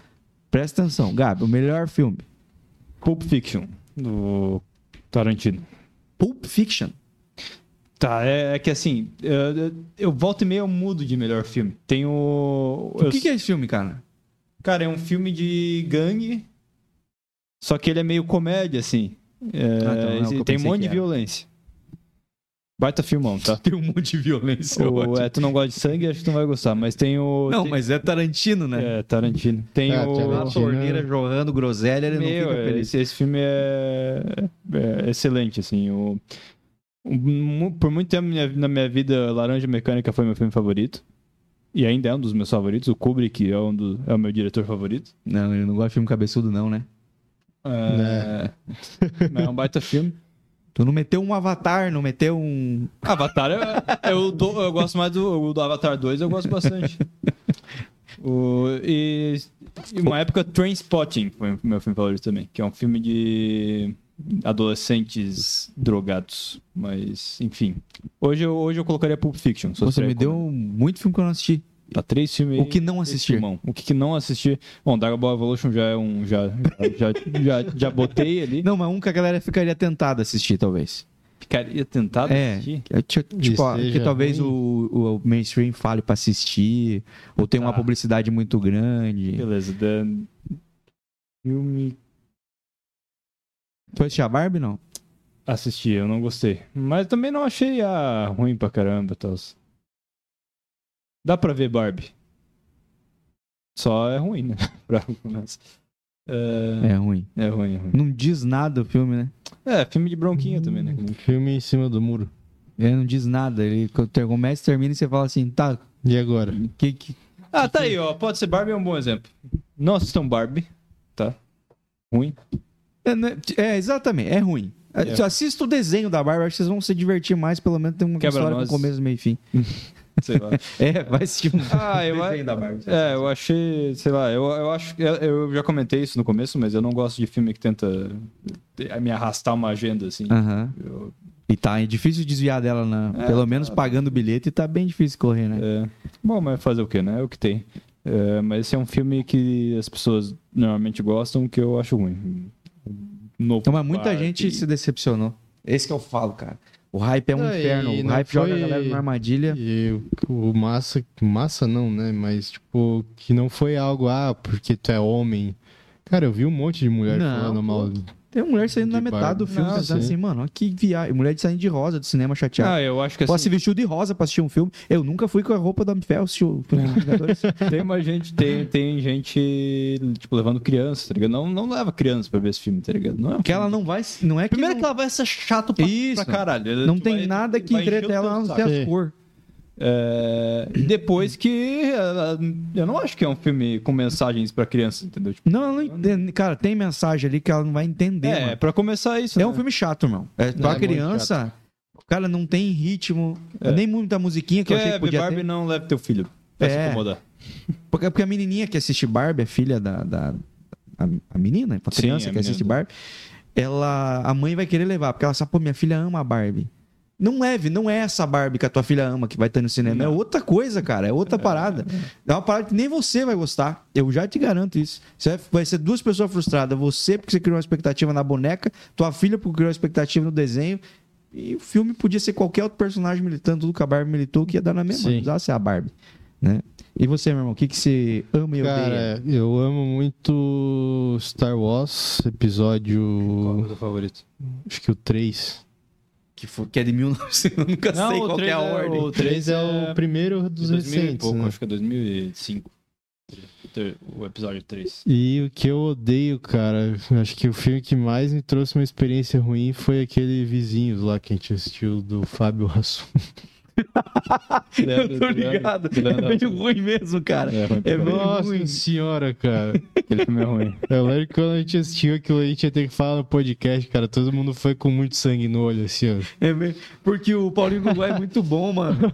C: presta atenção. Gabi, o melhor filme.
B: Pulp Fiction, do Tarantino.
C: Pulp Fiction.
B: Tá, é, é que assim, eu, eu volto e meio eu mudo de melhor filme. Tem o.
C: O
B: eu-
C: que, que é esse filme, cara?
B: Cara, é um filme de gangue, só que ele é meio comédia, assim. É,
C: então não é o que eu
B: tem um
C: pensei
B: monte
C: que
B: de
C: era.
B: violência. Baita filmão, tá?
C: Tem um monte de violência.
B: O, é, tu não gosta de sangue, acho que tu não vai gostar, mas tem o.
C: Não,
B: tem-
C: mas é Tarantino, né?
B: É, Tarantino. Tem
A: É,
C: Uma
B: o.
A: Tarantino.
C: torneira jorrando groselha, ele
B: Meu,
C: não fica
B: é,
C: feliz.
B: esse, esse filme é, é excelente, assim. O, o- mu- por muito tempo minha- na minha vida, Laranja Mecânica foi meu filme favorito. E ainda é um dos meus favoritos. O Kubrick é, um do, é o meu diretor favorito.
C: Não, ele não gosta de filme cabeçudo, não, né?
B: É, mas é um baita filme.
C: Tu não meteu um Avatar, não meteu um.
B: Avatar, eu, eu, dou- eu gosto mais do, o do Avatar 2, eu gosto bastante. O, e, e uma época, Trainspotting foi o meu filme favorito também, que é um filme de adolescentes drogados. Mas, enfim. Hoje eu, hoje eu colocaria Pulp Fiction. se eu
C: Você me
B: tiver
C: deu um,
B: como-
C: muito filme que eu não assisti.
B: Tá três filmes
C: O
B: aí,
C: que não
B: três
C: assistir?
B: filmão. O que, que não assistir? Bom, Dragon Ball Evolution já é um... Já, já, já, já, já botei ali.
C: Não, mas um que a galera ficaria tentada a assistir, talvez.
B: Ficaria tentado
C: É.
B: assistir.
C: É, ti- Tipo, ó,
A: seja
C: que talvez
A: ruim.
C: o, o mainstream fale pra assistir, ou tem uma
B: Tá.
C: publicidade muito grande.
B: Beleza. da- Filme
C: Tu assistiu a Barbie, não?
B: Assisti, eu não gostei. Mas também não achei a ruim pra caramba, Tals. Dá pra ver Barbie. Só é ruim, né? pra começar. É,
C: É ruim.
B: é ruim, é ruim.
C: Não diz nada o filme, né?
B: É, filme de bronquinha também, né?
A: Filme em cima do muro.
C: Ele não diz nada. Ele ter- começa, termina e você fala assim, tá,
A: E agora?
C: que, que...
B: Ah, tá aí, ó. Pode ser Barbie é um bom exemplo. Não assistam Barbie, tá? Ruim.
C: É, né? é, exatamente, é ruim.
B: É.
C: É. Assista o desenho da Barbie, acho que vocês vão se divertir mais, pelo menos tem uma
B: Quebra
C: história
B: nós.
C: com começo, meio e fim.
B: Sei lá.
C: É, vai assistir um
B: Ah, eu
C: desenho
B: acho.
C: da Barbie.
B: É, eu achei, sei lá, eu, eu acho que eu, eu já comentei isso no começo, mas eu não gosto de filme que tenta eh, me arrastar uma agenda, assim.
C: Aham.
B: Eu-
C: E tá é difícil desviar dela, na-
B: É,
C: pelo menos pagando o bilhete, tá bem difícil correr, né?
B: É. Bom, mas fazer o que, né? É o que tem. É, mas esse é um filme que as pessoas normalmente gostam, que eu acho ruim. Novo
C: Então, mas muita
B: Barbie.
C: gente se decepcionou. Esse que eu falo, cara. O hype é um
A: Ah, e
C: inferno. O
A: não
C: hype joga a
A: foi-
C: galera numa armadilha.
A: E o o massa, massa não, né? Mas, tipo, que não foi algo, ah, porque tu é homem. Cara, eu vi um monte de mulher
C: Não,
A: falando
C: pô.
A: mal.
C: Tem uma mulher saindo
A: De
C: na metade
A: Barbie.
C: do filme,
A: Não,
C: pensando
A: sim.
C: assim, mano, olha que viagem. Mulher de saindo de rosa do cinema chateada.
B: Ah, eu acho que
C: Pô, se
B: assim,
C: vestiu de rosa pra assistir um filme. Eu nunca fui com a roupa da Fel assistir o filme dos Vingadores.
B: tem uma gente, tem, tem gente, tipo, levando criança, tá ligado? Não, não leva criança pra ver esse filme, tá ligado? Não é um
C: Porque ela não vai. Não é que.
B: Primeiro
C: não-
B: que ela vai ser chato pra,
C: Isso.
B: pra caralho. Ela-
C: Não
B: tu
C: tem
B: vai-
C: nada
B: tu
C: que
B: vai encher
C: entrete
B: o
C: ela,
B: teu
C: a não
B: saco.
C: ser as
A: Sim.
C: cor.
B: É, Depois que. eh, Eu não acho que é um filme com mensagens pra criança, entendeu? Tipo,
C: Não, ela não entende. Cara, tem mensagem ali que ela não vai entender.
B: é,
C: mano.
B: pra começar isso.
C: É
B: né?
C: um filme chato, irmão. É,
A: é
C: pra
A: muito
C: criança, o cara não tem ritmo, nem muita musiquinha que eu achei
B: Quer
C: que
B: ver
C: podia
B: É. Barbie,
C: ter.
B: não leve teu filho. Vai
C: É.
B: se incomodar.
C: Porque, porque a menininha que assiste Barbie, a filha da... da a, a menina, a
B: Sim,
C: criança
B: a
C: que assiste
B: menina.
C: Barbie, ela, a mãe vai querer levar, porque ela sabe, pô, minha filha ama a Barbie. Não leve, não é essa Barbie que a tua filha ama que vai estar no cinema. É
B: Não.
C: outra coisa, cara. É outra parada. É uma parada que nem você vai gostar. Eu já te garanto isso. Você vai- vai ser duas pessoas frustradas. Você, porque você criou uma expectativa na boneca, tua filha, porque criou uma expectativa no desenho. E o filme podia ser qualquer outro personagem militando, tudo que a Barbie militou, que ia dar na mesma.
A: Sim.
C: Não precisava ser a Barbie. Né? E você, meu irmão, o que, que você ama e
B: é.
C: odeia?
A: Cara, eu amo muito Star Wars,
B: Qual é o
A: episódio.
B: teu favorito?
A: Acho que o 3.
C: Que, foi, que é de 1900, eu nunca sei
B: o
C: qual que
B: três
C: é a ordem.
B: O
A: O 3 é o primeiro
B: de
A: dos
B: 2000 e
A: recentes.
B: pouco,
A: né?
B: acho que é 2005. Ter- O episódio 3.
A: E o que eu odeio, cara, acho que o filme que mais me trouxe uma experiência ruim foi aquele Vizinhos lá que a gente assistiu do Fábio Rassum.
C: Eu tô ligado. É meio ruim mesmo, cara.
B: É ruim pra
C: É
B: caralho.
C: meio
A: Nossa
C: ruim.
A: senhora, cara.
B: Aquele filme é ruim.
A: Eu lembro que quando a gente assistiu aquilo, a gente ia ter que falar no podcast, cara. Todo mundo foi com muito sangue no olho, assim, ó.
C: É meio- Porque o Paulinho Gugó é muito bom, mano.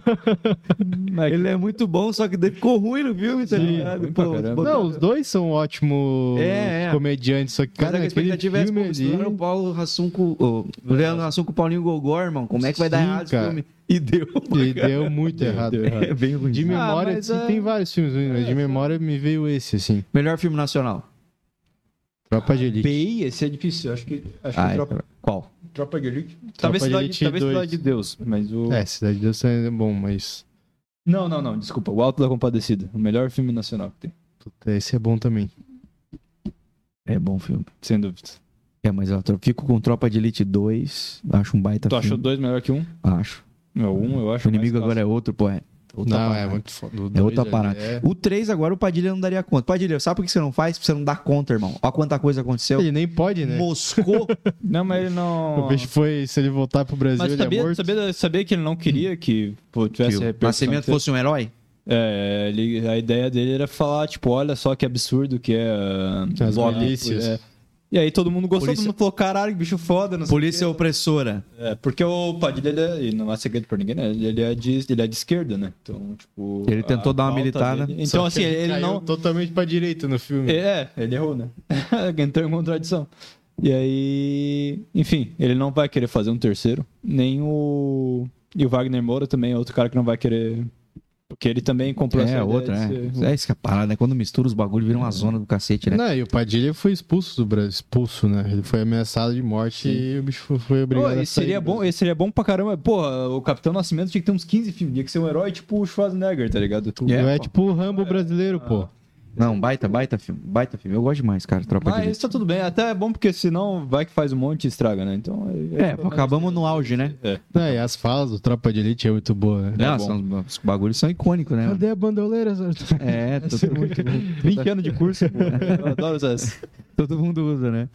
C: Ele é muito bom, só que daí ficou ruim no filme, tá
B: Sim,
C: ligado?
B: ruim pra caramba.
C: botar-
A: Não, os dois são ótimos
C: É, é.
A: comediantes, só que
C: Mas
A: cara,
C: é a
A: aquele
C: expectativa é essa, pô,
A: filme
C: misturaram o
A: ali...
C: Paulo Rassum com o Leandro Rassum com o Paulinho Gogó, irmão. Como é que vai dar
A: Sim,
C: errado
A: cara.
C: esse filme? E deu.
A: E deu muito errado.
B: Deu errado.
C: É bem ruim.
A: De memória,
C: mas, É,
A: assim,
C: ah,
A: tem vários filmes, ruins, mas de memória me veio esse, assim.
C: Melhor filme nacional.
A: Tropa de Elite.
B: Bem, esse é difícil. Acho que, acho
C: Ah,
B: que
C: é.
B: tropa,
C: Qual?
B: tropa de Elite.
A: Tropa
B: Talvez
A: de
B: Cidade,
A: Elite
B: talvez
A: dois.
B: Cidade de Deus, mas o.
A: É, Cidade de Deus é bom, mas...
B: Não, não, não. Desculpa. O Alto da Compadecida. O melhor filme nacional que tem.
A: Puta, esse é bom também.
C: É bom filme.
B: Sem dúvida.
C: É, mas eu tro- fico com Tropa de Elite 2. Acho um baita
B: Tu
C: filme.
B: achou dois melhor que um?
C: Acho.
B: Não, um eu acho.
C: O inimigo agora é outro, pô. É outra
A: não, é
C: parada.
A: muito foda. O
C: É
A: dois
C: outra
A: ali
C: parada.
A: é-
C: O 3 agora o Padilha não daria conta. Padilha, sabe por que você não faz? Você não dá conta, irmão. Olha quanta coisa aconteceu.
A: Ele nem pode, né?
C: Moscou.
B: Não, mas ele não.
A: O bicho foi, se ele voltar pro Brasil,
B: Mas
A: ele é
B: sabia,
A: morto.
B: sabia, sabia que ele não queria Hum. que pô, tivesse
C: que o
B: repercussão.
C: Nascimento fosse um herói?
B: É, ele- a ideia dele era falar, tipo, olha só que absurdo que é. ah,
A: As
B: voto,
A: milícias.
B: é. E aí todo mundo gostou,
C: Polícia-
B: todo mundo falou, caralho, que bicho foda, não sei
C: Polícia opressora.
B: o quê. É, porque o Padilha, ele, é- ele não é segredo pra ninguém, né? Ele é de, ele é de esquerda, né? Então, tipo...
C: Ele tentou
B: a
C: dar uma
B: pauta
C: militada.
B: dele-
A: Só
B: Então,
A: que
B: assim, ele,
A: caiu
B: não...
A: totalmente pra direita no filme.
B: É, ele errou, né? Entrou em contradição. E aí... Enfim, ele não vai querer fazer um terceiro. Nem o... E o Wagner Moura também é outro cara que não vai querer... Porque ele também comprou essa
C: É,
B: ideia
C: outra,
B: de
C: é.
B: ser- um
C: É isso que é a parada, né? Quando mistura os bagulhos, vira uma zona do cacete, né?
A: Não, e o Padilha foi expulso do Brasil. Expulso, né? Ele foi ameaçado de morte e o bicho foi
B: Pô,
A: obrigado a
B: esse
A: sair
B: seria
A: do
B: bom,
A: Brasil.
B: esse seria bom pra caramba. Porra, o Capitão Nascimento tinha que ter uns 15 filmes, tinha que ser um herói tipo o Schwarzenegger, tá ligado?
C: É,
A: é
C: pô.
A: tipo o Rambo brasileiro,
B: Ah.
A: pô.
C: Não, baita, baita filme. Baita filme. Eu gosto demais, cara, Tropa de
B: Mas
C: Elite.
B: isso tá tudo bem, até é bom porque senão vai que faz um monte e estraga, né? Então.
C: É, pô, acabamos no auge, né?
A: É, e as falas do Tropa de Elite é muito boa, né?
B: É
C: Não,
B: bom.
C: são- os bagulhos são icônicos,
B: é.
C: né? mano?
A: Cadê a bandoleira? Zé?
C: É, todo mundo,
B: 20 anos de curso, pô. Eu adoro essas.
C: todo mundo usa, né?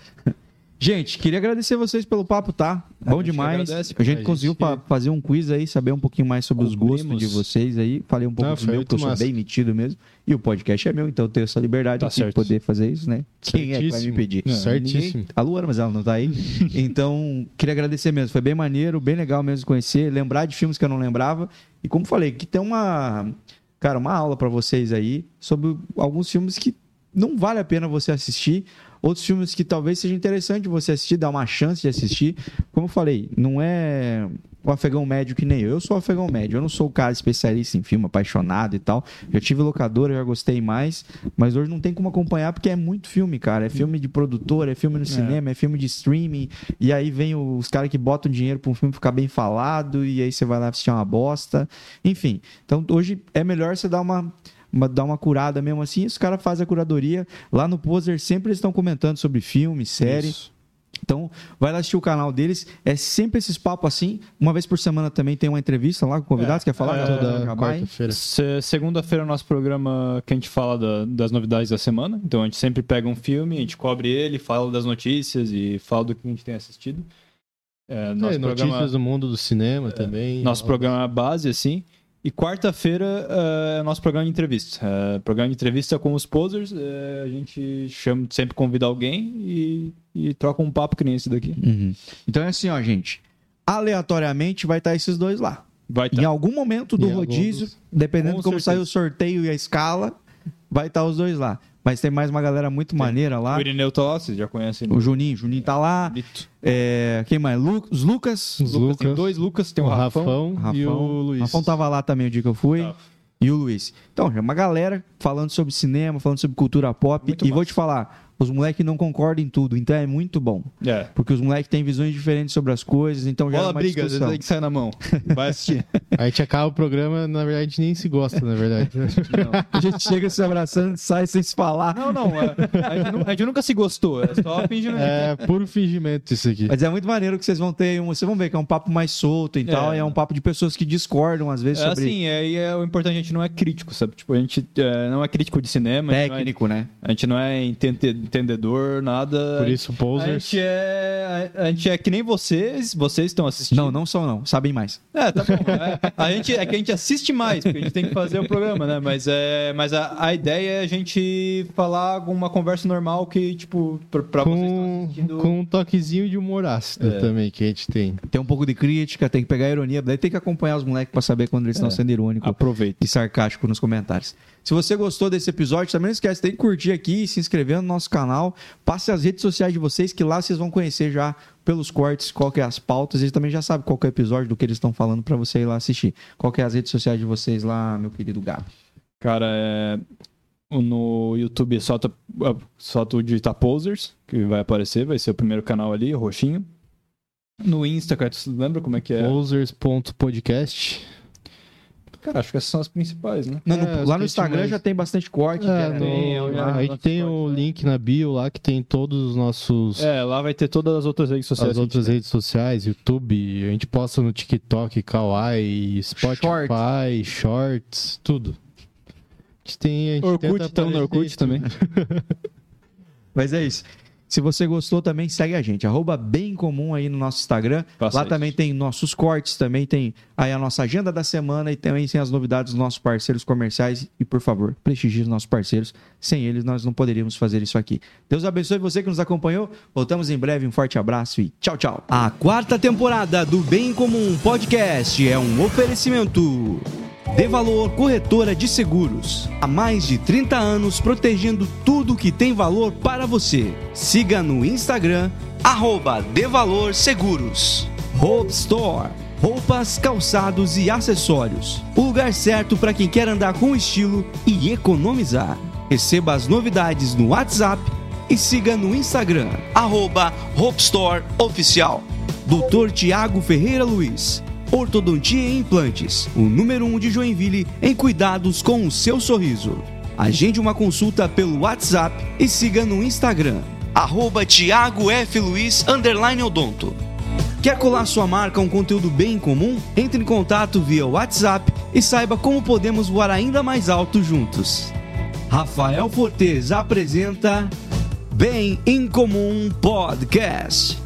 C: Gente, queria agradecer vocês pelo papo, tá? Bom
B: gente
C: demais.
B: agradece,
C: a gente
A: a
C: conseguiu
A: gente-
C: pa- fazer um quiz aí, saber um pouquinho mais sobre os gostos
B: Cumprimos.
C: de vocês aí. Falei um pouco
A: Não,
C: do
A: foi
C: meu, porque eu
A: muito
C: sou
A: massa.
C: bem metido mesmo. E o podcast é meu, então eu tenho essa liberdade
B: Tá
C: de
B: certo.
C: poder fazer isso, né? Quem é que vai me
A: Certíssimo.
C: impedir?
A: É, certíssimo.
C: Ninguém. A Luana, mas ela não tá aí. Então, queria agradecer mesmo. Foi bem maneiro, bem legal mesmo conhecer, lembrar de filmes que eu não lembrava. E como falei, que tem uma, cara, uma aula pra vocês aí sobre alguns filmes que não vale a pena você assistir, outros filmes que talvez seja interessante você assistir, dar uma chance de assistir. Como eu falei, não é o afegão médio que nem eu. Eu sou afegão médio, eu não sou o cara especialista em filme, apaixonado e tal. Já tive locadora, já gostei mais, mas hoje não tem como acompanhar porque é muito filme, cara. É filme de produtor, é filme no cinema, é filme de streaming. E aí vem os caras que botam dinheiro pra um filme ficar bem falado, e aí você vai lá assistir uma bosta. Enfim, então hoje é melhor você dar uma, uma- dar uma curada mesmo assim. Os caras fazem a curadoria. Lá no Poser sempre eles estão comentando sobre filme, série.
A: Isso.
C: Então, vai lá assistir o canal deles. É sempre esses papos assim. Uma vez por semana também tem uma entrevista lá com convidados. Quer falar?
B: é,
C: Gabriel
A: Toda
C: Jabai?
A: quarta-feira.
B: Se- Segunda-feira é o nosso programa que a gente fala da- das novidades da semana. Então a gente sempre pega um filme, a gente cobre ele, fala das notícias e fala do que a gente tem assistido. É, nosso
A: É, notícias
B: programa...
A: do mundo do cinema também.
B: Nosso programa base, assim. E quarta-feira eh, é nosso programa de entrevista. Eh, programa de entrevista com os posers. eh, a gente chama, sempre convida alguém e, e troca um papo que nem esse daqui.
C: Uhum. Então é assim, ó, gente. Aleatoriamente vai estar esses dois lá.
B: Vai
C: Em
B: tá.
C: algum momento do
A: Em algum
C: rodízio,
A: dos-
C: dependendo
B: Com
C: de como
B: certeza.
C: sair o sorteio e a escala, vai estar os dois lá. Mas tem mais uma galera muito maneira lá.
B: O Irineu tá lá, vocês já conhecem.
C: O Juninho, Juninho tá lá. É, quem mais? Lu- os Lucas.
A: Os
B: Lucas, Tem
A: Lucas,
B: dois Lucas, tem
A: o
B: o
A: Rafão,
B: Rafão.
A: e o
C: Rafão.
A: Luiz.
C: Rafão tava lá também o dia que eu fui.
B: Tava.
C: E o Luiz. Então, já uma galera falando sobre cinema, falando sobre cultura pop.
B: Muito
C: e
B: massa.
C: vou te falar, os moleques não concordam em tudo, então é muito bom.
B: É.
C: Porque os moleques têm visões diferentes sobre as coisas, então já é
B: Bola
C: uma
B: briga, às vezes
C: discussão.
B: aí que sai na mão. Vai assistir.
A: A gente acaba o programa, na verdade, a gente nem se gosta, na verdade.
C: A gente chega se abraçando, sai sem se falar.
B: é não, não. A, a gente, nu- a gente nunca se gostou. É só fingindo.
A: é puro fingimento isso aqui.
C: Mas é muito maneiro que vocês vão ter um. Vocês vão ver que é um papo mais solto e tal. e é um papo de pessoas que discordam, às
B: É
C: vezes, sobre
B: assim, é, e é o importante, a gente não é crítico, sabe? Tipo, a gente eh, não é crítico de cinema, a gente não é
C: técnico, né?
B: A gente não é entente- entendedor, nada.
A: Por isso,
B: A
A: Posers.
B: gente é. A a gente é que nem vocês, vocês estão assistindo.
C: Não, não são, não. Sabem mais.
B: É, tá bom. é. A gente, é que a gente assiste mais, porque a gente tem que fazer o programa, né? Mas, é, mas a, a ideia é a gente falar alguma conversa normal que, tipo, pra, pra vocês que estão
A: Com,
B: assistindo.
A: com um toquezinho de humor ácido
B: É.
A: também que a gente tem.
C: Tem um pouco de crítica, tem que pegar a ironia, daí tem que acompanhar os moleques pra saber quando eles
A: É.
C: estão sendo irônicos
A: Ah.
B: Aproveita.
C: e sarcásticos nos comentários. Se você gostou desse episódio, também não esquece, tem que curtir aqui e se inscrever no nosso canal. Passe as redes sociais de vocês, que lá vocês vão conhecer já pelos cortes, qual que é as pautas, e também já sabe qual que é o episódio do que eles estão falando pra você ir lá assistir. Qual que é as redes sociais de vocês lá, meu querido Gabi?
B: Cara, é, no YouTube é só tu, é só tu digitar Posers, que vai aparecer, vai ser o primeiro canal ali, o roxinho. No Insta, cara, tu lembra como é que é?
A: Posers.podcast.
B: Cara, acho que essas são as principais, né?
C: Não, no-
A: É, os
C: lá no
A: tweets
C: Instagram
A: mais-
C: já tem bastante corte.
A: É,
C: cara.
A: no-
B: tem, um eu já-
A: a gente tem o link na bio lá que tem todos os nossos
B: né? É, né? lá vai ter todas as outras redes sociais.
A: as outras redes sociais, YouTube, a gente posta no TikTok, Kawaii, Spotify, Shorts, tudo. A gente tem a gente
B: Orkut,
A: tenta
B: então, no
A: aparecer
B: Orkut
A: isso.
B: também.
C: Mas é isso. Se você gostou também, segue a gente. Arroba bem comum aí no nosso Instagram.
B: Faça
C: Lá
B: isso.
C: também tem nossos cortes, também tem aí a nossa agenda da semana e também tem as novidades dos nossos parceiros comerciais. E por favor, prestigie os nossos parceiros. Sem eles, nós não poderíamos fazer isso aqui. Deus abençoe você que nos acompanhou. Voltamos em breve. Um forte abraço e tchau, tchau.
D: A quarta temporada do Bem Comum Podcast é um oferecimento. De Valor Corretora de Seguros. Há mais de 30 anos protegendo tudo que tem valor para você. Siga no Instagram, arroba De Valor Seguros. Hope Store. Roupas, calçados e acessórios. O lugar certo para quem quer andar com estilo e economizar. Receba as novidades no WhatsApp e siga no Instagram, arroba Hope Store Oficial. Dr. Tiago Ferreira Luiz, Ortodontia e Implantes, o número 1 um de Joinville em cuidados com o seu sorriso. Agende uma consulta pelo WhatsApp e siga no Instagram, arroba Tiago F. Luiz, underline odonto. Quer colar sua marca a um conteúdo bem comum? Entre em contato via WhatsApp e saiba como podemos voar ainda mais alto juntos. Rafael Fortes apresenta Bem Incomum Podcast.